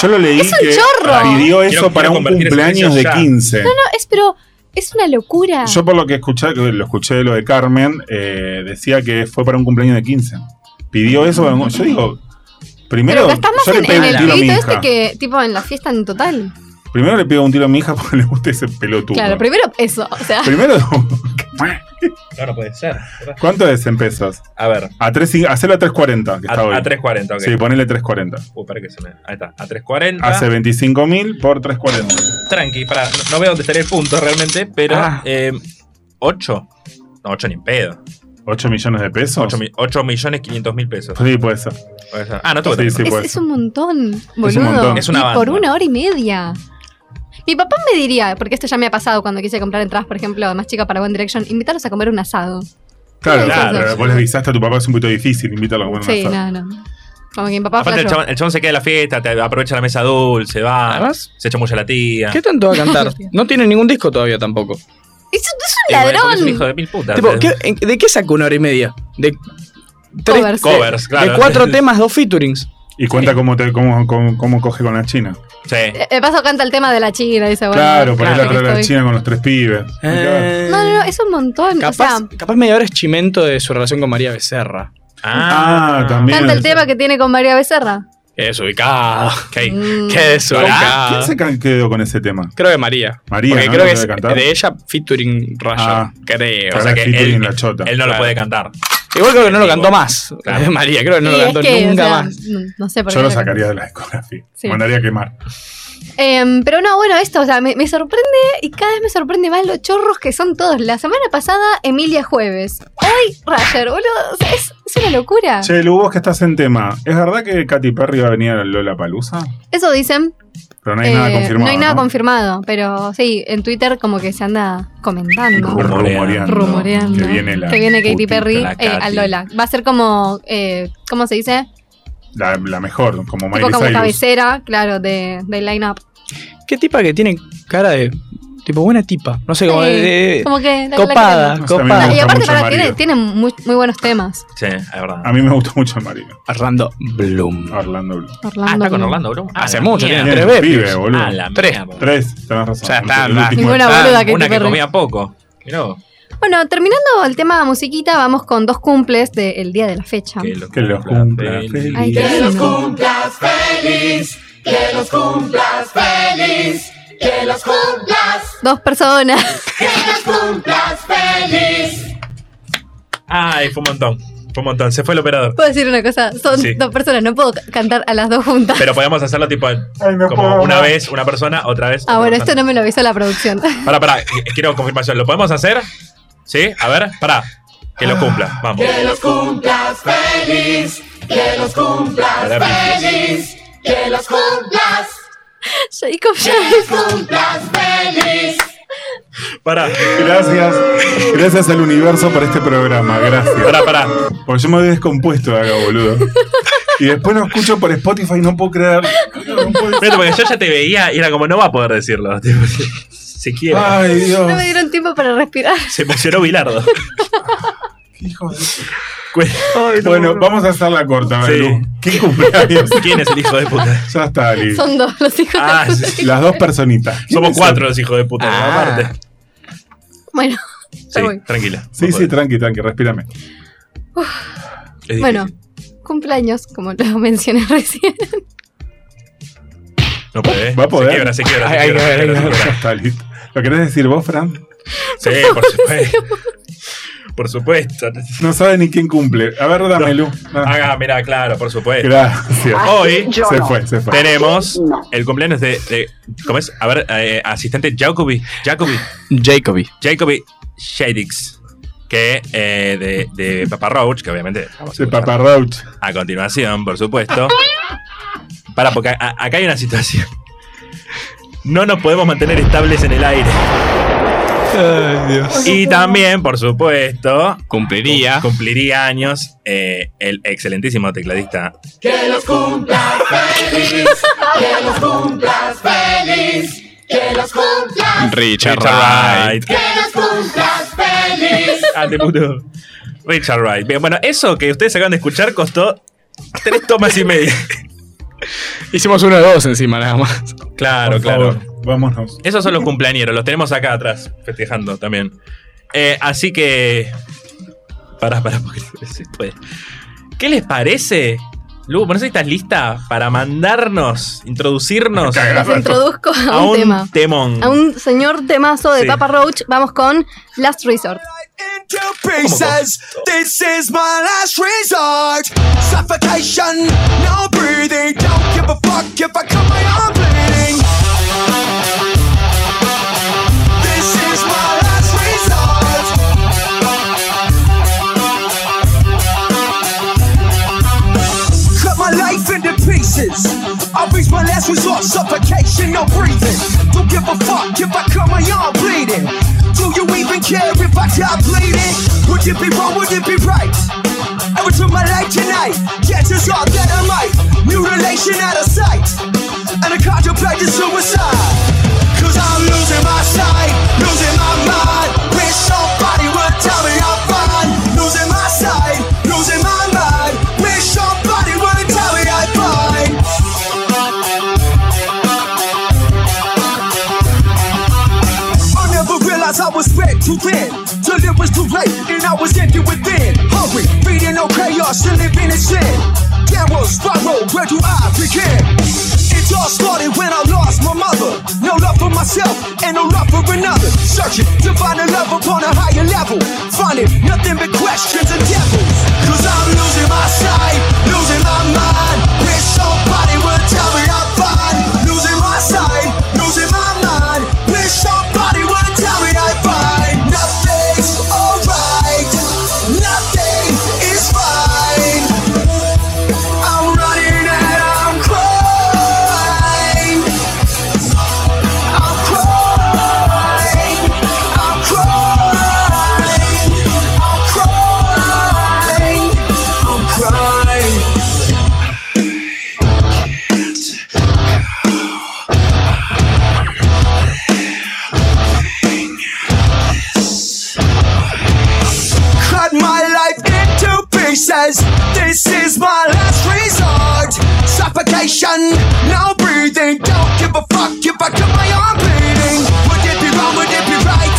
[SPEAKER 3] Yo lo leí
[SPEAKER 4] Es un
[SPEAKER 3] que
[SPEAKER 4] chorro.
[SPEAKER 3] pidió eso
[SPEAKER 2] Quiero-
[SPEAKER 3] para
[SPEAKER 2] quiero
[SPEAKER 3] un
[SPEAKER 2] convertir ese
[SPEAKER 3] cumpleaños
[SPEAKER 2] precio
[SPEAKER 3] de
[SPEAKER 2] ya.
[SPEAKER 3] 15.
[SPEAKER 4] No, es, pero es una locura.
[SPEAKER 3] Yo por lo que escuché, que lo escuché de lo de Carmen, eh, decía que fue para un cumpleaños de 15. Pidió eso, para un- yo digo, primero
[SPEAKER 4] Ah. pero gastás
[SPEAKER 3] yo
[SPEAKER 4] más
[SPEAKER 3] le
[SPEAKER 4] en,
[SPEAKER 3] pego
[SPEAKER 4] en
[SPEAKER 3] un
[SPEAKER 4] el
[SPEAKER 3] tiro a mi
[SPEAKER 4] pibito
[SPEAKER 3] hija.
[SPEAKER 4] este que, tipo, en la fiesta en total.
[SPEAKER 3] Primero le pido un tiro a mi hija porque le gusta ese pelotudo.
[SPEAKER 4] Claro, primero eso, o sea.
[SPEAKER 3] *laughs* primero,
[SPEAKER 2] No, no puede ser.
[SPEAKER 3] ¿cuánto es en pesos?
[SPEAKER 2] A ver,
[SPEAKER 3] A 3, y- hacelo a 3.40, que
[SPEAKER 2] a,
[SPEAKER 3] está hoy.
[SPEAKER 2] a 3.40, ok.
[SPEAKER 3] Sí, ponele 3.40.
[SPEAKER 2] Uy, para que se me... Ahí está, a 3.40.
[SPEAKER 3] Hace 25.000 por 3.40.
[SPEAKER 2] Tranqui, pará, no, no veo dónde estaría el punto realmente, pero...
[SPEAKER 5] Ah.
[SPEAKER 2] eh, ¿8? No, 8 ni en pedo.
[SPEAKER 3] ¿8 millones de pesos? Pues
[SPEAKER 2] 8, millones 500 mil pesos.
[SPEAKER 3] Sí, puede ser.
[SPEAKER 2] Puede ser. Ah, no tuve
[SPEAKER 3] Sí,
[SPEAKER 2] tanto.
[SPEAKER 3] sí,
[SPEAKER 4] Es,
[SPEAKER 3] puede
[SPEAKER 4] es
[SPEAKER 3] ser.
[SPEAKER 4] un montón, boludo.
[SPEAKER 3] pues. montón.
[SPEAKER 2] Es una
[SPEAKER 4] Y
[SPEAKER 2] banda.
[SPEAKER 4] por una hora y media. Mi papá me diría, porque esto ya me ha pasado cuando quise comprar entradas, por ejemplo, más chica para One Direction, invitarlos a comer un asado.
[SPEAKER 3] Claro,
[SPEAKER 4] Claro,
[SPEAKER 3] claro.
[SPEAKER 4] sí.
[SPEAKER 3] Vos le avisaste a tu papá, es un poquito difícil, invítalo a comer un
[SPEAKER 4] sí,
[SPEAKER 3] asado.
[SPEAKER 4] no, no. Como que mi papá
[SPEAKER 2] Aparte, el
[SPEAKER 4] falló.
[SPEAKER 2] chabón, el chabón se queda en la fiesta, te aprovecha la mesa dulce, va.
[SPEAKER 5] Además,
[SPEAKER 2] se echa mucho la tía.
[SPEAKER 5] ¿Qué tanto va a cantar?
[SPEAKER 4] *laughs*
[SPEAKER 5] No tiene ningún disco todavía tampoco.
[SPEAKER 4] Es, es un
[SPEAKER 2] Eh, bueno, porque Es un
[SPEAKER 4] ladrón.
[SPEAKER 2] hijo de mil putas.
[SPEAKER 5] Tipo,
[SPEAKER 2] Es-
[SPEAKER 5] ¿qué- en- ¿De qué saca una hora y media? De, tres-
[SPEAKER 4] Covers.
[SPEAKER 2] Covers, claro.
[SPEAKER 5] de
[SPEAKER 2] *laughs*
[SPEAKER 5] cuatro temas, dos featurings.
[SPEAKER 3] Y cuenta cómo, te, cómo, cómo, cómo coge con la China.
[SPEAKER 2] Sí.
[SPEAKER 4] Eh, De paso canta el tema de la China, dice, bueno.
[SPEAKER 3] claro, por ahí la
[SPEAKER 2] claro,
[SPEAKER 3] trae la
[SPEAKER 4] estoy-
[SPEAKER 3] China con los tres pibes.
[SPEAKER 5] Eh,
[SPEAKER 4] No, no, no, es un montón.
[SPEAKER 5] capaz,
[SPEAKER 4] o sea,
[SPEAKER 5] capaz media hora es chimento de su relación con María Becerra.
[SPEAKER 3] Ah, también.
[SPEAKER 4] canta el
[SPEAKER 3] Mira.
[SPEAKER 4] tema que tiene con María Becerra.
[SPEAKER 5] Que *laughs* desubicado. Que, que
[SPEAKER 4] Mm.
[SPEAKER 3] Ah, ¿Quién
[SPEAKER 5] desubicado.
[SPEAKER 3] se ca- quedó con ese tema?
[SPEAKER 5] Creo que María.
[SPEAKER 3] María,
[SPEAKER 5] Porque
[SPEAKER 3] ¿no?
[SPEAKER 5] creo
[SPEAKER 3] ¿No
[SPEAKER 5] que
[SPEAKER 3] debe
[SPEAKER 5] es
[SPEAKER 3] cantar?
[SPEAKER 5] de ella featuring Rayo.
[SPEAKER 3] Ah.
[SPEAKER 5] creo.
[SPEAKER 2] O sea que
[SPEAKER 3] Ahora featuring
[SPEAKER 2] él,
[SPEAKER 3] la chota.
[SPEAKER 2] él no lo
[SPEAKER 5] Claro.
[SPEAKER 2] puede cantar.
[SPEAKER 5] Igual creo que no lo
[SPEAKER 2] Digo,
[SPEAKER 5] cantó más. *laughs*
[SPEAKER 2] claro.
[SPEAKER 5] María, creo que no
[SPEAKER 4] Sí,
[SPEAKER 5] lo
[SPEAKER 4] es
[SPEAKER 5] cantó
[SPEAKER 4] que, o
[SPEAKER 5] nunca
[SPEAKER 4] sea,
[SPEAKER 5] más.
[SPEAKER 4] no, no sé por qué.
[SPEAKER 3] Yo
[SPEAKER 4] lo
[SPEAKER 3] lo
[SPEAKER 4] canta.
[SPEAKER 3] sacaría de la discografía.
[SPEAKER 4] Sí.
[SPEAKER 3] Mandaría a quemar.
[SPEAKER 4] Em, pero no, bueno, esto, o sea, me, me sorprende y cada vez me sorprende más los chorros que son todos. La semana pasada, Emilia Jueves. Hoy, Roger, boludo. o sea, es, es una locura.
[SPEAKER 3] Che, Lu, vos que estás en tema. ¿Es verdad que Katy Perry va a venir a Lola Palusa?
[SPEAKER 4] Eso dicen.
[SPEAKER 3] Pero no hay
[SPEAKER 4] eh,
[SPEAKER 3] nada confirmado.
[SPEAKER 4] no hay nada confirmado, pero sí, en Twitter como que se anda comentando.
[SPEAKER 2] Ru-
[SPEAKER 3] Rumoreando.
[SPEAKER 4] Rumoreando.
[SPEAKER 3] Que viene la.
[SPEAKER 4] que viene Katy
[SPEAKER 3] putita,
[SPEAKER 4] Perry
[SPEAKER 2] la
[SPEAKER 4] eh, a
[SPEAKER 2] Katy.
[SPEAKER 4] Lola. Va a ser como, eh, ¿cómo se dice?
[SPEAKER 3] La, la mejor, como
[SPEAKER 4] Tipo
[SPEAKER 3] Miley
[SPEAKER 4] como
[SPEAKER 3] Cyrus.
[SPEAKER 4] cabecera, claro, de, del line-up.
[SPEAKER 5] Qué tipa que tiene cara de. Tipo, buena tipa. No sé, como
[SPEAKER 4] Sí,
[SPEAKER 5] de. de-
[SPEAKER 4] como que... la- la
[SPEAKER 5] copada,
[SPEAKER 4] queremos.
[SPEAKER 3] No sé,
[SPEAKER 5] copada.
[SPEAKER 3] a mí
[SPEAKER 4] Y
[SPEAKER 3] gusta
[SPEAKER 4] aparte,
[SPEAKER 3] mucho
[SPEAKER 4] para,
[SPEAKER 3] Mario.
[SPEAKER 4] tiene, tiene muy, muy buenos temas.
[SPEAKER 2] Sí, es verdad.
[SPEAKER 3] A mí me gustó mucho Marino.
[SPEAKER 5] Orlando Bloom.
[SPEAKER 3] Orlando Bloom.
[SPEAKER 4] Orlando
[SPEAKER 2] Ah, está con
[SPEAKER 4] Bloom.
[SPEAKER 2] Orlando, bro. Ah,
[SPEAKER 5] Hace
[SPEAKER 2] la
[SPEAKER 5] mucho,
[SPEAKER 2] mierda.
[SPEAKER 5] tiene tres
[SPEAKER 3] Bien,
[SPEAKER 5] veces.
[SPEAKER 3] pibe, boludo.
[SPEAKER 2] Ah, la
[SPEAKER 5] Tres.
[SPEAKER 2] mierda.
[SPEAKER 3] Tres, tenés razón.
[SPEAKER 5] Ya está,
[SPEAKER 3] El
[SPEAKER 5] va.
[SPEAKER 3] último
[SPEAKER 4] Ninguna
[SPEAKER 2] Ah,
[SPEAKER 4] boluda que
[SPEAKER 2] una
[SPEAKER 4] te
[SPEAKER 2] que
[SPEAKER 4] perre.
[SPEAKER 2] comía poco. Mirá vos,
[SPEAKER 4] Bueno, terminando el tema musiquita, vamos con dos cumples del día de la fecha.
[SPEAKER 2] que lo
[SPEAKER 3] Que lo
[SPEAKER 2] cumpla
[SPEAKER 3] cumpla
[SPEAKER 2] feliz.
[SPEAKER 3] feliz.
[SPEAKER 4] Ay,
[SPEAKER 6] Que
[SPEAKER 4] qué
[SPEAKER 6] los
[SPEAKER 4] lindo.
[SPEAKER 6] cumplas feliz. Que los cumplas feliz. Que los cumplas.
[SPEAKER 4] Dos personas. *laughs*
[SPEAKER 6] Que los cumplas feliz.
[SPEAKER 2] Ay, fue un montón. Fue un montón. Se fue el operador.
[SPEAKER 4] Puedo decir una cosa, son
[SPEAKER 2] Sí.
[SPEAKER 4] dos personas, no puedo ca- cantar a las dos juntas.
[SPEAKER 2] Pero podemos hacerlo tipo
[SPEAKER 3] Ay, no
[SPEAKER 2] como
[SPEAKER 3] puedo
[SPEAKER 2] una
[SPEAKER 3] más.
[SPEAKER 2] vez una persona, otra vez.
[SPEAKER 4] ah,
[SPEAKER 2] otra
[SPEAKER 4] bueno,
[SPEAKER 2] persona.
[SPEAKER 4] esto no me lo avisó la
[SPEAKER 6] *laughs*
[SPEAKER 4] producción.
[SPEAKER 2] Pará, pará. eh, Quiero confirmación. ¿Lo podemos hacer? ¿Sí? A ver, pará. Que lo cumpla. Vamos.
[SPEAKER 6] Que los cumplas feliz. Que los cumplas
[SPEAKER 2] Para mí.
[SPEAKER 6] feliz. Que los cumplas.
[SPEAKER 4] Jacob ya
[SPEAKER 6] Que los cumplas feliz.
[SPEAKER 2] Pará.
[SPEAKER 3] Gracias. Gracias al universo por este programa. Gracias.
[SPEAKER 2] Pará, pará.
[SPEAKER 3] Porque yo me había descompuesto de acá, boludo. Y después lo escucho por Spotify y no puedo creer. No puedo-
[SPEAKER 2] Espérate, porque yo ya te veía y era como, no va a poder decirlo. Tipo, se- se quiere.
[SPEAKER 3] Ay, Dios.
[SPEAKER 4] no me dieron tiempo para respirar.
[SPEAKER 2] Se emocionó Bilardo.
[SPEAKER 3] Hijo de-
[SPEAKER 2] Cu-
[SPEAKER 3] Bueno, vamos a hacer la corta,
[SPEAKER 2] Sí.
[SPEAKER 3] Belu. ¿Qué cumpleaños?
[SPEAKER 2] ¿Quién es el hijo de puta?
[SPEAKER 3] Ya está, Ali.
[SPEAKER 4] Son dos los hijos
[SPEAKER 5] *laughs*
[SPEAKER 2] Ah,
[SPEAKER 4] de
[SPEAKER 2] sí,
[SPEAKER 3] Las dos personitas.
[SPEAKER 2] *laughs* Somos
[SPEAKER 3] ¿Quiénes son?
[SPEAKER 2] cuatro los hijos de puta,
[SPEAKER 5] Ah.
[SPEAKER 2] aparte.
[SPEAKER 4] Bueno,
[SPEAKER 2] Sí,
[SPEAKER 4] ya voy.
[SPEAKER 2] tranquila.
[SPEAKER 3] Sí, sí, tranqui, tranqui, respírame.
[SPEAKER 2] Es difícil.
[SPEAKER 4] Bueno, cumpleaños, como lo mencioné recién.
[SPEAKER 2] No puede. ¿eh?
[SPEAKER 3] Va a poder.
[SPEAKER 2] Se quiebra, se quiebra.
[SPEAKER 5] Ay,
[SPEAKER 2] se
[SPEAKER 5] ay,
[SPEAKER 2] quiebra,
[SPEAKER 5] ay,
[SPEAKER 2] se
[SPEAKER 3] *laughs*
[SPEAKER 5] ay,
[SPEAKER 2] quiebra, se
[SPEAKER 3] Ya está, listo. ¿Lo querés decir vos, Fran?
[SPEAKER 2] quiebra. Sí, por supuesto. Por supuesto.
[SPEAKER 3] No sabe ni quién cumple. A ver, dámelo. Ah,
[SPEAKER 2] Haga, mira, claro, por supuesto.
[SPEAKER 3] Gracias.
[SPEAKER 4] Ah,
[SPEAKER 2] Hoy
[SPEAKER 3] Se fue, se fue.
[SPEAKER 2] eh. tenemos el cumpleaños de, de- ¿cómo es? A ver, eh, asistente Jacobi, Jacobi,
[SPEAKER 5] Jacoby.
[SPEAKER 2] Jacobi Shadix, que eh, de, de Papa Roach, que obviamente vamos a
[SPEAKER 3] Se
[SPEAKER 2] escuchar
[SPEAKER 3] Papa Roach.
[SPEAKER 2] a continuación, por supuesto. Para, porque a- acá hay una situación. No nos podemos mantener estables en el aire.
[SPEAKER 5] Ay, Dios.
[SPEAKER 2] Y también, por supuesto,
[SPEAKER 5] Cumpliría.
[SPEAKER 2] cumpliría años eh, el excelentísimo tecladista
[SPEAKER 6] Que los cumplas feliz, que los cumplas feliz, que los cumplas,
[SPEAKER 5] Richard
[SPEAKER 2] Wright.
[SPEAKER 5] Wright.
[SPEAKER 6] que los cumplas feliz.
[SPEAKER 2] *laughs* Ah, te puto. Richard Wright. Bien, bueno, eso que ustedes acaban de escuchar costó tres tomas y media.
[SPEAKER 5] Hicimos uno de dos encima nada más.
[SPEAKER 2] Claro,
[SPEAKER 3] Por
[SPEAKER 2] claro.
[SPEAKER 3] favor, vámonos.
[SPEAKER 2] Esos son los cumpleañeros, los tenemos acá atrás, festejando también. Eh, así que. Pará, pará, porque *laughs* se puede. ¿Qué les parece? Lu, no sé si estás lista para mandarnos, introducirnos
[SPEAKER 4] *laughs*
[SPEAKER 3] Caga.
[SPEAKER 4] Los introduzco a
[SPEAKER 2] a
[SPEAKER 4] un
[SPEAKER 2] un
[SPEAKER 4] tema.
[SPEAKER 3] Mm.
[SPEAKER 2] temón.
[SPEAKER 4] A un señor temazo de
[SPEAKER 2] Sí.
[SPEAKER 4] Papa Roach. Vamos con Last Resort.
[SPEAKER 8] into pieces. This is my last resort. Suffocation, no breathing. Don't give a fuck if I cut my arm bleeding. This is my last resort. Cut my life into pieces. I'll reach my last resort. Suffocation, no breathing. Don't give a fuck if I cut my arm bleeding. Do you even care if I die bleeding? Would it be wrong? Would it be right? I would turn my life tonight. Yes, it's all that I might. Mutilation out of sight. And I contemplated suicide. Cause I'm losing my sight, losing my mind. Wish somebody would tell me I'm fine. Losing my sight, losing my mind. Wish somebody would tell me I'm fine. I never realized I was spread too thin Till it was too late and I was empty within Hungry, feeding no chaos, still living in sin Carol, spiral, where do I begin? It all started when I lost my mother No love for myself and no love for another Searching to find a love upon a higher level Finding nothing but questions and devils Cause I'm losing my sight, losing my mind Wish somebody would tell me I'm fine Losing my sight, losing my mind Wish somebody would tell me I'm fine Nothing's alright, nothing is fine I'm running and I'm crying I'm crying, I'm crying I'm crying, I'm crying cut my life into pieces. This is my last resort. Suffocation, no breathing. Don't give a fuck if I cut my arm bleeding. Would it be wrong? Would it be right?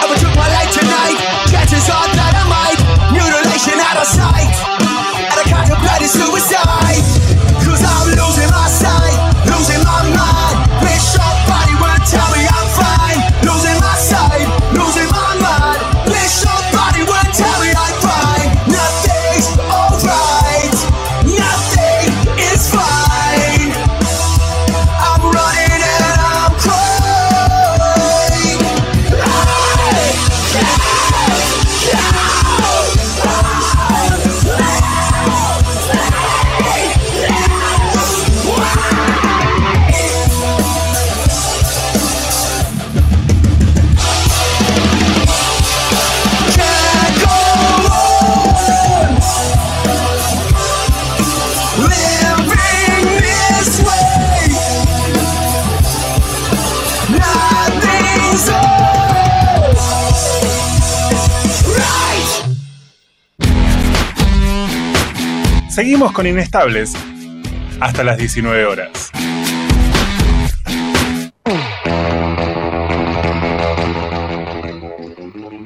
[SPEAKER 8] I would took my life tonight. Chances are that I might. Mutilation out of sight. And I contemplated suicide. Cause I'm losing my sight, losing my mind. Wish somebody would tell me I'm fine. Losing my sight, losing my mind. Wish somebody would tell me I'm fine. Nothing's alright. Nothing is fine. I'm running and I'm crying. Can't go on living this way. Nothing's alright.
[SPEAKER 3] Seguimos con Inestables hasta las 19 horas.
[SPEAKER 7] Bueno,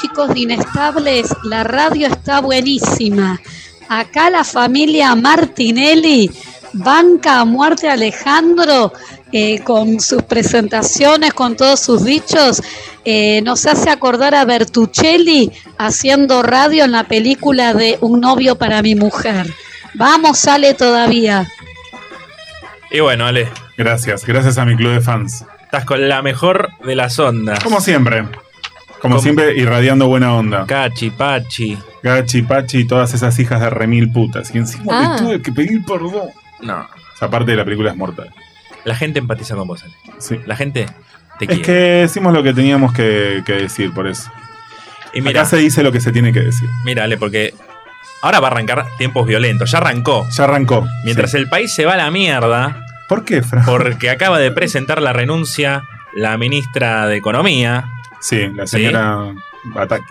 [SPEAKER 7] chicos de Inestables, la radio está buenísima. Acá la familia Martinelli banca a muerte a Alejandro eh, con sus presentaciones, con todos sus dichos, eh, nos hace acordar a Bertuccelli haciendo radio en la película de Un novio para mi mujer. Vamos, sale todavía.
[SPEAKER 2] Y bueno, Ale,
[SPEAKER 3] Gracias, gracias a mi club de fans.
[SPEAKER 2] estás con la mejor de las ondas.
[SPEAKER 3] Como siempre. Como
[SPEAKER 2] Como-
[SPEAKER 3] siempre, irradiando buena onda.
[SPEAKER 2] Cachi, Pachi.
[SPEAKER 3] Gachi, Pachi y todas esas hijas de remil putas. Y encima
[SPEAKER 4] Ah.
[SPEAKER 3] le tuve que pedir perdón.
[SPEAKER 2] No.
[SPEAKER 3] Esa parte de la película es mortal.
[SPEAKER 2] La gente empatiza con vos, Ale.
[SPEAKER 3] Sí.
[SPEAKER 2] La gente te
[SPEAKER 3] Es
[SPEAKER 2] quiere.
[SPEAKER 3] que decimos lo que teníamos que, que decir, por eso.
[SPEAKER 2] y mira,
[SPEAKER 3] Acá se dice lo que se tiene que decir.
[SPEAKER 2] mira, Ale, porque ahora va a arrancar tiempos violentos. Ya arrancó.
[SPEAKER 3] Ya arrancó.
[SPEAKER 2] Mientras
[SPEAKER 3] Sí.
[SPEAKER 2] el país se va a la mierda
[SPEAKER 3] ¿Por qué, Fran?
[SPEAKER 2] porque acaba de presentar la renuncia la ministra de Economía,
[SPEAKER 3] Sí, la
[SPEAKER 2] Sí.
[SPEAKER 3] señora Batakis.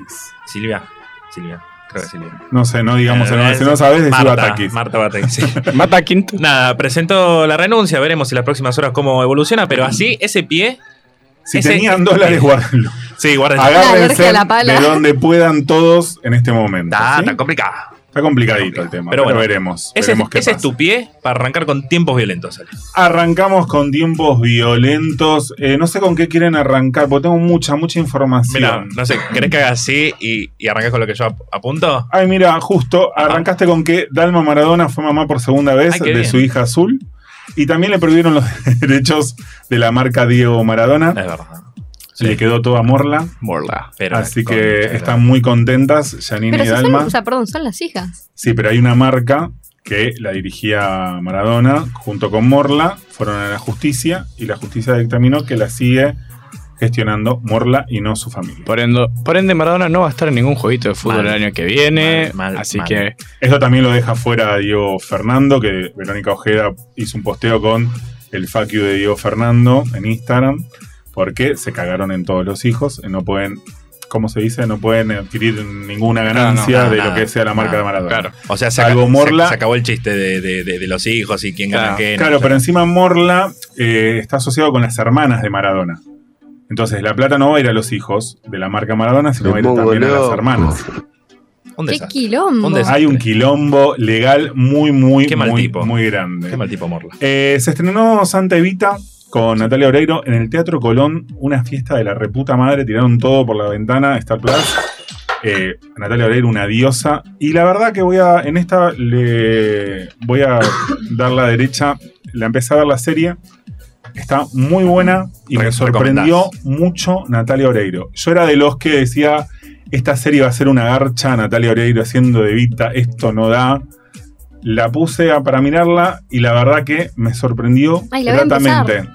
[SPEAKER 2] Silvia. Silvia, creo que Silvia.
[SPEAKER 3] No sé, no digamos
[SPEAKER 2] Eh,
[SPEAKER 3] el nombre.
[SPEAKER 2] es-
[SPEAKER 3] Si no sabes, decís
[SPEAKER 2] Marta,
[SPEAKER 3] Batakis.
[SPEAKER 2] Marta Batakis. sí. *laughs*
[SPEAKER 5] *laughs* Mata Quinto.
[SPEAKER 2] Nada, presentó la renuncia, veremos en las próximas horas cómo evoluciona, pero así ese pie... Ah,
[SPEAKER 3] Si
[SPEAKER 2] ese-
[SPEAKER 3] tenían dólares, guárdenlo.
[SPEAKER 2] Sí, guarden.
[SPEAKER 3] Agárrense
[SPEAKER 4] alergia a la pala.
[SPEAKER 3] de donde puedan todos en este momento.
[SPEAKER 2] Está
[SPEAKER 3] ¿sí?
[SPEAKER 2] tan complicado.
[SPEAKER 3] Está complicadito el tema,
[SPEAKER 2] Pero
[SPEAKER 3] pero,
[SPEAKER 2] bueno,
[SPEAKER 3] veremos.
[SPEAKER 2] Ese,
[SPEAKER 3] veremos qué
[SPEAKER 2] ese es
[SPEAKER 3] pasa.
[SPEAKER 2] tu pie para arrancar con tiempos violentos. Ale.
[SPEAKER 3] Arrancamos con tiempos violentos. Eh, no sé con qué quieren arrancar, porque tengo mucha, mucha información.
[SPEAKER 2] Mira, no sé, ¿querés que haga así y, y arranques con lo que yo ap- apunto?
[SPEAKER 3] Ay, mira, justo
[SPEAKER 2] Ajá.
[SPEAKER 3] arrancaste con que Dalma Maradona fue mamá por segunda vez
[SPEAKER 2] Ay, qué
[SPEAKER 3] de
[SPEAKER 2] bien.
[SPEAKER 3] su hija azul. Y también le prohibieron los *laughs* derechos de la marca Diego Maradona.
[SPEAKER 2] Es verdad.
[SPEAKER 3] Le quedó toda morla.
[SPEAKER 5] Morla.
[SPEAKER 2] Ah, Pero
[SPEAKER 3] así
[SPEAKER 2] con-
[SPEAKER 3] que están muy contentas, Janine
[SPEAKER 4] Pero
[SPEAKER 3] y
[SPEAKER 4] si son,
[SPEAKER 3] Dalma.
[SPEAKER 4] o sea, perdón, son las hijas.
[SPEAKER 3] Sí, pero hay una marca que la dirigía Maradona junto con Morla, fueron a la justicia y la justicia dictaminó que la sigue gestionando Morla y no su familia.
[SPEAKER 5] Por ende, por ende, Maradona no va a estar en ningún jueguito de fútbol
[SPEAKER 2] Mal.
[SPEAKER 5] el año que viene.
[SPEAKER 2] Mal, mal,
[SPEAKER 5] así
[SPEAKER 2] mal.
[SPEAKER 5] que
[SPEAKER 3] Esto también lo deja fuera a Diego Fernando, que Verónica Ojeda hizo un posteo con el fuck you de Diego Fernando en Instagram, porque se cagaron en todos los hijos, y no pueden, ¿cómo se dice? No pueden adquirir ninguna ganancia
[SPEAKER 2] nada,
[SPEAKER 3] de
[SPEAKER 2] nada,
[SPEAKER 3] lo que sea la marca
[SPEAKER 2] nada,
[SPEAKER 3] de Maradona.
[SPEAKER 5] claro.
[SPEAKER 2] O sea, se,
[SPEAKER 3] Salvo
[SPEAKER 2] aca-
[SPEAKER 3] Morla.
[SPEAKER 2] se- se acabó el chiste de, de- de- de los hijos y quién gana
[SPEAKER 5] Claro,
[SPEAKER 2] qué. no,
[SPEAKER 3] Claro,
[SPEAKER 2] ya.
[SPEAKER 3] pero encima Morla eh, está asociado con las hermanas de Maradona. Entonces la plata no va a ir a los hijos de la marca Maradona, sino va a ir también a las hermanas.
[SPEAKER 2] Un
[SPEAKER 4] Qué
[SPEAKER 2] desastre.
[SPEAKER 4] quilombo.
[SPEAKER 2] Un desastre.
[SPEAKER 3] Hay un quilombo legal muy, muy,
[SPEAKER 2] Qué mal
[SPEAKER 3] muy,
[SPEAKER 2] tipo.
[SPEAKER 3] muy
[SPEAKER 2] Qué
[SPEAKER 3] grande.
[SPEAKER 2] mal tipo Morla.
[SPEAKER 3] Eh, se estrenó Santa Evita con Natalia Oreiro en el Teatro Colón, una fiesta de la reputa madre, tiraron todo por la ventana, Star Plus. Eh, Natalia Oreiro, una diosa. Y la verdad que voy a, en esta le voy a dar la derecha. La empecé a ver la serie. Está muy buena y me
[SPEAKER 2] Re-
[SPEAKER 3] sorprendió mucho Natalia Oreiro. Yo era de los que decía, esta serie va a ser una garcha, Natalia Oreiro haciendo de Vita, esto no da. La puse a- para mirarla y la verdad que me sorprendió
[SPEAKER 4] Ay, la voy a
[SPEAKER 3] gratamente.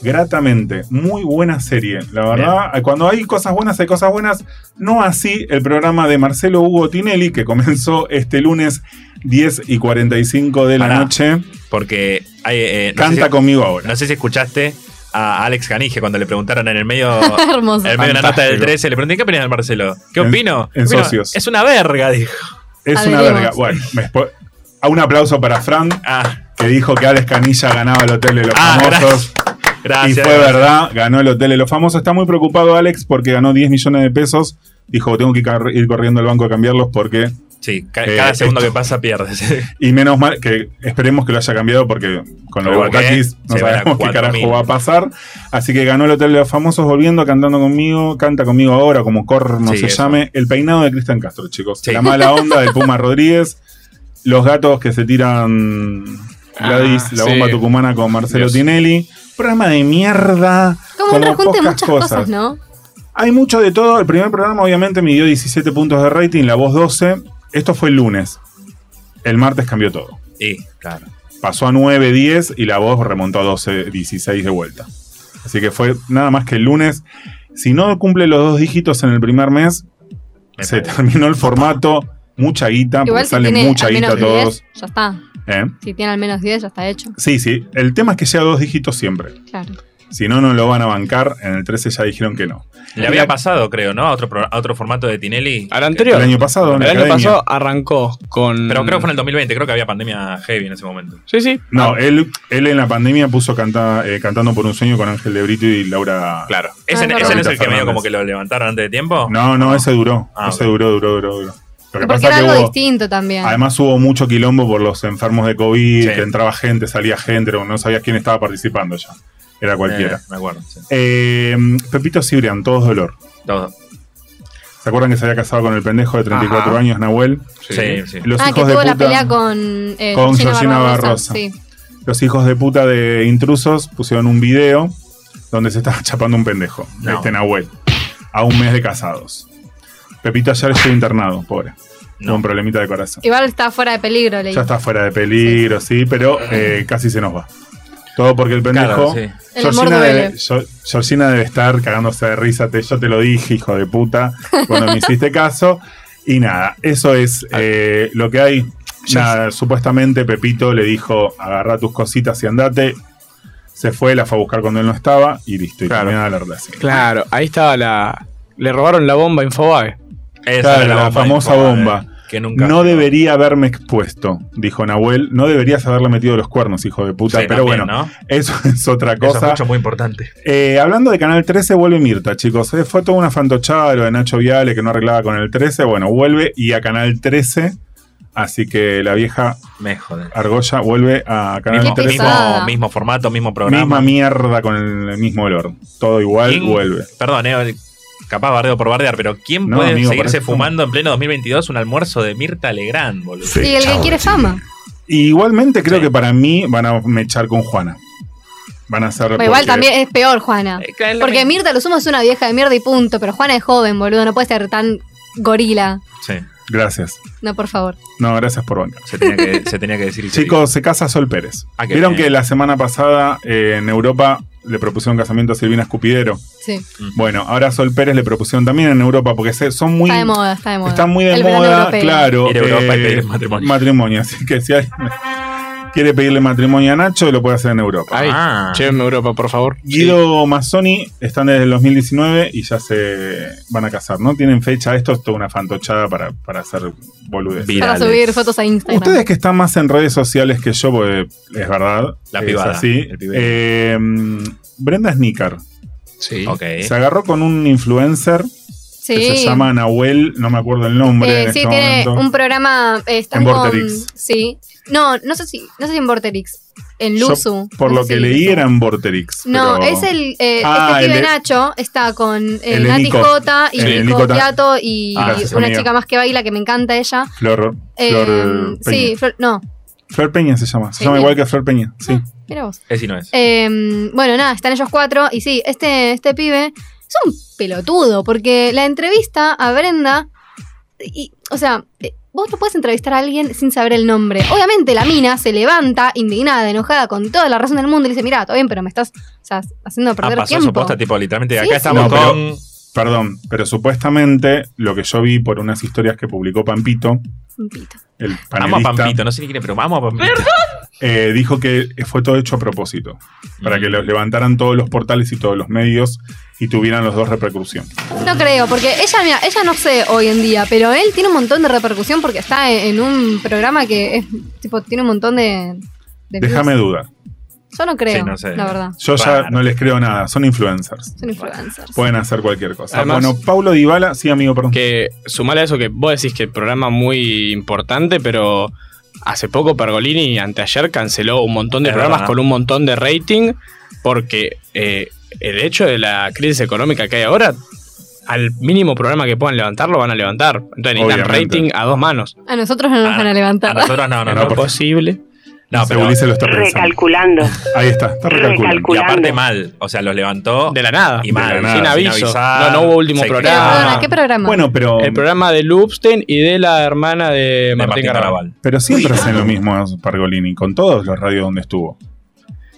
[SPEAKER 3] Gratamente, muy buena serie. La verdad, cuando hay cosas buenas, hay cosas buenas. No así el programa de Marcelo Hugo Tinelli, que comenzó este lunes 10 y 45 de la
[SPEAKER 2] Pará.
[SPEAKER 3] noche.
[SPEAKER 2] Porque hay, eh, no sé
[SPEAKER 3] Canta
[SPEAKER 2] si-
[SPEAKER 3] conmigo ahora.
[SPEAKER 2] No sé si escuchaste a Alex Canige cuando le preguntaron en el medio, en
[SPEAKER 4] Hermoso.
[SPEAKER 3] Eh,
[SPEAKER 2] el medio de la nota del
[SPEAKER 3] Fantástico.
[SPEAKER 2] 13, le pregunté qué opinas del Marcelo. ¿Qué
[SPEAKER 3] En-
[SPEAKER 2] opino?
[SPEAKER 3] en
[SPEAKER 2] Opino,
[SPEAKER 3] socios.
[SPEAKER 2] Es una verga, dijo.
[SPEAKER 3] Es una
[SPEAKER 4] Averiguamos.
[SPEAKER 3] verga. Bueno, me spo- a un aplauso para Fran,
[SPEAKER 2] Ah,
[SPEAKER 3] que dijo que Alex Canilla ganaba el Hotel de los
[SPEAKER 2] Ah, gracias.
[SPEAKER 3] Famosos. y fue verdad, ganó el Hotel de los Famosos. Está muy preocupado Alex porque ganó 10 millones de pesos. Dijo, tengo que car- ir corriendo al banco a cambiarlos porque...
[SPEAKER 2] Sí, ca-
[SPEAKER 3] Eh,
[SPEAKER 2] cada segundo
[SPEAKER 3] esto-
[SPEAKER 2] que pasa pierdes.
[SPEAKER 3] Y menos mal que esperemos que lo haya cambiado porque con los
[SPEAKER 2] Porque
[SPEAKER 3] Bataquis no
[SPEAKER 2] se van a
[SPEAKER 3] sabemos qué
[SPEAKER 2] 4.000.
[SPEAKER 3] carajo va a pasar. Así que ganó el Hotel de los Famosos volviendo, cantando conmigo, canta conmigo ahora, como corno
[SPEAKER 2] Sí,
[SPEAKER 3] se
[SPEAKER 2] eso.
[SPEAKER 3] llame. El peinado de Cristian Castro, chicos.
[SPEAKER 2] Sí.
[SPEAKER 3] La mala onda del Puma Rodríguez. Los gatos que se tiran Gladys,
[SPEAKER 5] Ah,
[SPEAKER 3] la
[SPEAKER 5] sí.
[SPEAKER 3] bomba tucumana con Marcelo
[SPEAKER 5] Dios.
[SPEAKER 3] Tinelli. Programa de mierda.
[SPEAKER 4] Como un rejunte de
[SPEAKER 3] pocas
[SPEAKER 4] muchas cosas, ¿no?
[SPEAKER 3] hay mucho de todo. El primer programa, obviamente, midió 17 puntos de rating, la voz 12. Esto fue el lunes. El martes cambió todo.
[SPEAKER 2] *laughs* Sí, claro.
[SPEAKER 3] Pasó a 9, 10 y la voz remontó a 12, 16 de vuelta. Así que fue nada más que el lunes. Si no cumple los dos dígitos en el primer mes,
[SPEAKER 2] Me
[SPEAKER 3] se
[SPEAKER 2] parece.
[SPEAKER 3] terminó el formato. Mucha guita,
[SPEAKER 4] Igual
[SPEAKER 3] porque
[SPEAKER 4] si
[SPEAKER 3] sale
[SPEAKER 4] tiene
[SPEAKER 3] mucha
[SPEAKER 4] al
[SPEAKER 3] guita a
[SPEAKER 4] menos
[SPEAKER 3] todos.
[SPEAKER 4] 10, ya está.
[SPEAKER 3] ¿eh?
[SPEAKER 4] Si tiene al menos 10, ya está hecho.
[SPEAKER 3] Sí, sí. El tema es que llega a dos dígitos siempre.
[SPEAKER 4] Claro.
[SPEAKER 3] Si no, no lo van a bancar. En el 13 ya dijeron que no.
[SPEAKER 2] Le había pasado, creo, ¿no? A otro, pro- a otro formato de Tinelli.
[SPEAKER 5] al
[SPEAKER 3] El
[SPEAKER 5] anterior.
[SPEAKER 3] año pasado, en
[SPEAKER 5] el
[SPEAKER 3] la
[SPEAKER 5] año
[SPEAKER 3] academia.
[SPEAKER 5] pasado arrancó con.
[SPEAKER 2] Pero creo que fue en
[SPEAKER 3] Mm.
[SPEAKER 2] el 2020, creo que había pandemia heavy en ese momento.
[SPEAKER 5] Sí, sí.
[SPEAKER 3] No, él, él en la pandemia puso canta- eh, Cantando por un sueño con Ángel de Brito y Laura.
[SPEAKER 2] Claro. Ese,
[SPEAKER 4] Ah, es
[SPEAKER 2] ese no es
[SPEAKER 3] verdad.
[SPEAKER 2] el que medio
[SPEAKER 3] Fernández.
[SPEAKER 2] como que lo levantaron antes de tiempo.
[SPEAKER 3] No, no, ese duró.
[SPEAKER 2] Ah,
[SPEAKER 3] ese
[SPEAKER 2] ok.
[SPEAKER 3] duró, duró, duró, duró. Lo
[SPEAKER 4] Porque
[SPEAKER 3] que pasa
[SPEAKER 4] era
[SPEAKER 3] que
[SPEAKER 4] algo
[SPEAKER 3] hubo-
[SPEAKER 4] distinto también.
[SPEAKER 3] Además hubo mucho quilombo por los enfermos de COVID,
[SPEAKER 2] Sí.
[SPEAKER 3] que entraba gente, salía gente, no sabías quién estaba participando ya. Era cualquiera.
[SPEAKER 2] Eh, me acuerdo, sí.
[SPEAKER 3] Eh, Pepito Cibrián, todos dolor.
[SPEAKER 2] Todo.
[SPEAKER 3] ¿Se acuerdan que se había casado con el pendejo de 34
[SPEAKER 5] Ajá.
[SPEAKER 3] años, Nahuel?
[SPEAKER 2] Sí, sí.
[SPEAKER 3] Los
[SPEAKER 4] ah, que
[SPEAKER 3] hijos de
[SPEAKER 4] tuvo
[SPEAKER 3] puta,
[SPEAKER 4] la pelea con, eh,
[SPEAKER 3] con
[SPEAKER 4] Georgina
[SPEAKER 3] Georgina Barbosa.
[SPEAKER 4] Barbarossa, Sí.
[SPEAKER 3] Los hijos de puta de intrusos pusieron un video donde se estaba *laughs* chapando un pendejo,
[SPEAKER 2] No.
[SPEAKER 3] este Nahuel, a un mes de casados. Pepito ayer estuvo internado, pobre. Tuvo un problemita de corazón.
[SPEAKER 4] Igual está fuera de peligro, leí.
[SPEAKER 3] Ya está fuera de peligro, sí, pero eh, casi se nos va. Todo porque el
[SPEAKER 2] Claro,
[SPEAKER 3] pendejo.
[SPEAKER 2] sí.
[SPEAKER 4] El amor
[SPEAKER 3] Georgina,
[SPEAKER 4] duele.
[SPEAKER 3] debe, Yo- Georgina debe estar cagándose de risa. Te, yo te lo dije, hijo de puta, cuando me hiciste caso. Y nada, eso es
[SPEAKER 2] Ah.
[SPEAKER 3] eh, lo que hay. Nada, supuestamente Pepito le dijo: agarra tus cositas y andate. Se fue, la fue a buscar cuando él no estaba y listo. Y
[SPEAKER 5] Claro.
[SPEAKER 3] terminada la relación.
[SPEAKER 5] Claro, ahí estaba la. Le robaron la bomba a Infobae.
[SPEAKER 2] Esa
[SPEAKER 3] Claro,
[SPEAKER 2] era
[SPEAKER 3] la famosa
[SPEAKER 2] incómoda,
[SPEAKER 3] bomba.
[SPEAKER 2] eh, Que nunca.
[SPEAKER 3] No debería haberme expuesto, dijo Nahuel. No deberías haberle metido los cuernos, hijo de puta.
[SPEAKER 2] Sí,
[SPEAKER 3] pero
[SPEAKER 2] también,
[SPEAKER 3] bueno,
[SPEAKER 2] ¿no?
[SPEAKER 3] eso *laughs* es otra
[SPEAKER 2] Eso es
[SPEAKER 3] cosa.
[SPEAKER 2] mucho muy
[SPEAKER 3] *laughs*
[SPEAKER 2] importante.
[SPEAKER 3] Eh, hablando de Canal 13, vuelve Mirta, chicos. Eh, fue toda una fantochada lo de Nacho Viale que no arreglaba con el 13. Bueno, vuelve y a Canal 13. Así que la vieja
[SPEAKER 2] Me jode.
[SPEAKER 3] argolla vuelve a Canal
[SPEAKER 2] Mismo,
[SPEAKER 3] 13.
[SPEAKER 2] mismo,
[SPEAKER 4] pesada.
[SPEAKER 2] mismo formato, mismo
[SPEAKER 3] Misma
[SPEAKER 2] programa.
[SPEAKER 3] mierda con el mismo olor. Todo igual,
[SPEAKER 2] ¿Quién-
[SPEAKER 3] vuelve.
[SPEAKER 2] Perdón, eh, capaz bardeo por bardear, pero ¿quién
[SPEAKER 3] No,
[SPEAKER 2] puede
[SPEAKER 3] amigo,
[SPEAKER 2] seguirse
[SPEAKER 3] parece que-
[SPEAKER 2] fumando en pleno 2022 un almuerzo de Mirta Legrand, boludo?
[SPEAKER 3] Sí,
[SPEAKER 4] y el que
[SPEAKER 3] chabón.
[SPEAKER 4] quiere fama.
[SPEAKER 3] Y igualmente creo
[SPEAKER 2] Sí.
[SPEAKER 3] que para mí van a mechar con Juana. Van a hacer.
[SPEAKER 4] Pero igual
[SPEAKER 3] porque-
[SPEAKER 4] también es peor, Juana.
[SPEAKER 2] Eh, claro, es la
[SPEAKER 4] Porque
[SPEAKER 2] misma.
[SPEAKER 4] Mirta lo sumo es una vieja de mierda y punto, pero Juana es joven, boludo, no puede ser tan gorila.
[SPEAKER 2] Sí,
[SPEAKER 3] Gracias.
[SPEAKER 4] No, por favor.
[SPEAKER 3] No, gracias por bancar.
[SPEAKER 2] se tenía que, se tenía que decir. y se dijo.
[SPEAKER 3] Chicos, se casa Sol Pérez.
[SPEAKER 2] Ah, qué
[SPEAKER 3] Vieron
[SPEAKER 2] bien.
[SPEAKER 3] que la semana pasada eh, en Europa le propusieron casamiento a Silvina Escupidero.
[SPEAKER 4] Sí.
[SPEAKER 3] Bueno, ahora Sol Pérez le propusieron también en Europa porque se- son muy.
[SPEAKER 4] Está de moda, está de moda.
[SPEAKER 3] Están muy de
[SPEAKER 4] El verano
[SPEAKER 3] moda,
[SPEAKER 4] europeo.
[SPEAKER 3] claro. eh,
[SPEAKER 2] Ir a Europa y pedir matrimonio.
[SPEAKER 3] Matrimonio, así que si alguien quiere pedirle matrimonio a Nacho, lo puede hacer en Europa.
[SPEAKER 5] Ahí.
[SPEAKER 2] Ah.
[SPEAKER 5] Llévenme a Europa, por favor.
[SPEAKER 3] Guido Mazzoni están desde el 2019 y ya se van a casar, ¿no? Tienen fecha, esto es toda una fantochada para, para hacer boludeces.
[SPEAKER 2] Bien.
[SPEAKER 4] Para
[SPEAKER 2] virales.
[SPEAKER 4] subir fotos a Instagram.
[SPEAKER 3] Ustedes que están más en redes sociales que yo, porque es verdad.
[SPEAKER 2] La
[SPEAKER 3] es
[SPEAKER 2] pibada,
[SPEAKER 3] así.
[SPEAKER 2] el pibe.
[SPEAKER 3] Eh, Brenda Snicker
[SPEAKER 5] Sí.
[SPEAKER 2] Ok.
[SPEAKER 3] se agarró con un influencer
[SPEAKER 4] sí.
[SPEAKER 3] que se llama Nahuel, no me acuerdo el nombre.
[SPEAKER 4] Eh,
[SPEAKER 3] en
[SPEAKER 4] sí,
[SPEAKER 3] este
[SPEAKER 4] tiene
[SPEAKER 3] momento.
[SPEAKER 4] un programa. eh, están
[SPEAKER 3] En
[SPEAKER 4] con-
[SPEAKER 3] Vorterix.
[SPEAKER 4] Sí. No, no sé si, no sé si en Vorterix. En
[SPEAKER 3] Yo,
[SPEAKER 4] Luzu.
[SPEAKER 3] por
[SPEAKER 4] No
[SPEAKER 3] lo
[SPEAKER 4] sé
[SPEAKER 3] que
[SPEAKER 4] si
[SPEAKER 3] leí
[SPEAKER 4] Luzu.
[SPEAKER 3] era en Vorterix.
[SPEAKER 4] No,
[SPEAKER 3] pero-
[SPEAKER 4] es el. Eh,
[SPEAKER 3] Ah,
[SPEAKER 4] este pibe
[SPEAKER 3] el de-
[SPEAKER 4] Nacho está con eh,
[SPEAKER 3] el de
[SPEAKER 4] Nati
[SPEAKER 3] Nico.
[SPEAKER 4] Jota y
[SPEAKER 3] El de
[SPEAKER 4] Nico
[SPEAKER 3] Nico Ta-
[SPEAKER 4] Piatto y
[SPEAKER 3] Ah,
[SPEAKER 4] y
[SPEAKER 3] sí,
[SPEAKER 4] una
[SPEAKER 3] amiga.
[SPEAKER 4] chica más que baila que me encanta ella.
[SPEAKER 3] Flor,
[SPEAKER 4] Eh,
[SPEAKER 3] Flor eh, Peña.
[SPEAKER 4] sí, Flor- no,
[SPEAKER 3] Flor Peña se llama. Se
[SPEAKER 4] Peña.
[SPEAKER 3] llama igual que Flor Peña. Sí.
[SPEAKER 4] mira vos.
[SPEAKER 2] Ese no es.
[SPEAKER 4] Eh, bueno, nada, están ellos cuatro. Y sí, este, este pibe es un pelotudo, porque la entrevista a Brenda. Y, o sea, eh, vos no puedes entrevistar a alguien sin saber el nombre. Obviamente, la mina se levanta, indignada, enojada, con toda la razón del mundo, y le dice: Mirá, todo bien, pero me estás o sea, haciendo
[SPEAKER 2] Ah,
[SPEAKER 4] perder
[SPEAKER 2] pasó
[SPEAKER 4] tiempo.
[SPEAKER 2] su posta, tipo, literalmente.
[SPEAKER 4] Sí,
[SPEAKER 2] acá
[SPEAKER 4] sí.
[SPEAKER 2] estamos
[SPEAKER 3] No, pero-
[SPEAKER 2] con.
[SPEAKER 3] Perdón, pero supuestamente lo que yo vi por unas historias que publicó Pampito,
[SPEAKER 4] Un pito.
[SPEAKER 3] el
[SPEAKER 2] Amo a
[SPEAKER 3] panelista,
[SPEAKER 2] Pampito, no sé ni quién es, pero amo a Pampito.
[SPEAKER 3] eh, dijo que fue todo hecho a propósito, para
[SPEAKER 2] Mm.
[SPEAKER 3] que los levantaran todos los portales y todos los medios y tuvieran los dos repercusión.
[SPEAKER 4] No creo, porque ella, mira, ella no sé hoy en día, pero él tiene un montón de repercusión porque está e-, en, en un programa que es tipo, tiene un montón de. de views.
[SPEAKER 3] Déjame dudar.
[SPEAKER 4] Yo no creo,
[SPEAKER 2] Sí, no sé.
[SPEAKER 4] la verdad.
[SPEAKER 3] Yo ya
[SPEAKER 2] Raro.
[SPEAKER 3] no les creo nada, son influencers.
[SPEAKER 4] Son influencers.
[SPEAKER 3] Pueden hacer cualquier cosa.
[SPEAKER 5] Además-
[SPEAKER 3] bueno, Paulo Dybala, sí, amigo, perdón.
[SPEAKER 5] Que sumale a eso que vos decís que el programa muy importante, pero hace poco Pergolini anteayer canceló un montón de
[SPEAKER 2] Es
[SPEAKER 5] programas
[SPEAKER 2] verdad.
[SPEAKER 5] con un montón de rating porque eh, el hecho de la crisis económica que hay ahora, al mínimo programa que puedan levantar lo van a levantar. Entonces necesitan
[SPEAKER 3] Obviamente.
[SPEAKER 5] rating a dos manos.
[SPEAKER 4] A nosotros no nos
[SPEAKER 2] Ah,
[SPEAKER 4] van a
[SPEAKER 2] A
[SPEAKER 4] levantar. *laughs*
[SPEAKER 2] nosotros no, no,
[SPEAKER 3] No,
[SPEAKER 2] no.
[SPEAKER 3] por-
[SPEAKER 5] Posible.
[SPEAKER 2] No,
[SPEAKER 3] Se
[SPEAKER 2] pero.
[SPEAKER 3] Ulises lo está pensando.
[SPEAKER 9] Recalculando.
[SPEAKER 3] Ahí está, está recalculando.
[SPEAKER 2] Y
[SPEAKER 9] Recalculando.
[SPEAKER 2] aparte mal. O sea, los levantó.
[SPEAKER 5] De la nada.
[SPEAKER 2] Y mal.
[SPEAKER 3] De la nada,
[SPEAKER 5] sin
[SPEAKER 2] sin
[SPEAKER 5] aviso.
[SPEAKER 2] avisar.
[SPEAKER 5] no, no hubo último
[SPEAKER 2] Se
[SPEAKER 4] Pero,
[SPEAKER 5] programa.
[SPEAKER 2] Ah.
[SPEAKER 4] perdona, ¿qué programa?
[SPEAKER 3] Bueno, pero,
[SPEAKER 5] El programa de Lupstein y de la hermana de,
[SPEAKER 2] De Martín Carnaval.
[SPEAKER 3] pero siempre hacen lo mismo Pargolini, con todos los radios donde estuvo.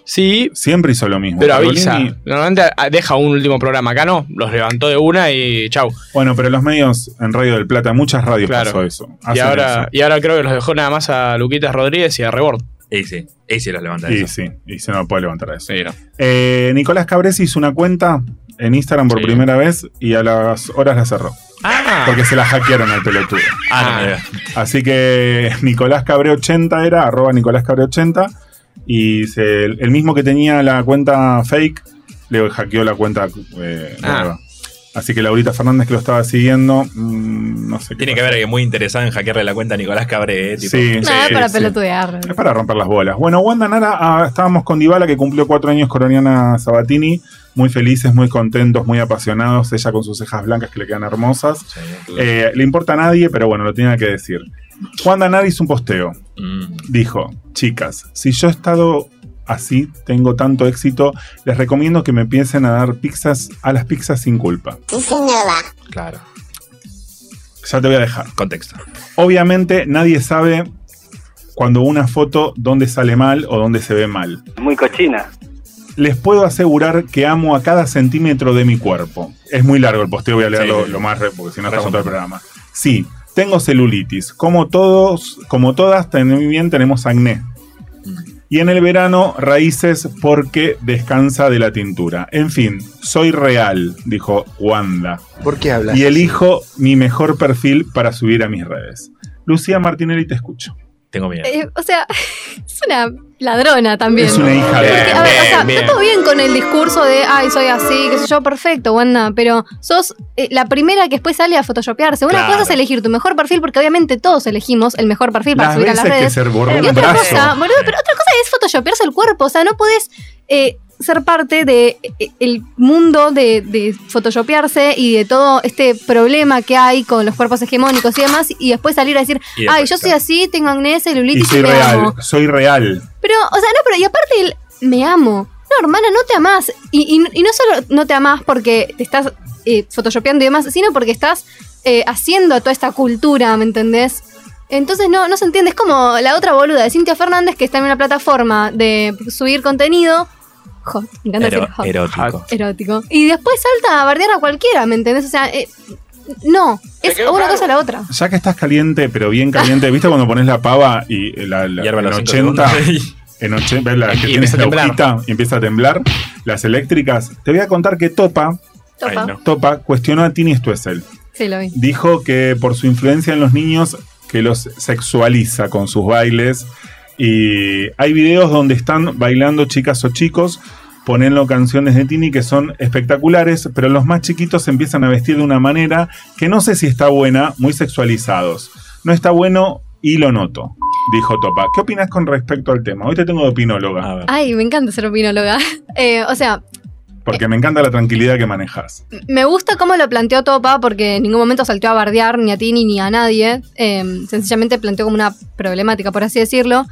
[SPEAKER 5] Sí,
[SPEAKER 3] Siempre hizo lo mismo.
[SPEAKER 5] pero
[SPEAKER 3] Pergolini-
[SPEAKER 5] avisa. Normalmente a- deja un último programa. Acá no. Los levantó de una y chau.
[SPEAKER 3] Bueno, pero los medios en Radio del Plata, muchas radios
[SPEAKER 5] Claro.
[SPEAKER 3] pasó eso.
[SPEAKER 5] Y
[SPEAKER 3] Hacen
[SPEAKER 5] ahora,
[SPEAKER 3] eso.
[SPEAKER 5] y ahora creo que los dejó nada más a Luquitas Rodríguez y a Rebord.
[SPEAKER 2] Y sí. Y sí los levanta.
[SPEAKER 3] Y
[SPEAKER 2] eso.
[SPEAKER 3] sí, y se no puede levantar a eso.
[SPEAKER 5] Sí, no.
[SPEAKER 3] Eh, Nicolás Cabresi hizo una cuenta en Instagram por
[SPEAKER 5] Sí.
[SPEAKER 3] primera vez y a las horas la cerró.
[SPEAKER 5] Ah,
[SPEAKER 3] Porque se la hackearon al pelotudo.
[SPEAKER 2] Ah, no,
[SPEAKER 5] Ah.
[SPEAKER 2] mira.
[SPEAKER 3] Así que Nicolás Cabre 80 era, arroba Nicolás Cabre 80. Y se- el mismo que tenía la cuenta fake, le hackeó la cuenta eh,
[SPEAKER 5] Ah.
[SPEAKER 3] nueva. Así que Laurita Fernández que lo estaba siguiendo, mm, no sé qué
[SPEAKER 2] Tiene que
[SPEAKER 3] pasa.
[SPEAKER 2] haber alguien muy interesado en hackearle la cuenta a Nicolás Cabré. eh, tipo,
[SPEAKER 3] Sí,
[SPEAKER 4] Nada
[SPEAKER 3] sí,
[SPEAKER 4] Ah, para
[SPEAKER 3] sí. Eh,
[SPEAKER 4] pelotudear.
[SPEAKER 3] Es para romper las bolas. Bueno, Wanda Nara, ah, estábamos con Dybala que cumplió cuatro años con Oriana Sabatini. Muy felices, muy contentos, muy apasionados. Ella con sus cejas blancas que le quedan hermosas. Eh, le importa a nadie, pero bueno, lo tenía que decir. Wanda Nara hizo un posteo.
[SPEAKER 2] mm,
[SPEAKER 3] Dijo, chicas, si yo he estado así, tengo tanto éxito, les recomiendo que me empiecen a dar pizzas a las pizzas sin culpa.
[SPEAKER 2] claro.
[SPEAKER 3] Ya te voy a dejar.
[SPEAKER 2] Contexto.
[SPEAKER 3] Obviamente nadie sabe cuando una foto dónde sale mal o dónde se ve mal.
[SPEAKER 9] Muy cochina.
[SPEAKER 3] Les puedo asegurar que amo a cada centímetro de mi cuerpo. Es muy largo el posteo, voy a leerlo
[SPEAKER 2] Sí.
[SPEAKER 3] lo más re- porque si no estamos
[SPEAKER 2] Resumen.
[SPEAKER 3] todo el programa. Sí, tengo celulitis. Como todos, como todas, también tenemos acné. Y en el verano, raíces porque descansa de la tintura. En fin, soy real, dijo Wanda.
[SPEAKER 10] ¿Por qué hablas?
[SPEAKER 3] Y elijo mi mejor perfil para subir a mis redes. Lucía Martinelli, te escucho.
[SPEAKER 2] Tengo miedo.
[SPEAKER 4] Eh, o sea, *laughs* es una ladrona también.
[SPEAKER 3] Es una hija
[SPEAKER 4] Porque, a
[SPEAKER 3] de.
[SPEAKER 4] ver,
[SPEAKER 2] Bien,
[SPEAKER 4] o sea,
[SPEAKER 2] bien.
[SPEAKER 4] está todo bien con el discurso de, ay, soy así, qué sé yo, perfecto, Wanda, pero sos eh, la primera que después sale a photoshopearse. Una
[SPEAKER 2] Claro.
[SPEAKER 4] cosa es elegir tu mejor perfil, porque obviamente todos elegimos el mejor perfil para
[SPEAKER 3] Las
[SPEAKER 4] subir a las
[SPEAKER 3] veces que
[SPEAKER 4] redes.
[SPEAKER 3] se borró
[SPEAKER 4] Y
[SPEAKER 3] un
[SPEAKER 4] otra
[SPEAKER 3] brazo.
[SPEAKER 4] cosa, boludo, pero otra cosa es photoshopearse el cuerpo, o sea, no podés eh, ser parte de eh, el mundo de, de photoshopearse y de todo este problema que hay con los cuerpos hegemónicos y demás, y después salir a decir,
[SPEAKER 2] Y después,
[SPEAKER 4] ay, yo soy
[SPEAKER 2] claro.
[SPEAKER 4] así, tengo acné, celulitis
[SPEAKER 3] Y
[SPEAKER 4] y,
[SPEAKER 3] soy
[SPEAKER 4] me
[SPEAKER 3] real,
[SPEAKER 4] amo.
[SPEAKER 3] soy real.
[SPEAKER 4] Pero, o sea, no, pero y aparte el me amo. No, hermana, no te amás. Y, y- y no solo no te amás porque te estás eh, photoshopeando y demás, sino porque estás eh, haciendo toda esta cultura, ¿me entendés? Entonces no, no se entiende. Es como la otra boluda de Cintia Fernández que está en una plataforma de subir contenido. Hot, me encanta
[SPEAKER 2] Ero-
[SPEAKER 4] decir hot.
[SPEAKER 2] erótico.
[SPEAKER 4] erótico. Y después salta a bardear a cualquiera, ¿me entendés? O sea, eh, no, es una cosa a la otra.
[SPEAKER 3] Ya que estás caliente, pero bien caliente, ¿viste cuando pones la pava y eh, la, la-
[SPEAKER 2] Hierva
[SPEAKER 3] Ah, en
[SPEAKER 2] los cinco
[SPEAKER 4] *laughs*
[SPEAKER 3] 80?
[SPEAKER 2] segundos.
[SPEAKER 3] *laughs* En 80, ¿ves la que
[SPEAKER 2] Y
[SPEAKER 3] tienes
[SPEAKER 2] empieza a
[SPEAKER 3] la
[SPEAKER 2] temblar.
[SPEAKER 3] hojita y empieza a temblar? Las eléctricas. Te voy a contar que Topa,
[SPEAKER 4] Topa.
[SPEAKER 2] Ay, no.
[SPEAKER 3] Topa cuestionó a Tini Stoessel.
[SPEAKER 4] Sí, lo vi.
[SPEAKER 3] Dijo que por su influencia en los niños, que los sexualiza con sus bailes. Y hay videos donde están bailando chicas o chicos, poniendo canciones de Tini que son espectaculares, pero los más chiquitos se empiezan a vestir de una manera que no sé si está buena, muy sexualizados. No está bueno y lo noto, dijo Topa. ¿Qué opinas con respecto al tema? Hoy te tengo de opinóloga,
[SPEAKER 2] A ver.
[SPEAKER 4] Ay, me encanta ser opinóloga. *laughs* Eh, o sea,
[SPEAKER 3] porque me encanta la tranquilidad que manejas.
[SPEAKER 4] me gusta cómo lo planteó Topa, porque en ningún momento saltó a bardear ni a ti ni a nadie. Eh, sencillamente planteó como una problemática, por así decirlo.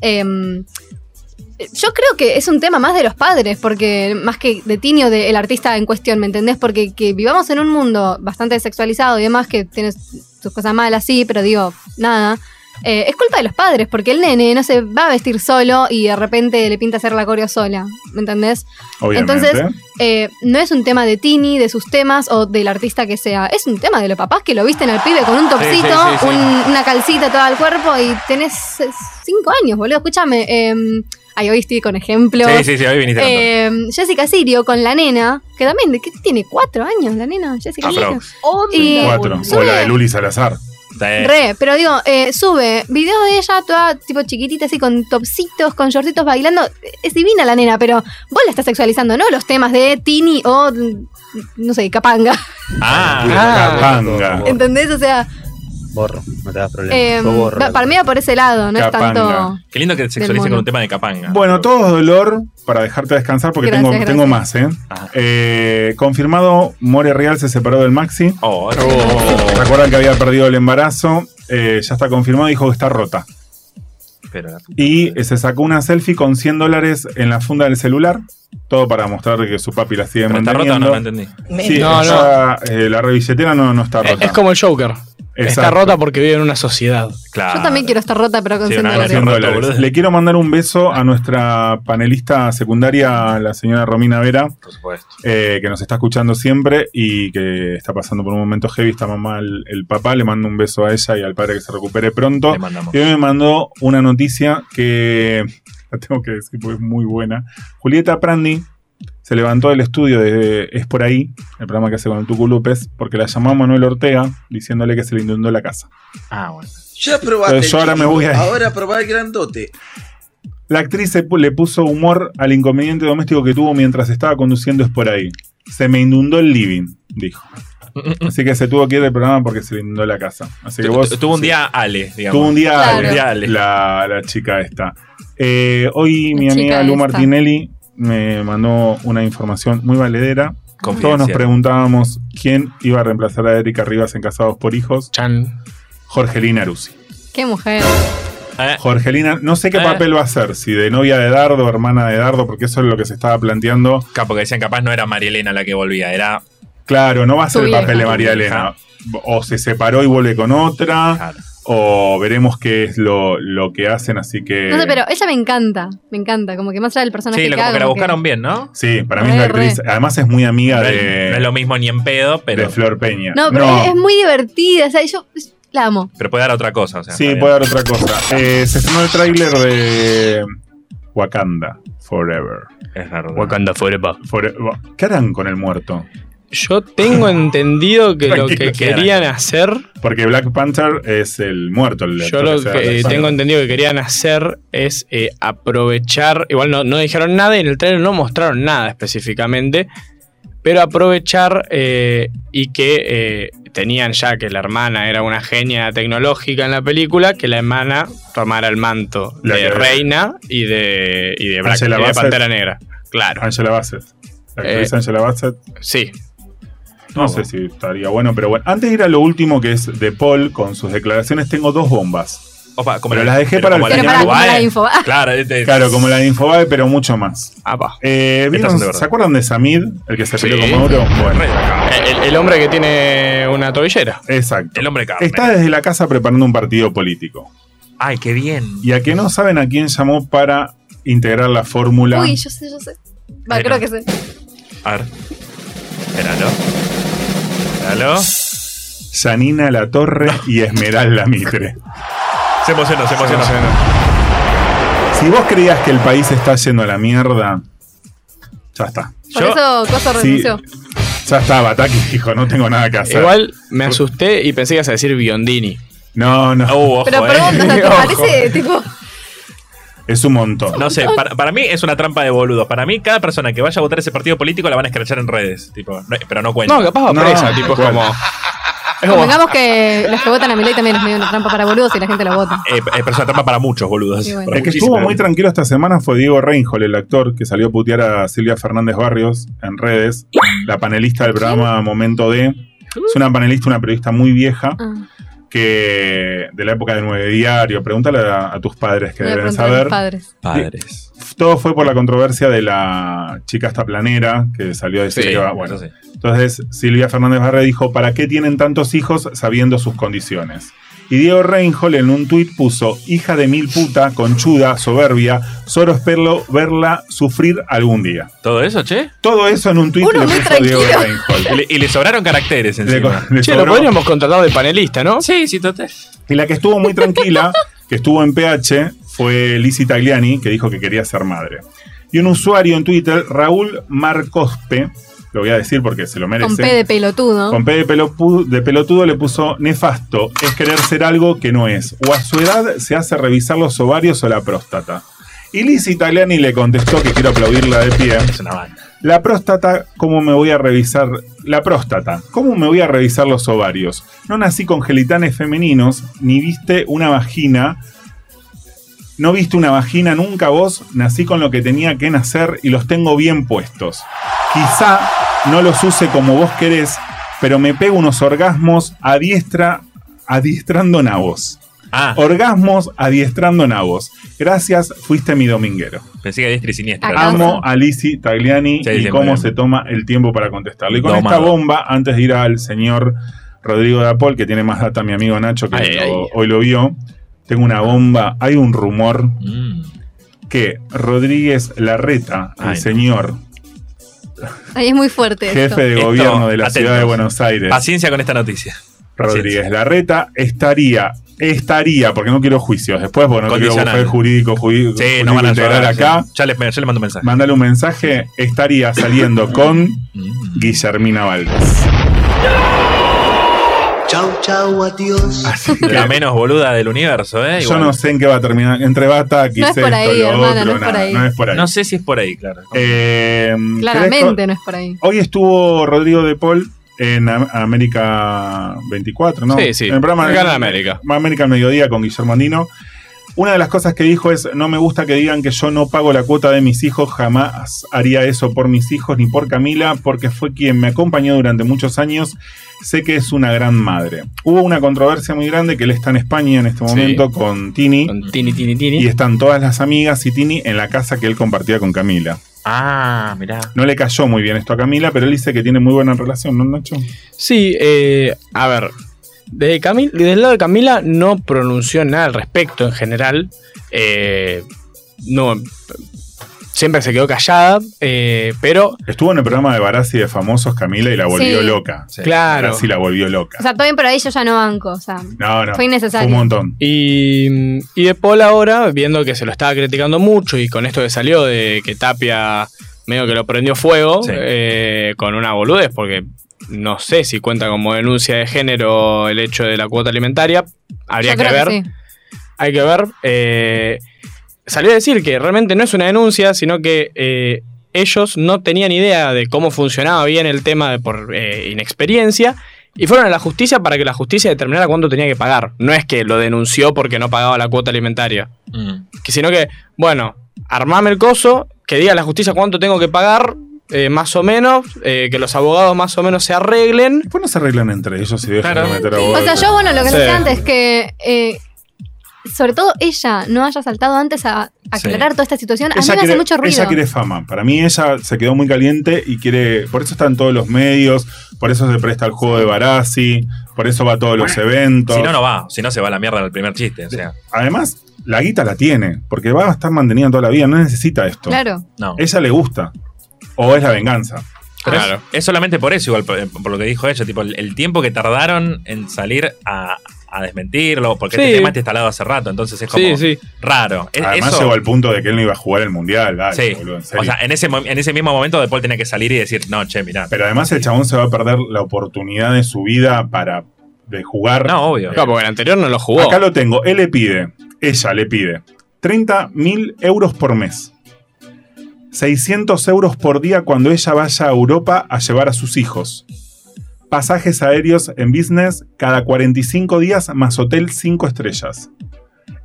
[SPEAKER 4] Eh, yo creo que es un tema más de los padres, porque más que de Tini o del artista en cuestión, ¿me entendés? Porque que vivamos en un mundo bastante sexualizado y demás, que tiene sus cosas malas, sí, pero digo, nada. eh, es culpa de los padres, porque el nene no se va a vestir solo y de repente le pinta hacer la coreo sola, ¿me entendés?
[SPEAKER 3] Obviamente.
[SPEAKER 4] Entonces, eh, no es un tema de Tini, de sus temas o del artista que sea. Es un tema de los papás que lo visten al pibe con un
[SPEAKER 2] sí,
[SPEAKER 4] topsito,
[SPEAKER 2] sí, sí.
[SPEAKER 4] un- una calcita toda al cuerpo y tenés eh, cinco años, boludo. Escúchame. em, ay, hoy estoy con ejemplos.
[SPEAKER 2] Sí, sí, sí, hoy viniste con todo.
[SPEAKER 4] Em, Jessica Sirio con la nena, que también de, ¿qué tiene cuatro años la nena, Jessica Sirio.
[SPEAKER 3] Aprox.
[SPEAKER 4] Y
[SPEAKER 3] Cuatro. O
[SPEAKER 4] eh, sube-
[SPEAKER 3] la de Luli Salazar.
[SPEAKER 2] Está, eh,
[SPEAKER 4] Re, pero digo, eh, sube videos de ella toda tipo chiquitita, así con topsitos, con shortitos bailando. Es divina la nena, pero vos la estás sexualizando, ¿no? Los temas de Tini o, mm, no sé, Capanga.
[SPEAKER 2] Ah,
[SPEAKER 10] Ah,
[SPEAKER 3] Capanga.
[SPEAKER 10] Borro,
[SPEAKER 4] ¿Entendés? O sea,
[SPEAKER 10] borro, no te das problema.
[SPEAKER 4] eh,
[SPEAKER 10] Yo borro
[SPEAKER 4] va-
[SPEAKER 10] la
[SPEAKER 4] para mí va por ese lado, no
[SPEAKER 3] Capanga.
[SPEAKER 4] es tanto.
[SPEAKER 2] qué lindo que sexualicen
[SPEAKER 4] mono.
[SPEAKER 2] con un tema de capanga.
[SPEAKER 3] Bueno, todo dolor para dejarte descansar porque
[SPEAKER 4] Gracias,
[SPEAKER 3] tengo,
[SPEAKER 4] gracias.
[SPEAKER 3] tengo más, ¿eh?
[SPEAKER 2] Ajá.
[SPEAKER 3] Eh, Confirmado, More Real se separó del Maxi.
[SPEAKER 2] Oh,
[SPEAKER 3] Recuerdan que había perdido el embarazo. Eh, ya está confirmado, dijo que está rota.
[SPEAKER 2] pero
[SPEAKER 3] *laughs*
[SPEAKER 2] la puta
[SPEAKER 3] Y
[SPEAKER 2] madre.
[SPEAKER 3] eh, se sacó una selfie con 100 dólares en la funda del celular. Todo para mostrar que su papi la sigue
[SPEAKER 2] ¿Pero está rota o
[SPEAKER 3] manteniendo.
[SPEAKER 2] no? No entendí.
[SPEAKER 3] Sí,
[SPEAKER 5] No,
[SPEAKER 3] está, eh, la rebilletera no, no está
[SPEAKER 5] Es,
[SPEAKER 3] rota.
[SPEAKER 5] es como el Joker. Está
[SPEAKER 3] Exacto.
[SPEAKER 5] rota porque vive en una sociedad.
[SPEAKER 2] Claro.
[SPEAKER 4] Yo también quiero estar rota, pero con
[SPEAKER 2] Ah, Sí,
[SPEAKER 4] cien
[SPEAKER 2] una
[SPEAKER 4] dólares.
[SPEAKER 2] gracia.
[SPEAKER 3] 100
[SPEAKER 2] Roto,
[SPEAKER 3] dólares.
[SPEAKER 2] boludo.
[SPEAKER 3] Le quiero mandar un beso a nuestra panelista secundaria, la señora Romina Vera.
[SPEAKER 2] Por supuesto.
[SPEAKER 3] eh, que nos está escuchando siempre y que está pasando por un momento heavy. Está mamá, el, el papá, le mando un beso a ella y al padre que se recupere pronto.
[SPEAKER 2] Le mandamos.
[SPEAKER 3] Y hoy me mandó una noticia que *laughs* la tengo que decir porque es muy buena. Julieta Prandi se levantó del estudio de Es por ahí, el programa que hace con el Tucu López, porque la llamó a Manuel Ortega diciéndole que se le inundó la casa.
[SPEAKER 2] Ah, bueno.
[SPEAKER 11] Ya probaste.
[SPEAKER 3] Entonces, yo
[SPEAKER 11] el
[SPEAKER 3] ahora me
[SPEAKER 11] chico,
[SPEAKER 3] voy a-
[SPEAKER 11] Ahora probá el grandote.
[SPEAKER 3] La actriz se pu- le puso humor al inconveniente doméstico que tuvo mientras estaba conduciendo Es por ahí. Se me inundó el living, dijo. Así que se tuvo que ir del programa porque se le inundó la casa. Así que
[SPEAKER 2] Tu-
[SPEAKER 3] vos.
[SPEAKER 2] tu- Tuvo un
[SPEAKER 3] sí.
[SPEAKER 2] día Ale, digamos.
[SPEAKER 3] Tuvo un día
[SPEAKER 2] Claro.
[SPEAKER 3] Ale,
[SPEAKER 2] Un día Ale.
[SPEAKER 3] La, la chica esta. Eh, hoy mi
[SPEAKER 2] La
[SPEAKER 3] amiga
[SPEAKER 2] chica
[SPEAKER 3] Lu
[SPEAKER 2] esta.
[SPEAKER 3] Martinelli me mandó una información muy valedera. Todos
[SPEAKER 2] Confidencial.
[SPEAKER 3] nos preguntábamos quién iba a reemplazar a Erika Rivas en Casados por Hijos.
[SPEAKER 5] Chan.
[SPEAKER 3] Jorgelina Arusi.
[SPEAKER 4] Qué mujer.
[SPEAKER 3] Jorgelina, no sé qué
[SPEAKER 2] Eh.
[SPEAKER 3] papel va a hacer, si de novia de Dardo, hermana de Dardo, porque eso es lo que se estaba planteando.
[SPEAKER 2] Acá, Porque decían capaz no era Marielena la que volvía, era.
[SPEAKER 3] Claro, no va a ser
[SPEAKER 2] Tu
[SPEAKER 3] el
[SPEAKER 2] vieja.
[SPEAKER 3] papel de
[SPEAKER 2] Tu
[SPEAKER 3] María
[SPEAKER 2] vieja.
[SPEAKER 3] Elena. O se separó y vuelve con otra, o veremos qué es lo, lo que hacen, así que...
[SPEAKER 4] No sé, pero ella me encanta. Me encanta. Como que más allá del personaje que haga, como que-
[SPEAKER 2] bien, ¿no?
[SPEAKER 3] Sí, para mí es
[SPEAKER 4] Re,
[SPEAKER 3] la actriz.
[SPEAKER 4] re.
[SPEAKER 3] Además es muy amiga
[SPEAKER 2] No es-
[SPEAKER 3] de...
[SPEAKER 2] no es lo mismo ni en pedo, pero.
[SPEAKER 3] De Flor Peña.
[SPEAKER 4] No, pero Es, es muy divertida. O sea, yo la amo.
[SPEAKER 2] Pero puede dar otra cosa, o sea.
[SPEAKER 3] Sí,
[SPEAKER 2] está
[SPEAKER 3] puede dar otra cosa. Eh, se estrenó el tráiler de Wakanda Forever.
[SPEAKER 2] Es verdad.
[SPEAKER 5] Wakanda Forever.
[SPEAKER 3] ¿Qué harán con el muerto?
[SPEAKER 5] Yo
[SPEAKER 3] *laughs*
[SPEAKER 5] tengo entendido que lo
[SPEAKER 3] Tranquilo,
[SPEAKER 5] que
[SPEAKER 3] queda.
[SPEAKER 5] querían hacer
[SPEAKER 3] Porque Black Panther es el muerto. El
[SPEAKER 5] Yo lo que eh, tengo entendido que querían hacer es eh, aprovechar, igual no, no dijeron nada y en el trailer no mostraron nada específicamente, pero aprovechar eh, y que eh, tenían ya que la hermana era una genia tecnológica en la película, que la hermana tomara el manto
[SPEAKER 3] La
[SPEAKER 5] de
[SPEAKER 3] que-
[SPEAKER 5] reina y de, y de, Black-
[SPEAKER 3] Angela
[SPEAKER 5] y de
[SPEAKER 3] Bassett.
[SPEAKER 5] Pantera Negra. Claro.
[SPEAKER 3] Angela Bassett. La actriz
[SPEAKER 5] Eh,
[SPEAKER 3] Angela Bassett.
[SPEAKER 5] Sí.
[SPEAKER 3] No sé si estaría bueno, pero bueno. Antes de ir a lo último que es de Paul con sus declaraciones, tengo dos bombas.
[SPEAKER 2] Opa, como
[SPEAKER 3] pero
[SPEAKER 2] la-
[SPEAKER 3] las dejé
[SPEAKER 2] pero
[SPEAKER 3] para el
[SPEAKER 2] como la-
[SPEAKER 3] final.
[SPEAKER 2] Pero para- como la de
[SPEAKER 4] Infobae.
[SPEAKER 2] Claro, este-
[SPEAKER 3] Claro, como la de Infobae, pero mucho más. Eh, ¿vieron-
[SPEAKER 5] Estas son de verdad.
[SPEAKER 3] ¿Se acuerdan de Samid, el que se
[SPEAKER 5] Sí.
[SPEAKER 3] peleó con Mauro? Bueno,
[SPEAKER 5] Eh, El, el hombre que tiene una tobillera.
[SPEAKER 3] Exacto.
[SPEAKER 5] El hombre
[SPEAKER 3] está desde la casa preparando un partido político.
[SPEAKER 2] Ay, qué bien.
[SPEAKER 3] Y a que no saben a quién llamó para integrar la fórmula.
[SPEAKER 4] Uy, yo sé, yo sé. Va,
[SPEAKER 3] Bueno.
[SPEAKER 4] creo que sé.
[SPEAKER 2] A ver. Espéralo. Espéralo.
[SPEAKER 3] Janina La Torre y Esmeralda Mitre.
[SPEAKER 2] Se emocionó,
[SPEAKER 3] Ah,
[SPEAKER 2] se emocionó.
[SPEAKER 3] Si vos creías que el país está yendo a la mierda, ya está.
[SPEAKER 4] Por eso Coso
[SPEAKER 3] Sí.
[SPEAKER 4] renunció.
[SPEAKER 3] Ya está, Bataki dijo, no tengo nada que hacer.
[SPEAKER 5] Igual me asusté y pensé que ibas a decir Biondini.
[SPEAKER 3] No, no.
[SPEAKER 2] Uh,
[SPEAKER 4] pero
[SPEAKER 2] eh. *laughs*
[SPEAKER 4] pregunta, o sea, ¿te parece tipo
[SPEAKER 3] Es un montón.
[SPEAKER 2] No sé, para, para mí es una trampa de boludos. Para mí, cada persona que vaya a votar ese partido político la van a escrachar en redes. Tipo, no- pero no cuenta. Eh,
[SPEAKER 5] No, capaz va presa, tipo, es
[SPEAKER 2] igual.
[SPEAKER 5] como-
[SPEAKER 2] Es como-
[SPEAKER 4] Convengamos que los que votan a Milei también es medio una trampa para boludos y la gente la vota.
[SPEAKER 2] Eh, eh, pero es una trampa para muchos boludos.
[SPEAKER 4] Sí, bueno.
[SPEAKER 2] Para
[SPEAKER 3] El que
[SPEAKER 2] muchísimos.
[SPEAKER 3] estuvo muy tranquilo esta semana fue Diego Reinhold, el actor que salió a putear a Silvia Fernández Barrios en redes, la panelista del programa Momento D. Es una panelista, una periodista muy vieja,
[SPEAKER 4] Ah,
[SPEAKER 3] que de la época del Nueve Diario. Pregúntale a, a tus padres que
[SPEAKER 4] Voy a
[SPEAKER 3] deben
[SPEAKER 4] preguntar a mis
[SPEAKER 3] saber.
[SPEAKER 4] padres.
[SPEAKER 2] Padres.
[SPEAKER 3] Todo fue por la controversia de la chica esta planera que salió a decir
[SPEAKER 2] Sí,
[SPEAKER 3] que iba-
[SPEAKER 2] eso
[SPEAKER 3] Bueno,
[SPEAKER 2] sí.
[SPEAKER 3] entonces Silvia Fernández Barre dijo: ¿Para qué tienen tantos hijos sabiendo sus condiciones? Y Diego Reinhold en un tuit puso: Hija de mil puta, conchuda, soberbia, solo espero verla sufrir algún día.
[SPEAKER 2] ¿Todo eso, che?
[SPEAKER 3] Todo eso en un tuit le puso
[SPEAKER 2] *laughs*
[SPEAKER 3] Diego
[SPEAKER 2] Y
[SPEAKER 3] Reinhold.
[SPEAKER 2] le, y le sobraron caracteres encima.
[SPEAKER 3] le
[SPEAKER 5] Che, lo
[SPEAKER 3] sobró.
[SPEAKER 5] podríamos contratar de panelista, ¿no?
[SPEAKER 2] Sí, sí, total.
[SPEAKER 3] Y la que estuvo muy tranquila, que estuvo en PH, fue Lizzie Tagliani, que dijo que quería ser madre. Y un usuario en Twitter, Raúl Marcospe, lo voy a decir porque se lo merece.
[SPEAKER 4] Con P de pelotudo.
[SPEAKER 3] Con P de, pelopu- de pelotudo le puso nefasto, es querer ser algo que no es. O a su edad se hace revisar los ovarios o la próstata. Y Liz Italiani le contestó que quiero aplaudirla de pie. La próstata, ¿cómo me voy a revisar? La próstata, ¿cómo me voy a revisar los ovarios? No nací con gelitanes femeninos, ni viste una vagina. No viste una vagina nunca vos, nací con lo que tenía que nacer y los tengo bien puestos. Quizá no los use como vos querés, pero me pego unos orgasmos a diestra, adiestrando nabos.
[SPEAKER 2] Ah.
[SPEAKER 3] Oh. Orgasmos adiestrando nabos. Gracias, fuiste mi dominguero.
[SPEAKER 2] Pensé que a diestra y siniestra.
[SPEAKER 3] Amo a Lizzie Tagliani
[SPEAKER 2] Sí, sí,
[SPEAKER 3] y
[SPEAKER 2] muy
[SPEAKER 3] cómo
[SPEAKER 2] bien.
[SPEAKER 3] se toma el tiempo para contestarle. Y con
[SPEAKER 2] Domado.
[SPEAKER 3] esta bomba, antes de ir al señor Rodrigo de Apol, que tiene más data mi amigo Nacho, que
[SPEAKER 5] Ay,
[SPEAKER 3] lo-
[SPEAKER 5] ay.
[SPEAKER 3] hoy lo vio, tengo una bomba. Hay un rumor
[SPEAKER 2] Mm.
[SPEAKER 3] que Rodríguez Larreta, el
[SPEAKER 2] Ay, no.
[SPEAKER 3] señor
[SPEAKER 4] Ahí es muy fuerte esto.
[SPEAKER 3] jefe de
[SPEAKER 2] Esto,
[SPEAKER 3] gobierno de la
[SPEAKER 2] atentos.
[SPEAKER 3] ciudad de Buenos Aires,
[SPEAKER 2] Paciencia con esta noticia.
[SPEAKER 3] Rodríguez Larreta, estaría, estaría, porque no quiero juicios después, porque no quiero
[SPEAKER 2] Condicional.
[SPEAKER 3] bufete jurídico, judi-
[SPEAKER 2] Sí,
[SPEAKER 3] jurídico
[SPEAKER 2] nos van a
[SPEAKER 3] integral
[SPEAKER 2] llorar
[SPEAKER 3] acá.
[SPEAKER 2] Ya les, ya les mando un mensaje.
[SPEAKER 3] Mándale un mensaje, estaría
[SPEAKER 2] Mm.
[SPEAKER 3] saliendo con Guillermina Valdés.
[SPEAKER 9] Chau, chau, adiós.
[SPEAKER 2] La menos boluda del universo, ¿eh?
[SPEAKER 3] Yo no sé en qué va a terminar. Entre Bata, quizás
[SPEAKER 4] por ahí,
[SPEAKER 3] esto y lo
[SPEAKER 4] hermana,
[SPEAKER 3] otro,
[SPEAKER 4] no es por
[SPEAKER 3] nada,
[SPEAKER 4] ahí.
[SPEAKER 3] no es por ahí.
[SPEAKER 2] No sé si es por ahí, claro.
[SPEAKER 3] Eh,
[SPEAKER 4] Claramente no es por ahí.
[SPEAKER 3] Hoy estuvo Rodrigo de Paul en Am- América 24, ¿no?
[SPEAKER 5] Sí, sí.
[SPEAKER 3] En el programa
[SPEAKER 5] Canal América.
[SPEAKER 3] América al mediodía con Guillermo Andino. Una de las cosas que dijo es, no me gusta que digan que yo no pago la cuota de mis hijos, jamás haría eso por mis hijos ni por Camila, porque fue quien me acompañó durante muchos años, sé que es una gran madre. Hubo una controversia muy grande que él está en España en este momento con Tini.
[SPEAKER 5] Tini, Tini, Tini.
[SPEAKER 3] Y están todas las amigas y Tini en la casa que él compartía con Camila.
[SPEAKER 2] Ah, mirá.
[SPEAKER 3] No le cayó muy bien esto a Camila, pero él dice que tiene muy buena relación, ¿no, Nacho?
[SPEAKER 5] Sí, eh, a ver. Desde Camil, desde el lado de Camila no pronunció nada al respecto en general. Eh, no. Siempre se quedó callada, eh, pero.
[SPEAKER 3] Estuvo en el programa de Barassi de Famosos Camila y la volvió
[SPEAKER 4] Sí.
[SPEAKER 3] loca.
[SPEAKER 5] Claro.
[SPEAKER 3] Barassi la volvió loca.
[SPEAKER 4] O sea, todo bien, pero ahí yo ya no banco. O sea,
[SPEAKER 3] No, no.
[SPEAKER 4] Fue innecesario.
[SPEAKER 3] un montón.
[SPEAKER 5] Y, y de Paul ahora, viendo que se lo estaba criticando mucho y con esto que salió de que Tapia medio que lo prendió fuego eh, con una boludez, porque no sé si cuenta como denuncia de género el hecho de la cuota alimentaria. Habría
[SPEAKER 4] yo
[SPEAKER 5] que
[SPEAKER 4] creo
[SPEAKER 5] ver.
[SPEAKER 4] que sí.
[SPEAKER 5] Hay que ver. eh, salió a decir que realmente no es una denuncia, sino que eh, ellos no tenían idea de cómo funcionaba bien el tema de por eh, inexperiencia. Y fueron a la justicia para que la justicia determinara cuánto tenía que pagar. No es que lo denunció porque no pagaba la cuota alimentaria.
[SPEAKER 2] Mm.
[SPEAKER 5] Que sino que, bueno, armame el coso, que diga la justicia cuánto tengo que pagar, eh, más o menos, eh, que los abogados más o menos se arreglen.
[SPEAKER 3] ¿Por qué no se arreglan entre ellos y dejan de meter a
[SPEAKER 4] O sea, yo, bueno, lo que
[SPEAKER 5] Sí.
[SPEAKER 4] decía antes es que. eh, sobre todo ella no haya saltado antes a aclarar toda esta situación. A mí me hace mucho ruido.
[SPEAKER 3] ella quiere fama. Para mí ella se quedó muy caliente y quiere... Por eso está en todos los medios, por eso se presta al juego de Barassi, por eso va a todos los eventos.
[SPEAKER 2] Si no, no va. Si no, se va a la mierda el primer chiste. O sea,
[SPEAKER 3] Además, la guita la tiene, porque va a estar mantenida toda la vida, no necesita esto.
[SPEAKER 4] Claro.
[SPEAKER 2] no.
[SPEAKER 3] Ella le gusta. O es la venganza.
[SPEAKER 2] Pero es- Es, solamente por eso, igual, por, por lo que dijo ella, tipo, el, el tiempo que tardaron en salir a, a desmentirlo, porque
[SPEAKER 5] Sí.
[SPEAKER 2] este tema está instalado hace rato, entonces es como
[SPEAKER 5] Sí, sí.
[SPEAKER 2] raro. Es-
[SPEAKER 3] Además
[SPEAKER 2] eso-
[SPEAKER 3] llegó al punto de que él no iba a jugar el mundial. Dale,
[SPEAKER 2] sí.
[SPEAKER 3] boludo, en serio.
[SPEAKER 2] O sea, en ese, mo- en ese mismo momento De Paul tenía que salir y decir, no, che, mirá.
[SPEAKER 3] Pero además el chabón se va a perder la oportunidad de su vida para de jugar.
[SPEAKER 2] No, obvio.
[SPEAKER 5] Claro, porque el anterior no lo jugó.
[SPEAKER 3] Acá lo tengo. Él le pide, ella le pide, 30 mil euros por mes. 600 euros por día cuando ella vaya a Europa a llevar a sus hijos. Pasajes aéreos en business cada 45 días más hotel 5 estrellas.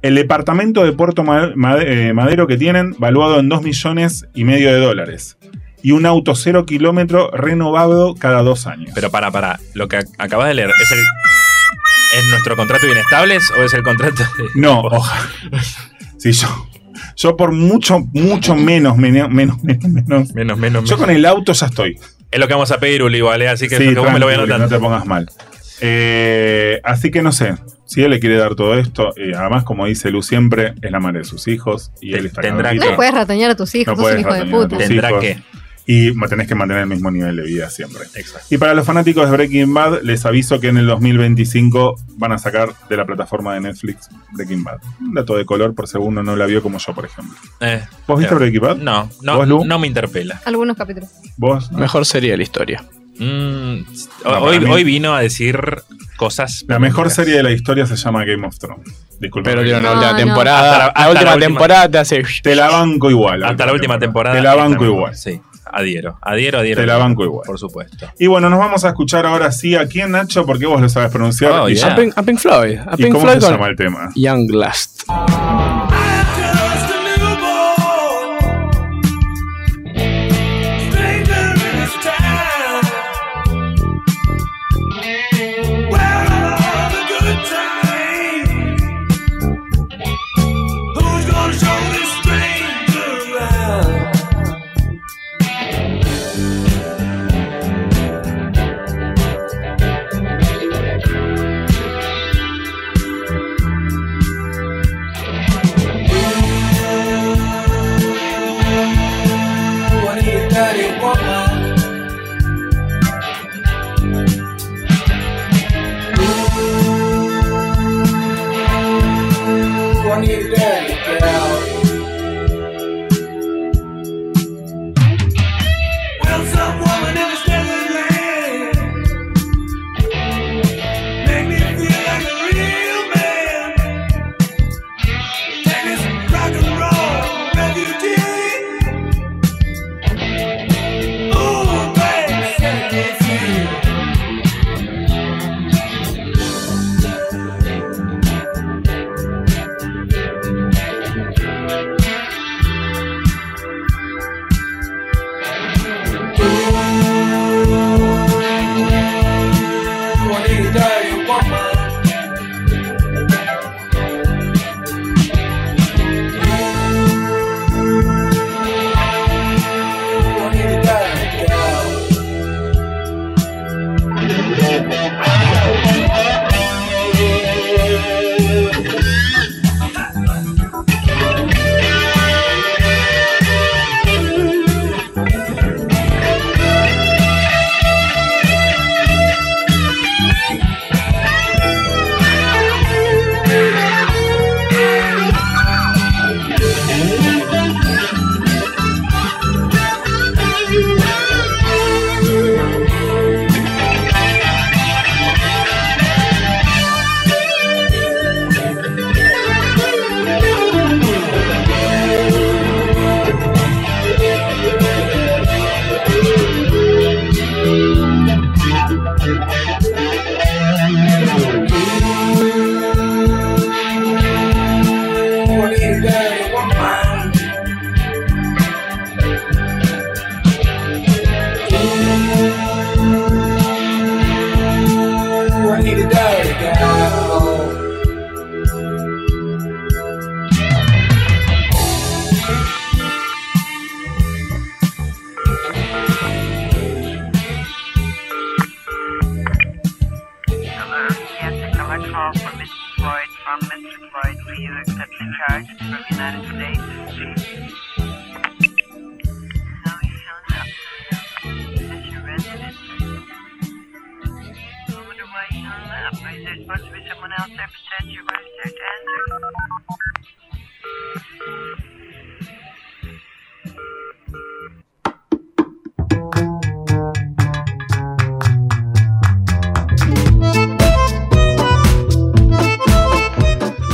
[SPEAKER 3] El departamento de Puerto Ma- Ma- eh, Madero que tienen, valuado en 2 millones y medio de dólares. Y un auto 0 kilómetro renovado cada 2 años.
[SPEAKER 2] Pero para, para, lo que ac- acabas de leer, ¿es el. ¿Es nuestro contrato de inestables o es el contrato de.? *laughs*
[SPEAKER 3] No, ojalá. Sí, yo. Yo por mucho, mucho menos, mene- menos, menos, menos.
[SPEAKER 2] Menos, menos,
[SPEAKER 3] Yo con el auto ya estoy.
[SPEAKER 2] Es lo que vamos a pedir, Uli, ¿vale? Así que,
[SPEAKER 3] Sí,
[SPEAKER 2] que vos me lo voy
[SPEAKER 3] tranqui, no
[SPEAKER 2] anotando.
[SPEAKER 3] te pongas mal. Eh, así que no sé. Si él le quiere dar todo esto, y además, como dice Lu siempre, es la madre de sus hijos y él está
[SPEAKER 2] Tendrá
[SPEAKER 3] cagadito.
[SPEAKER 4] No le puedes ratoñar a tus hijos,
[SPEAKER 3] No
[SPEAKER 4] sos un
[SPEAKER 3] puedes
[SPEAKER 4] hijo de
[SPEAKER 3] ratoñar a
[SPEAKER 4] puta.
[SPEAKER 3] tus
[SPEAKER 2] Tendrá
[SPEAKER 3] hijos.
[SPEAKER 2] que.
[SPEAKER 3] Y ma- tenés que mantener el mismo nivel de vida siempre.
[SPEAKER 2] Exacto.
[SPEAKER 3] Y para los fanáticos de Breaking Bad, les aviso que en el 2025 van a sacar de la plataforma de Netflix Breaking Bad. Un dato de color por segundo no la vio como yo, por ejemplo.
[SPEAKER 2] Eh,
[SPEAKER 3] ¿Vos viste
[SPEAKER 2] claro.
[SPEAKER 3] Breaking Bad?
[SPEAKER 2] No, no,
[SPEAKER 3] ¿Vos, Lu?
[SPEAKER 2] no me interpela.
[SPEAKER 4] Algunos capítulos.
[SPEAKER 3] ¿Vos?
[SPEAKER 5] Mejor sería la historia.
[SPEAKER 2] Mm,
[SPEAKER 3] No,
[SPEAKER 2] hoy,
[SPEAKER 3] para mí-
[SPEAKER 2] hoy vino a decir cosas.
[SPEAKER 3] La mejor serie de la historia se llama Game of Thrones. Disculpa.
[SPEAKER 5] Pero tiene una
[SPEAKER 3] Ah,
[SPEAKER 4] No,
[SPEAKER 5] última
[SPEAKER 4] no.
[SPEAKER 5] temporada.
[SPEAKER 2] Hasta la- hasta
[SPEAKER 5] la última
[SPEAKER 2] la última-
[SPEAKER 5] temporada te hace.
[SPEAKER 3] Te la banco igual.
[SPEAKER 2] Hasta la última temporada.
[SPEAKER 3] Te la
[SPEAKER 2] esta
[SPEAKER 3] banco
[SPEAKER 2] misma.
[SPEAKER 3] igual.
[SPEAKER 2] Sí, adhiero, adhiero, adhiero.
[SPEAKER 3] Te la banco igual.
[SPEAKER 2] Por supuesto.
[SPEAKER 3] Y bueno, nos vamos a escuchar ahora sí a quién, Nacho, porque vos lo sabes pronunciar.
[SPEAKER 2] Oh,
[SPEAKER 3] y
[SPEAKER 2] yeah.
[SPEAKER 5] A Pink, a Pink Floyd. A
[SPEAKER 3] ¿Y
[SPEAKER 5] Pink
[SPEAKER 3] cómo
[SPEAKER 5] Floyd
[SPEAKER 3] se
[SPEAKER 5] con
[SPEAKER 3] llama el tema?
[SPEAKER 5] Young Last.
[SPEAKER 8] Where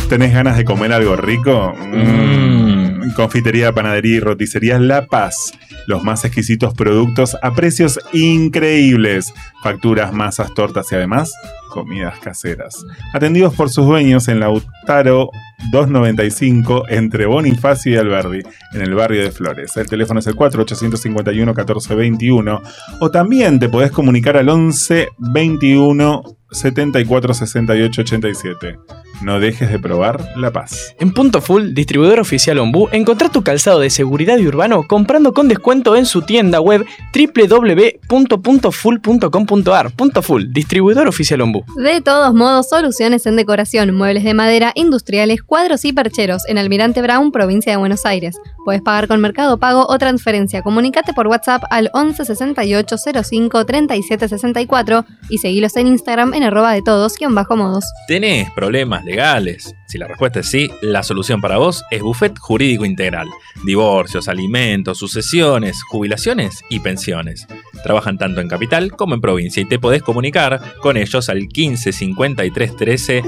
[SPEAKER 3] ¿Tenés ganas de comer algo rico? Mm. Confitería, panadería y roticería La Paz. Los más exquisitos productos a precios increíbles. Facturas, masas, tortas y además comidas caseras. Atendidos por sus dueños en Lautaro 295 entre Bonifacio y Alberdi, en el barrio de Flores. El teléfono es el 4851-1421 o también te podés comunicar al 11 21 74 68 87. No dejes de probar La Paz.
[SPEAKER 5] En Punto Full, distribuidor oficial Ombú, encontrá tu calzado de seguridad y urbano comprando con descuento en su tienda web www.puntofull.com.ar. Punto Full, distribuidor oficial Ombú.
[SPEAKER 4] De todos modos, soluciones en decoración, muebles de madera, industriales, cuadros y percheros en Almirante Brown, provincia de Buenos Aires. Puedes pagar con Mercado Pago o transferencia. Comunicate por WhatsApp al 11 68 05 37 64 y seguilos en Instagram en arroba de todos bajo modos.
[SPEAKER 2] ¿Tenés problemas legales? Si la respuesta es sí, la solución para vos es Buffet Jurídico Integral. Divorcios, alimentos, sucesiones, jubilaciones y pensiones. Trabajan tanto en capital como en provincia y te podés comunicar con ellos al 15 53 13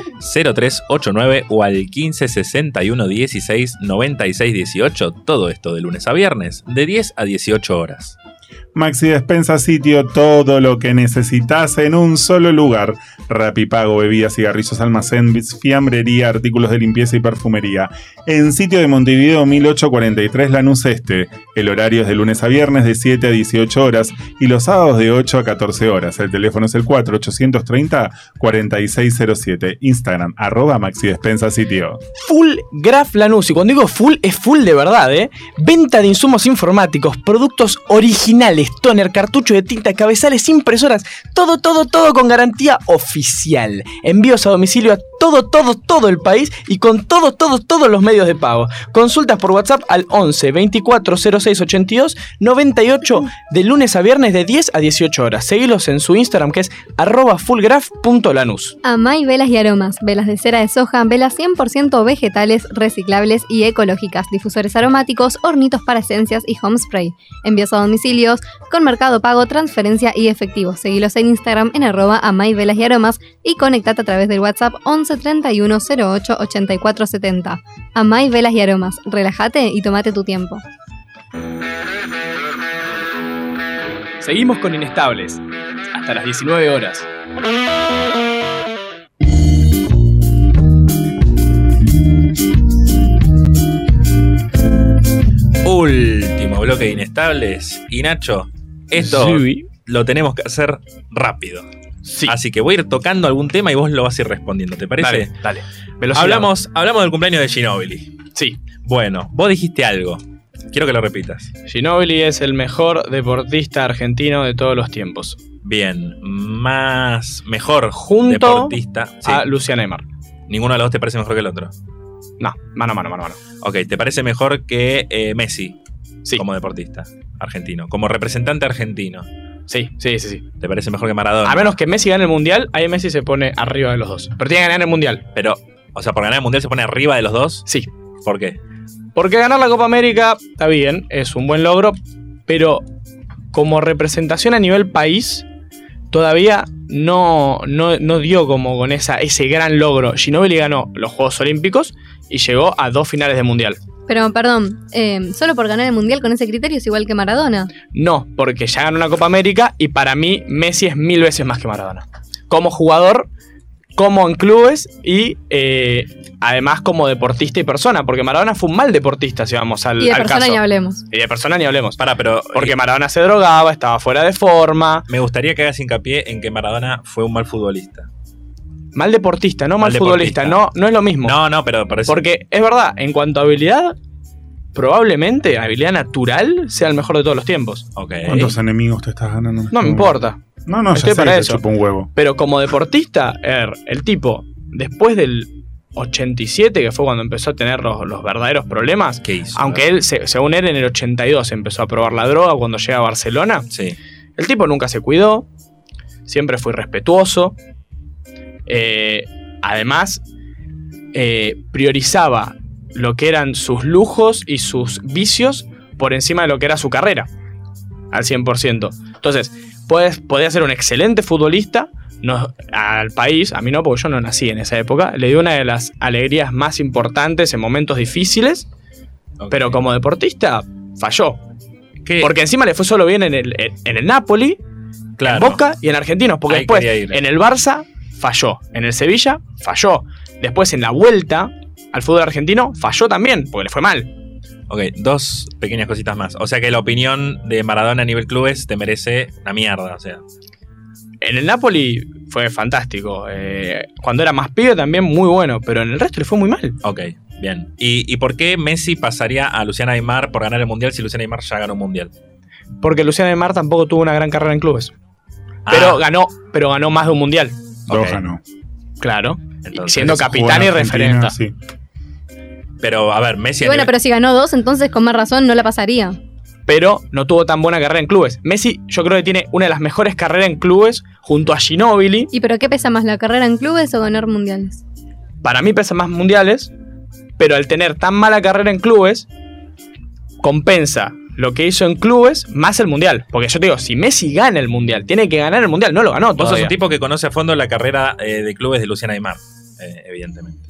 [SPEAKER 2] 03 89 o al 15 61 16 96 18. Todo esto de lunes a viernes, de 10 a 18 horas.
[SPEAKER 3] Maxi Despensa Sitio, todo lo que necesitas en un solo lugar. Rapipago, bebidas, cigarrillos, almacén, bis- fiambrería, artículos de limpieza y perfumería. En sitio de Montevideo 1843 Lanús Este. El horario es de lunes a viernes de 7 a 18 horas y los sábados de 8 a 14 horas. El teléfono es el 4-830-4607. Instagram, arroba Maxi Despensa Sitio.
[SPEAKER 5] Full Graph Lanús. Y cuando digo full, es full de verdad, ¿eh? Venta de insumos informáticos, productos originales, toner, cartucho de tinta, cabezales, impresoras. Todo, todo, todo con garantía oficial. Envíos a domicilio a todo, todo, todo el país y con todo, todo, todos los medios de pago. Consultas por WhatsApp al 11 24 06 82 98 de lunes a viernes de 10 a 18 horas. Seguilos en su Instagram que es arroba fullgraph.lanús.
[SPEAKER 4] Amay Velas y Aromas, velas de cera de soja, velas 100% vegetales, reciclables y ecológicas, difusores aromáticos, hornitos para esencias y home spray. Envíos a domicilios con mercado pago, transferencia y efectivo. Seguilos en Instagram en arroba Amay Velas y Aromas y conectate a través del WhatsApp 11 31 08 84 70. Amay Velas y Aromas, relájate y tomate tu tiempo.
[SPEAKER 5] Seguimos con Inestables. Hasta las 19 horas.
[SPEAKER 2] Último bloque de inestables. Y Nacho, esto
[SPEAKER 5] Sí.
[SPEAKER 2] lo tenemos que hacer rápido. Así que voy a ir tocando algún tema y vos lo vas a ir respondiendo, ¿te parece?
[SPEAKER 5] Dale, dale. Velocidad.
[SPEAKER 2] Hablamos, hablamos del cumpleaños de Ginobili.
[SPEAKER 5] Sí.
[SPEAKER 2] Bueno, vos dijiste algo. Quiero que lo repitas.
[SPEAKER 5] Ginobili es el mejor deportista argentino de todos los tiempos.
[SPEAKER 2] Bien, más mejor
[SPEAKER 5] Junto
[SPEAKER 2] deportista. Sí.
[SPEAKER 5] A Lucian Neymar.
[SPEAKER 2] Ninguno de los dos te parece mejor que el otro.
[SPEAKER 5] No, mano, mano, mano, mano.
[SPEAKER 2] Ok, ¿te parece mejor que eh, Messi
[SPEAKER 5] Sí.
[SPEAKER 2] como deportista argentino? Como representante argentino.
[SPEAKER 5] Sí, sí, sí, sí.
[SPEAKER 2] ¿Te parece mejor que Maradona?
[SPEAKER 5] A menos que Messi gane el mundial, ahí Messi se pone arriba de los dos. Pero tiene que ganar el mundial.
[SPEAKER 2] Pero, o sea, por ganar el mundial se pone arriba de los dos.
[SPEAKER 5] Sí.
[SPEAKER 2] ¿Por qué?
[SPEAKER 5] Porque ganar la Copa América está bien, es un buen logro, pero como representación a nivel país, todavía no, no, no dio como con esa, ese gran logro. Ginobili ganó los Juegos Olímpicos y llegó a dos finales de mundial.
[SPEAKER 4] Pero perdón, eh, solo por ganar el mundial con ese criterio es igual que Maradona.
[SPEAKER 5] No, porque ya ganó una Copa América y para mí Messi es mil veces más que Maradona. Como jugador, como en clubes y eh, además como deportista y persona, porque Maradona fue un mal deportista, si vamos al,
[SPEAKER 4] Y de
[SPEAKER 5] al
[SPEAKER 4] persona
[SPEAKER 5] caso.
[SPEAKER 4] ni hablemos.
[SPEAKER 5] Y de persona ni hablemos.
[SPEAKER 2] Para, pero. eh,
[SPEAKER 5] Porque Maradona se drogaba, estaba fuera de forma.
[SPEAKER 2] Me gustaría que hagas hincapié en que Maradona fue un mal futbolista.
[SPEAKER 5] Mal deportista, no mal,
[SPEAKER 2] Mal
[SPEAKER 5] futbolista.
[SPEAKER 2] deportista.
[SPEAKER 5] No, no es lo mismo.
[SPEAKER 2] No, no, pero parece.
[SPEAKER 5] Porque es verdad, en cuanto a habilidad, probablemente, habilidad natural, sea el mejor de todos los tiempos.
[SPEAKER 2] Ok.
[SPEAKER 3] ¿Cuántos enemigos te estás ganando? en este
[SPEAKER 5] No me
[SPEAKER 3] momento?
[SPEAKER 5] importa.
[SPEAKER 3] No, no, ya
[SPEAKER 5] Estoy
[SPEAKER 3] sé,
[SPEAKER 5] para
[SPEAKER 3] te
[SPEAKER 5] eso.
[SPEAKER 3] chupa un huevo.
[SPEAKER 5] Pero como deportista, er, el tipo, después del 87, que fue cuando empezó a tener los, los verdaderos problemas. Aunque él, se- según él, en el 82 empezó a probar la droga cuando llega a Barcelona. El tipo nunca se cuidó, siempre fue respetuoso. además, eh, priorizaba lo que eran sus lujos y sus vicios por encima de lo que era su carrera, al 100%. Entonces, puedes, podía ser un excelente futbolista. no- al país, a mí no, porque yo no nací en esa época, le dio una de las alegrías más importantes en momentos difíciles, pero como deportista falló.
[SPEAKER 2] Eh,
[SPEAKER 5] Porque encima le fue solo bien en el, en el Napoli, en Boca y en Argentinos, porque
[SPEAKER 2] Ahí
[SPEAKER 5] después
[SPEAKER 2] quería ir.
[SPEAKER 5] en el Barça falló, en el Sevilla falló, después en la vuelta al fútbol argentino falló también, porque le fue mal.
[SPEAKER 2] Ok, dos pequeñas cositas más. O sea que la opinión de Maradona a nivel clubes te merece una mierda. O sea,
[SPEAKER 5] En el Napoli fue fantástico, eh, cuando era más pibe también muy bueno, pero en el resto le fue muy mal.
[SPEAKER 2] ok, bien. ¿Y, y por qué Messi pasaría a Luciana Aymar por ganar el mundial si Luciana Aymar ya ganó un mundial?
[SPEAKER 5] Porque Luciano de Mar tampoco tuvo una gran carrera en clubes.
[SPEAKER 2] Ah,
[SPEAKER 5] Pero ganó, pero ganó más de un mundial.
[SPEAKER 3] Dos ganó.
[SPEAKER 5] Claro. siendo capitán
[SPEAKER 3] jugó
[SPEAKER 5] y
[SPEAKER 3] en Argentina,
[SPEAKER 5] referente.
[SPEAKER 3] sí.
[SPEAKER 2] Pero, a ver, Messi.
[SPEAKER 4] Y bueno, pero si ganó dos, entonces con más razón no la pasaría.
[SPEAKER 5] pero no tuvo tan buena carrera en clubes. Messi, yo creo que tiene una de las mejores carreras en clubes junto a Ginobili.
[SPEAKER 4] ¿Y pero qué pesa más, la carrera en clubes o ganar mundiales?
[SPEAKER 5] Para mí pesa más mundiales, pero al tener tan mala carrera en clubes, compensa lo que hizo en clubes más el mundial. Porque yo te digo, si Messi gana el mundial, tiene que ganar el mundial, no lo ganó.
[SPEAKER 2] Vos sos
[SPEAKER 5] todavía.
[SPEAKER 2] un tipo que conoce a fondo la carrera eh, de clubes de Luciana Aymar, eh, evidentemente.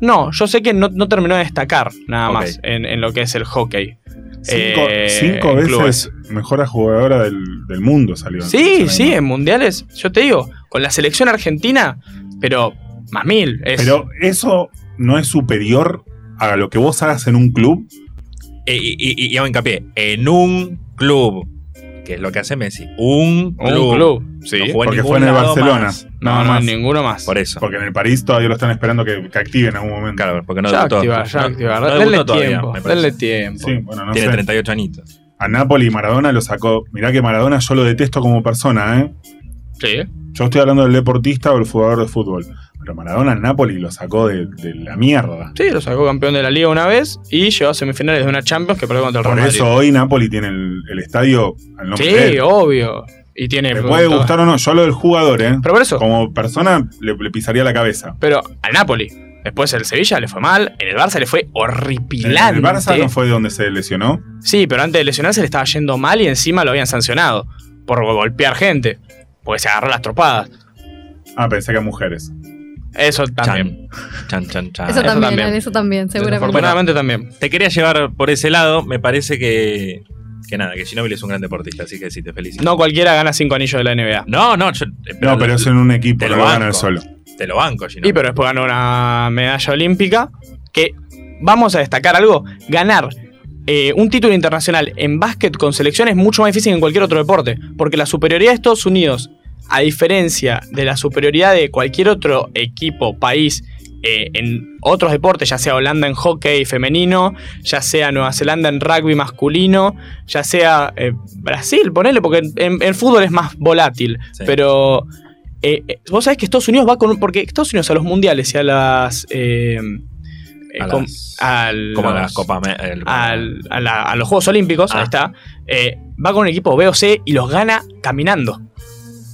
[SPEAKER 5] No, yo sé que no, no terminó de destacar nada
[SPEAKER 2] Ok.
[SPEAKER 5] más en, en lo que es el hockey.
[SPEAKER 3] Cinco,
[SPEAKER 5] eh,
[SPEAKER 3] cinco
[SPEAKER 5] en
[SPEAKER 3] veces
[SPEAKER 5] clubes.
[SPEAKER 3] mejor jugadora del, del mundo salió.
[SPEAKER 5] Sí, sí, en mundiales. Yo te digo, con la selección argentina, pero más mil. es-
[SPEAKER 3] Pero eso no es superior a lo que vos hagas en un club.
[SPEAKER 2] Eh, y, y, y- y hago hincapié, en un club, que es lo que hace Messi, un
[SPEAKER 5] Un
[SPEAKER 2] club.
[SPEAKER 5] club, sí.
[SPEAKER 2] No jugó en
[SPEAKER 3] Porque
[SPEAKER 2] ningún
[SPEAKER 3] fue en el
[SPEAKER 2] lado
[SPEAKER 3] Barcelona.
[SPEAKER 2] uh, más.
[SPEAKER 5] no,
[SPEAKER 3] nada
[SPEAKER 5] no,
[SPEAKER 3] más.
[SPEAKER 5] ninguno más.
[SPEAKER 2] Por eso.
[SPEAKER 3] Porque en el París todavía lo están esperando que, que active en algún momento.
[SPEAKER 2] Claro, porque no
[SPEAKER 5] ya
[SPEAKER 2] debutó.
[SPEAKER 5] activar, ya
[SPEAKER 2] No-
[SPEAKER 5] activar.
[SPEAKER 2] no
[SPEAKER 5] denle
[SPEAKER 2] debutó todavía,
[SPEAKER 5] tiempo,
[SPEAKER 2] me parece.
[SPEAKER 5] denle tiempo.
[SPEAKER 3] Sí, bueno, no
[SPEAKER 2] Tiene
[SPEAKER 3] sé.
[SPEAKER 2] 38 añitos.
[SPEAKER 3] A Napoli Maradona lo sacó. Mirá que Maradona yo lo detesto como persona, ¿eh?
[SPEAKER 5] Sí.
[SPEAKER 3] Yo estoy hablando del deportista o el jugador de fútbol. Pero Maradona al Napoli lo sacó de, de la mierda.
[SPEAKER 5] Sí, lo sacó campeón de la liga una vez y llegó a semifinales de una Champions que perdió contra el Real
[SPEAKER 3] Por
[SPEAKER 5] Madrid.
[SPEAKER 3] eso hoy Napoli tiene el, el estadio al nombre de
[SPEAKER 5] sí,
[SPEAKER 3] él.
[SPEAKER 5] obvio. Y tiene.
[SPEAKER 3] Me puede
[SPEAKER 5] todo.
[SPEAKER 3] gustar o no, yo lo del jugador, ¿eh?
[SPEAKER 5] Pero por eso.
[SPEAKER 3] Como persona le, le pisaría la cabeza.
[SPEAKER 5] Pero al Napoli. Después el Sevilla le fue mal. En el Barça le fue
[SPEAKER 3] En
[SPEAKER 5] horripilante.
[SPEAKER 3] el Barça no fue donde se lesionó.
[SPEAKER 5] Sí, pero antes de lesionarse le estaba yendo mal y encima lo habían sancionado por golpear gente. Porque se agarró las tropadas.
[SPEAKER 3] Ah, pensé que mujeres.
[SPEAKER 5] Eso también.
[SPEAKER 2] Chan, chan, chan.
[SPEAKER 4] eso,
[SPEAKER 5] eso
[SPEAKER 4] también,
[SPEAKER 5] también.
[SPEAKER 4] eso también, seguramente.
[SPEAKER 5] Desafortunadamente también.
[SPEAKER 2] Te quería llevar por ese lado. Me parece que. Que nada, que Ginóbili es un gran deportista, así que sí, te felicito.
[SPEAKER 5] No cualquiera gana cinco anillos de la NBA.
[SPEAKER 2] No, no, yo- eh,
[SPEAKER 3] No, pero es en un equipo,
[SPEAKER 2] te lo
[SPEAKER 3] no lo gana
[SPEAKER 2] banco.
[SPEAKER 3] el solo.
[SPEAKER 2] Te lo banco,
[SPEAKER 5] Y
[SPEAKER 2] Ginóbili.
[SPEAKER 5] pero después ganó una medalla olímpica. Que vamos a destacar algo: ganar eh, un título internacional en básquet con selección es mucho más difícil que en cualquier otro deporte. Porque la superioridad de Estados Unidos, a diferencia de la superioridad de cualquier otro equipo, país. eh, en otros deportes, ya sea Holanda en hockey femenino, ya sea Nueva Zelanda en rugby masculino, ya sea eh, Brasil, ponele, porque en, en- en fútbol es más volátil,
[SPEAKER 2] Sí.
[SPEAKER 5] pero eh, eh, vos sabés que Estados Unidos va con. un- Porque Estados Unidos a los mundiales y a las. eh, eh,
[SPEAKER 2] A
[SPEAKER 5] com-
[SPEAKER 2] las-
[SPEAKER 5] al-
[SPEAKER 2] Como
[SPEAKER 5] los-
[SPEAKER 2] las Copa Me- el-
[SPEAKER 5] al- a, la- a los Juegos Olímpicos,
[SPEAKER 2] Ah.
[SPEAKER 5] ahí está. eh, va con un equipo BOC y los gana caminando.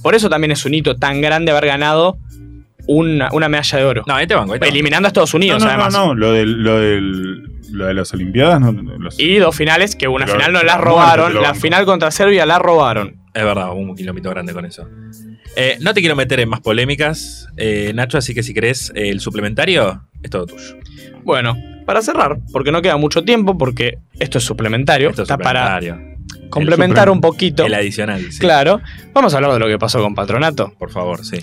[SPEAKER 5] Por eso también es un hito tan grande haber ganado una, una medalla de oro.
[SPEAKER 2] No, ahí te banco, ahí te banco.
[SPEAKER 5] eliminando a Estados
[SPEAKER 3] No,
[SPEAKER 5] Unidos,
[SPEAKER 3] no, no,
[SPEAKER 5] además.
[SPEAKER 3] no, lo, del, lo, del, lo de las Olimpiadas. No, los-
[SPEAKER 5] Y dos finales que una
[SPEAKER 3] Lo-
[SPEAKER 5] final no
[SPEAKER 3] te
[SPEAKER 5] la
[SPEAKER 3] lo banco, te
[SPEAKER 5] robaron.
[SPEAKER 3] lo
[SPEAKER 5] La
[SPEAKER 3] banco.
[SPEAKER 5] final contra Serbia la robaron.
[SPEAKER 2] Es verdad, hubo un kilómetro grande con eso. Eh, no te quiero meter en más polémicas, eh, Nacho, así que si querés eh, el suplementario, es todo tuyo.
[SPEAKER 5] Bueno, para cerrar, porque no queda mucho tiempo, porque esto es suplementario.
[SPEAKER 2] Esto es
[SPEAKER 5] está para
[SPEAKER 2] suplementario.
[SPEAKER 5] complementar un poquito.
[SPEAKER 2] El adicional, sí.
[SPEAKER 5] Claro. Vamos a hablar de lo que pasó con Patronato.
[SPEAKER 2] Por favor, sí.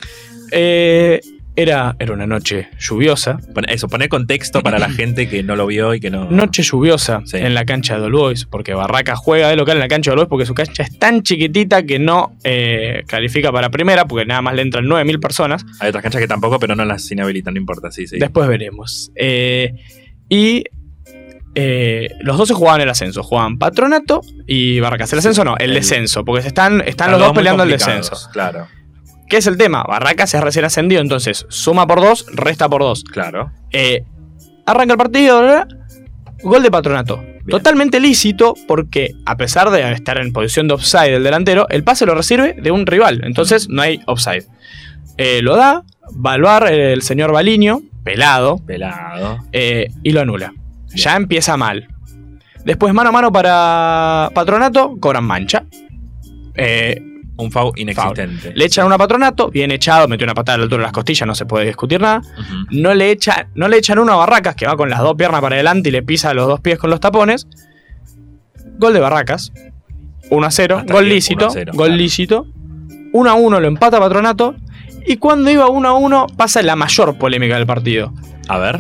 [SPEAKER 5] Eh, era, era una noche lluviosa.
[SPEAKER 2] Pon- eso, poner contexto para la gente que no lo vio y que no.
[SPEAKER 5] Noche lluviosa
[SPEAKER 2] Sí.
[SPEAKER 5] en la cancha de All Boys, porque Barraca juega de local en la cancha de All Boys porque su cancha es tan chiquitita que no eh, califica para primera, porque nada más le entran 9.000 personas.
[SPEAKER 2] Hay otras canchas que tampoco, pero no las inhabilitan, no importa, sí, sí.
[SPEAKER 5] Después veremos. Eh, y eh, los 12 jugaban el ascenso. Jugaban Patronato y Barracas. El ascenso no, el
[SPEAKER 2] El-
[SPEAKER 5] descenso, porque se están, están
[SPEAKER 2] Están
[SPEAKER 5] los dos
[SPEAKER 2] muy
[SPEAKER 5] peleando el
[SPEAKER 2] complicados,
[SPEAKER 5] descenso.
[SPEAKER 2] Claro.
[SPEAKER 5] ¿Qué es el tema? Barracas es recién ascendido, entonces suma por dos, resta por dos.
[SPEAKER 2] Claro.
[SPEAKER 5] Eh, arranca el partido, ¿verdad? gol de patronato. Totalmente lícito porque a pesar de estar en posición de offside el delantero, el pase lo recibe de un rival, entonces no hay offside. Eh, lo da, va al VAR, eh, el señor Baliño, pelado,
[SPEAKER 2] Pelado.
[SPEAKER 5] eh, y lo anula. Ya empieza mal. Después mano a mano para patronato, cobran mancha. Eh,
[SPEAKER 2] Un foul inexistente.
[SPEAKER 5] le echan una patronato, bien echado, metió una patada a la altura de las costillas, no se puede discutir nada.
[SPEAKER 2] Ujú.
[SPEAKER 5] No le, echa, no le echan uno a Barracas, que va con las dos piernas para adelante y le pisa los dos pies con los tapones. Gol de Barracas. 1 a 0.
[SPEAKER 2] Hasta
[SPEAKER 5] Gol
[SPEAKER 2] bien,
[SPEAKER 5] lícito.
[SPEAKER 2] 1 a 0,
[SPEAKER 5] gol
[SPEAKER 2] claro.
[SPEAKER 5] lícito. 1 a 1 lo empata Patronato. Y cuando iba 1 a 1 pasa la mayor polémica del partido.
[SPEAKER 2] A ver.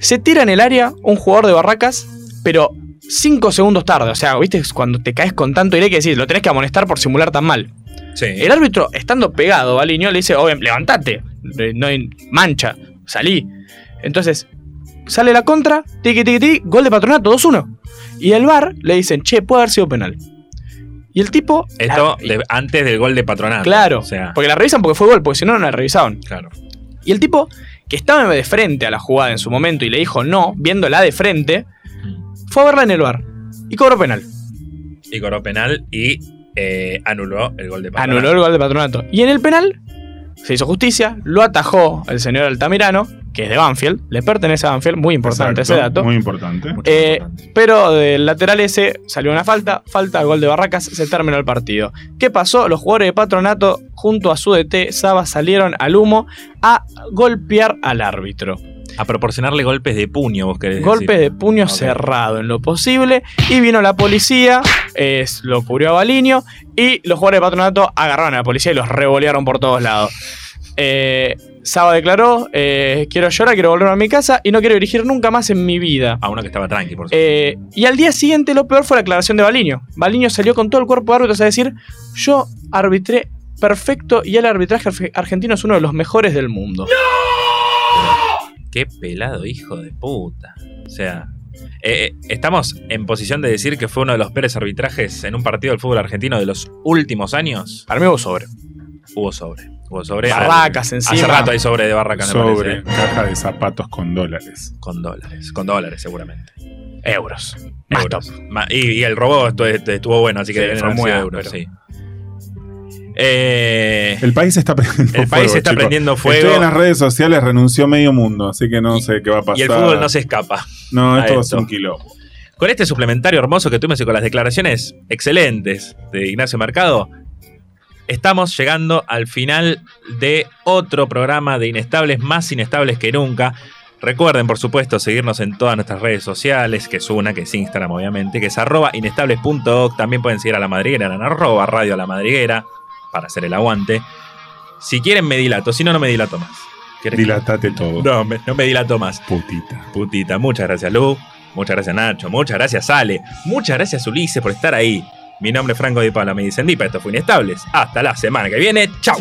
[SPEAKER 5] Se tira en el área un jugador de Barracas, pero 5 segundos tarde. O sea, viste, cuando te caes con tanto iré que decís, lo tenés que amonestar por simular tan mal.
[SPEAKER 2] Sí.
[SPEAKER 5] El árbitro, estando pegado a Liño, le dice, obvio, levantate, eh, no hay mancha, salí. Entonces, sale la contra, tiqui, tiqui, tiqui, gol de patronato, 2-1. Y el VAR le dicen, che, puede haber sido penal. Y el tipo...
[SPEAKER 2] Esto
[SPEAKER 5] la-
[SPEAKER 2] de- antes del gol de patronato.
[SPEAKER 5] claro,
[SPEAKER 2] Ah, O sea,
[SPEAKER 5] porque la revisan porque fue gol, porque si no, no la revisaban.
[SPEAKER 2] claro.
[SPEAKER 5] Y el tipo, que estaba de frente a la jugada en su momento y le dijo no, viéndola de frente,
[SPEAKER 2] Mm.
[SPEAKER 5] fue a verla en el VAR. Y cobró penal.
[SPEAKER 2] Y cobró penal y eh, anuló el gol de patronato.
[SPEAKER 5] Anuló el gol de patronato. Y en el penal se hizo justicia, lo atajó el señor Altamirano, que es de Banfield, le pertenece a Banfield, muy importante
[SPEAKER 3] Exacto,
[SPEAKER 5] ese dato.
[SPEAKER 3] Muy importante.
[SPEAKER 2] Mucho
[SPEAKER 5] Eh,
[SPEAKER 2] importante.
[SPEAKER 5] pero del lateral ese salió una falta, falta, gol de Barracas, se terminó el partido. ¿Qué pasó? Los jugadores de Patronato junto a su DT Saba salieron al humo a golpear al árbitro.
[SPEAKER 2] A proporcionarle golpes de puño, vos querés
[SPEAKER 5] Golpe
[SPEAKER 2] decir.
[SPEAKER 5] de puño
[SPEAKER 2] Ok.
[SPEAKER 5] cerrado en lo posible. Y vino la policía, eh, lo cubrió a Baliño. Y los jugadores de patronato agarraron a la policía y los revolearon por todos lados. Eh, Saba declaró: eh, Quiero llorar, quiero volver a mi casa y no quiero dirigir nunca más en mi vida.
[SPEAKER 2] A uno que estaba tranqui, por supuesto.
[SPEAKER 5] Eh, y al día siguiente lo peor fue la aclaración de Baliño. Baliño salió con todo el cuerpo de árbitros a decir, yo arbitré perfecto y el arbitraje arfe- argentino es uno de los mejores del mundo.
[SPEAKER 2] Qué pelado hijo de puta. O sea, eh, eh, estamos en posición de decir que fue uno de los peores arbitrajes en un partido del fútbol argentino de los últimos años.
[SPEAKER 5] Para mí hubo sobre.
[SPEAKER 2] Hubo sobre. Hubo sobre.
[SPEAKER 5] Barracas
[SPEAKER 2] Hace
[SPEAKER 5] encima.
[SPEAKER 2] rato hay sobre de Barracas, me
[SPEAKER 3] Sobre
[SPEAKER 2] parece. ¿eh?
[SPEAKER 3] caja de zapatos con dólares.
[SPEAKER 2] Con dólares. Con dólares, seguramente.
[SPEAKER 5] Euros. Más
[SPEAKER 2] Euros.
[SPEAKER 5] top.
[SPEAKER 2] Ma- Y, y el robot estu- estu- estuvo bueno, así que
[SPEAKER 5] Sí,
[SPEAKER 2] deben
[SPEAKER 5] fue
[SPEAKER 2] haber
[SPEAKER 5] muy
[SPEAKER 2] sido
[SPEAKER 5] áspero.
[SPEAKER 2] euros, sí. Eh,
[SPEAKER 3] El país está *laughs* prendiendo
[SPEAKER 2] el
[SPEAKER 3] fuego.
[SPEAKER 2] país está
[SPEAKER 3] chicos.
[SPEAKER 2] prendiendo
[SPEAKER 3] Estoy en
[SPEAKER 2] fuego.
[SPEAKER 3] las redes sociales, renunció medio mundo, así que no sé qué va a pasar.
[SPEAKER 2] Y el fútbol no se escapa.
[SPEAKER 3] No,
[SPEAKER 2] a
[SPEAKER 3] esto es
[SPEAKER 2] Ah, esto.
[SPEAKER 3] un quilombo.
[SPEAKER 2] Con este suplementario hermoso que tuvimos y con las declaraciones excelentes de Ignacio Mercado, estamos llegando al final de otro programa de Inestables, más inestables que nunca. Recuerden, por supuesto, seguirnos en todas nuestras redes sociales, que es una, que es Instagram, obviamente, que es arroba inestables.org. También pueden seguir a La Madriguera en arroba radio La Madriguera para hacer el aguante. Si quieren, me dilato. Si no, no me dilato más. ¿Quieres que-
[SPEAKER 3] Dilatate todo.
[SPEAKER 2] No, me- no me dilato más.
[SPEAKER 3] Putita.
[SPEAKER 2] Putita, muchas gracias Lu, muchas gracias Nacho, muchas gracias Ale, muchas gracias Ulises por estar ahí. Mi nombre es Franco Di Pala, me dicen Dipa, esto fue Inestables. Hasta la semana que viene, chau.